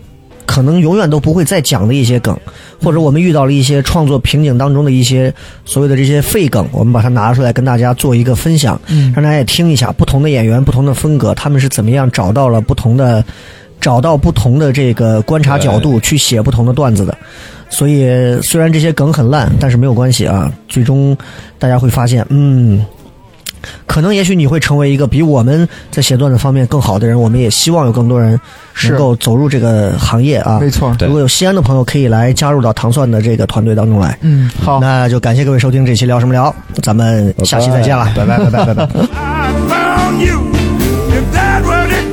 Speaker 1: 可能永远都不会再讲的一些梗，或者我们遇到了一些创作瓶颈当中的一些所有的这些废梗，我们把它拿出来跟大家做一个分享，
Speaker 5: 嗯
Speaker 1: 让大家也听一下不同的演员、不同的风格，他们是怎么样找到了不同的、找到不同的这个观察角度去写不同的段子的。所以虽然这些梗很烂，但是没有关系啊，最终大家会发现，嗯。可能也许你会成为一个比我们在写段子方面更好的人，我们也希望有更多人
Speaker 5: 是
Speaker 1: 能够走入这个行业啊
Speaker 5: 儿？。没错，
Speaker 7: 对
Speaker 1: 如果有西安的朋友，可以来加入到糖蒜的这个团队当中来。
Speaker 5: 嗯，好，
Speaker 1: 那就感谢各位收听这期聊什么聊，咱们下期再见了，拜拜拜拜拜拜。
Speaker 3: I found you, if that were it. Oh,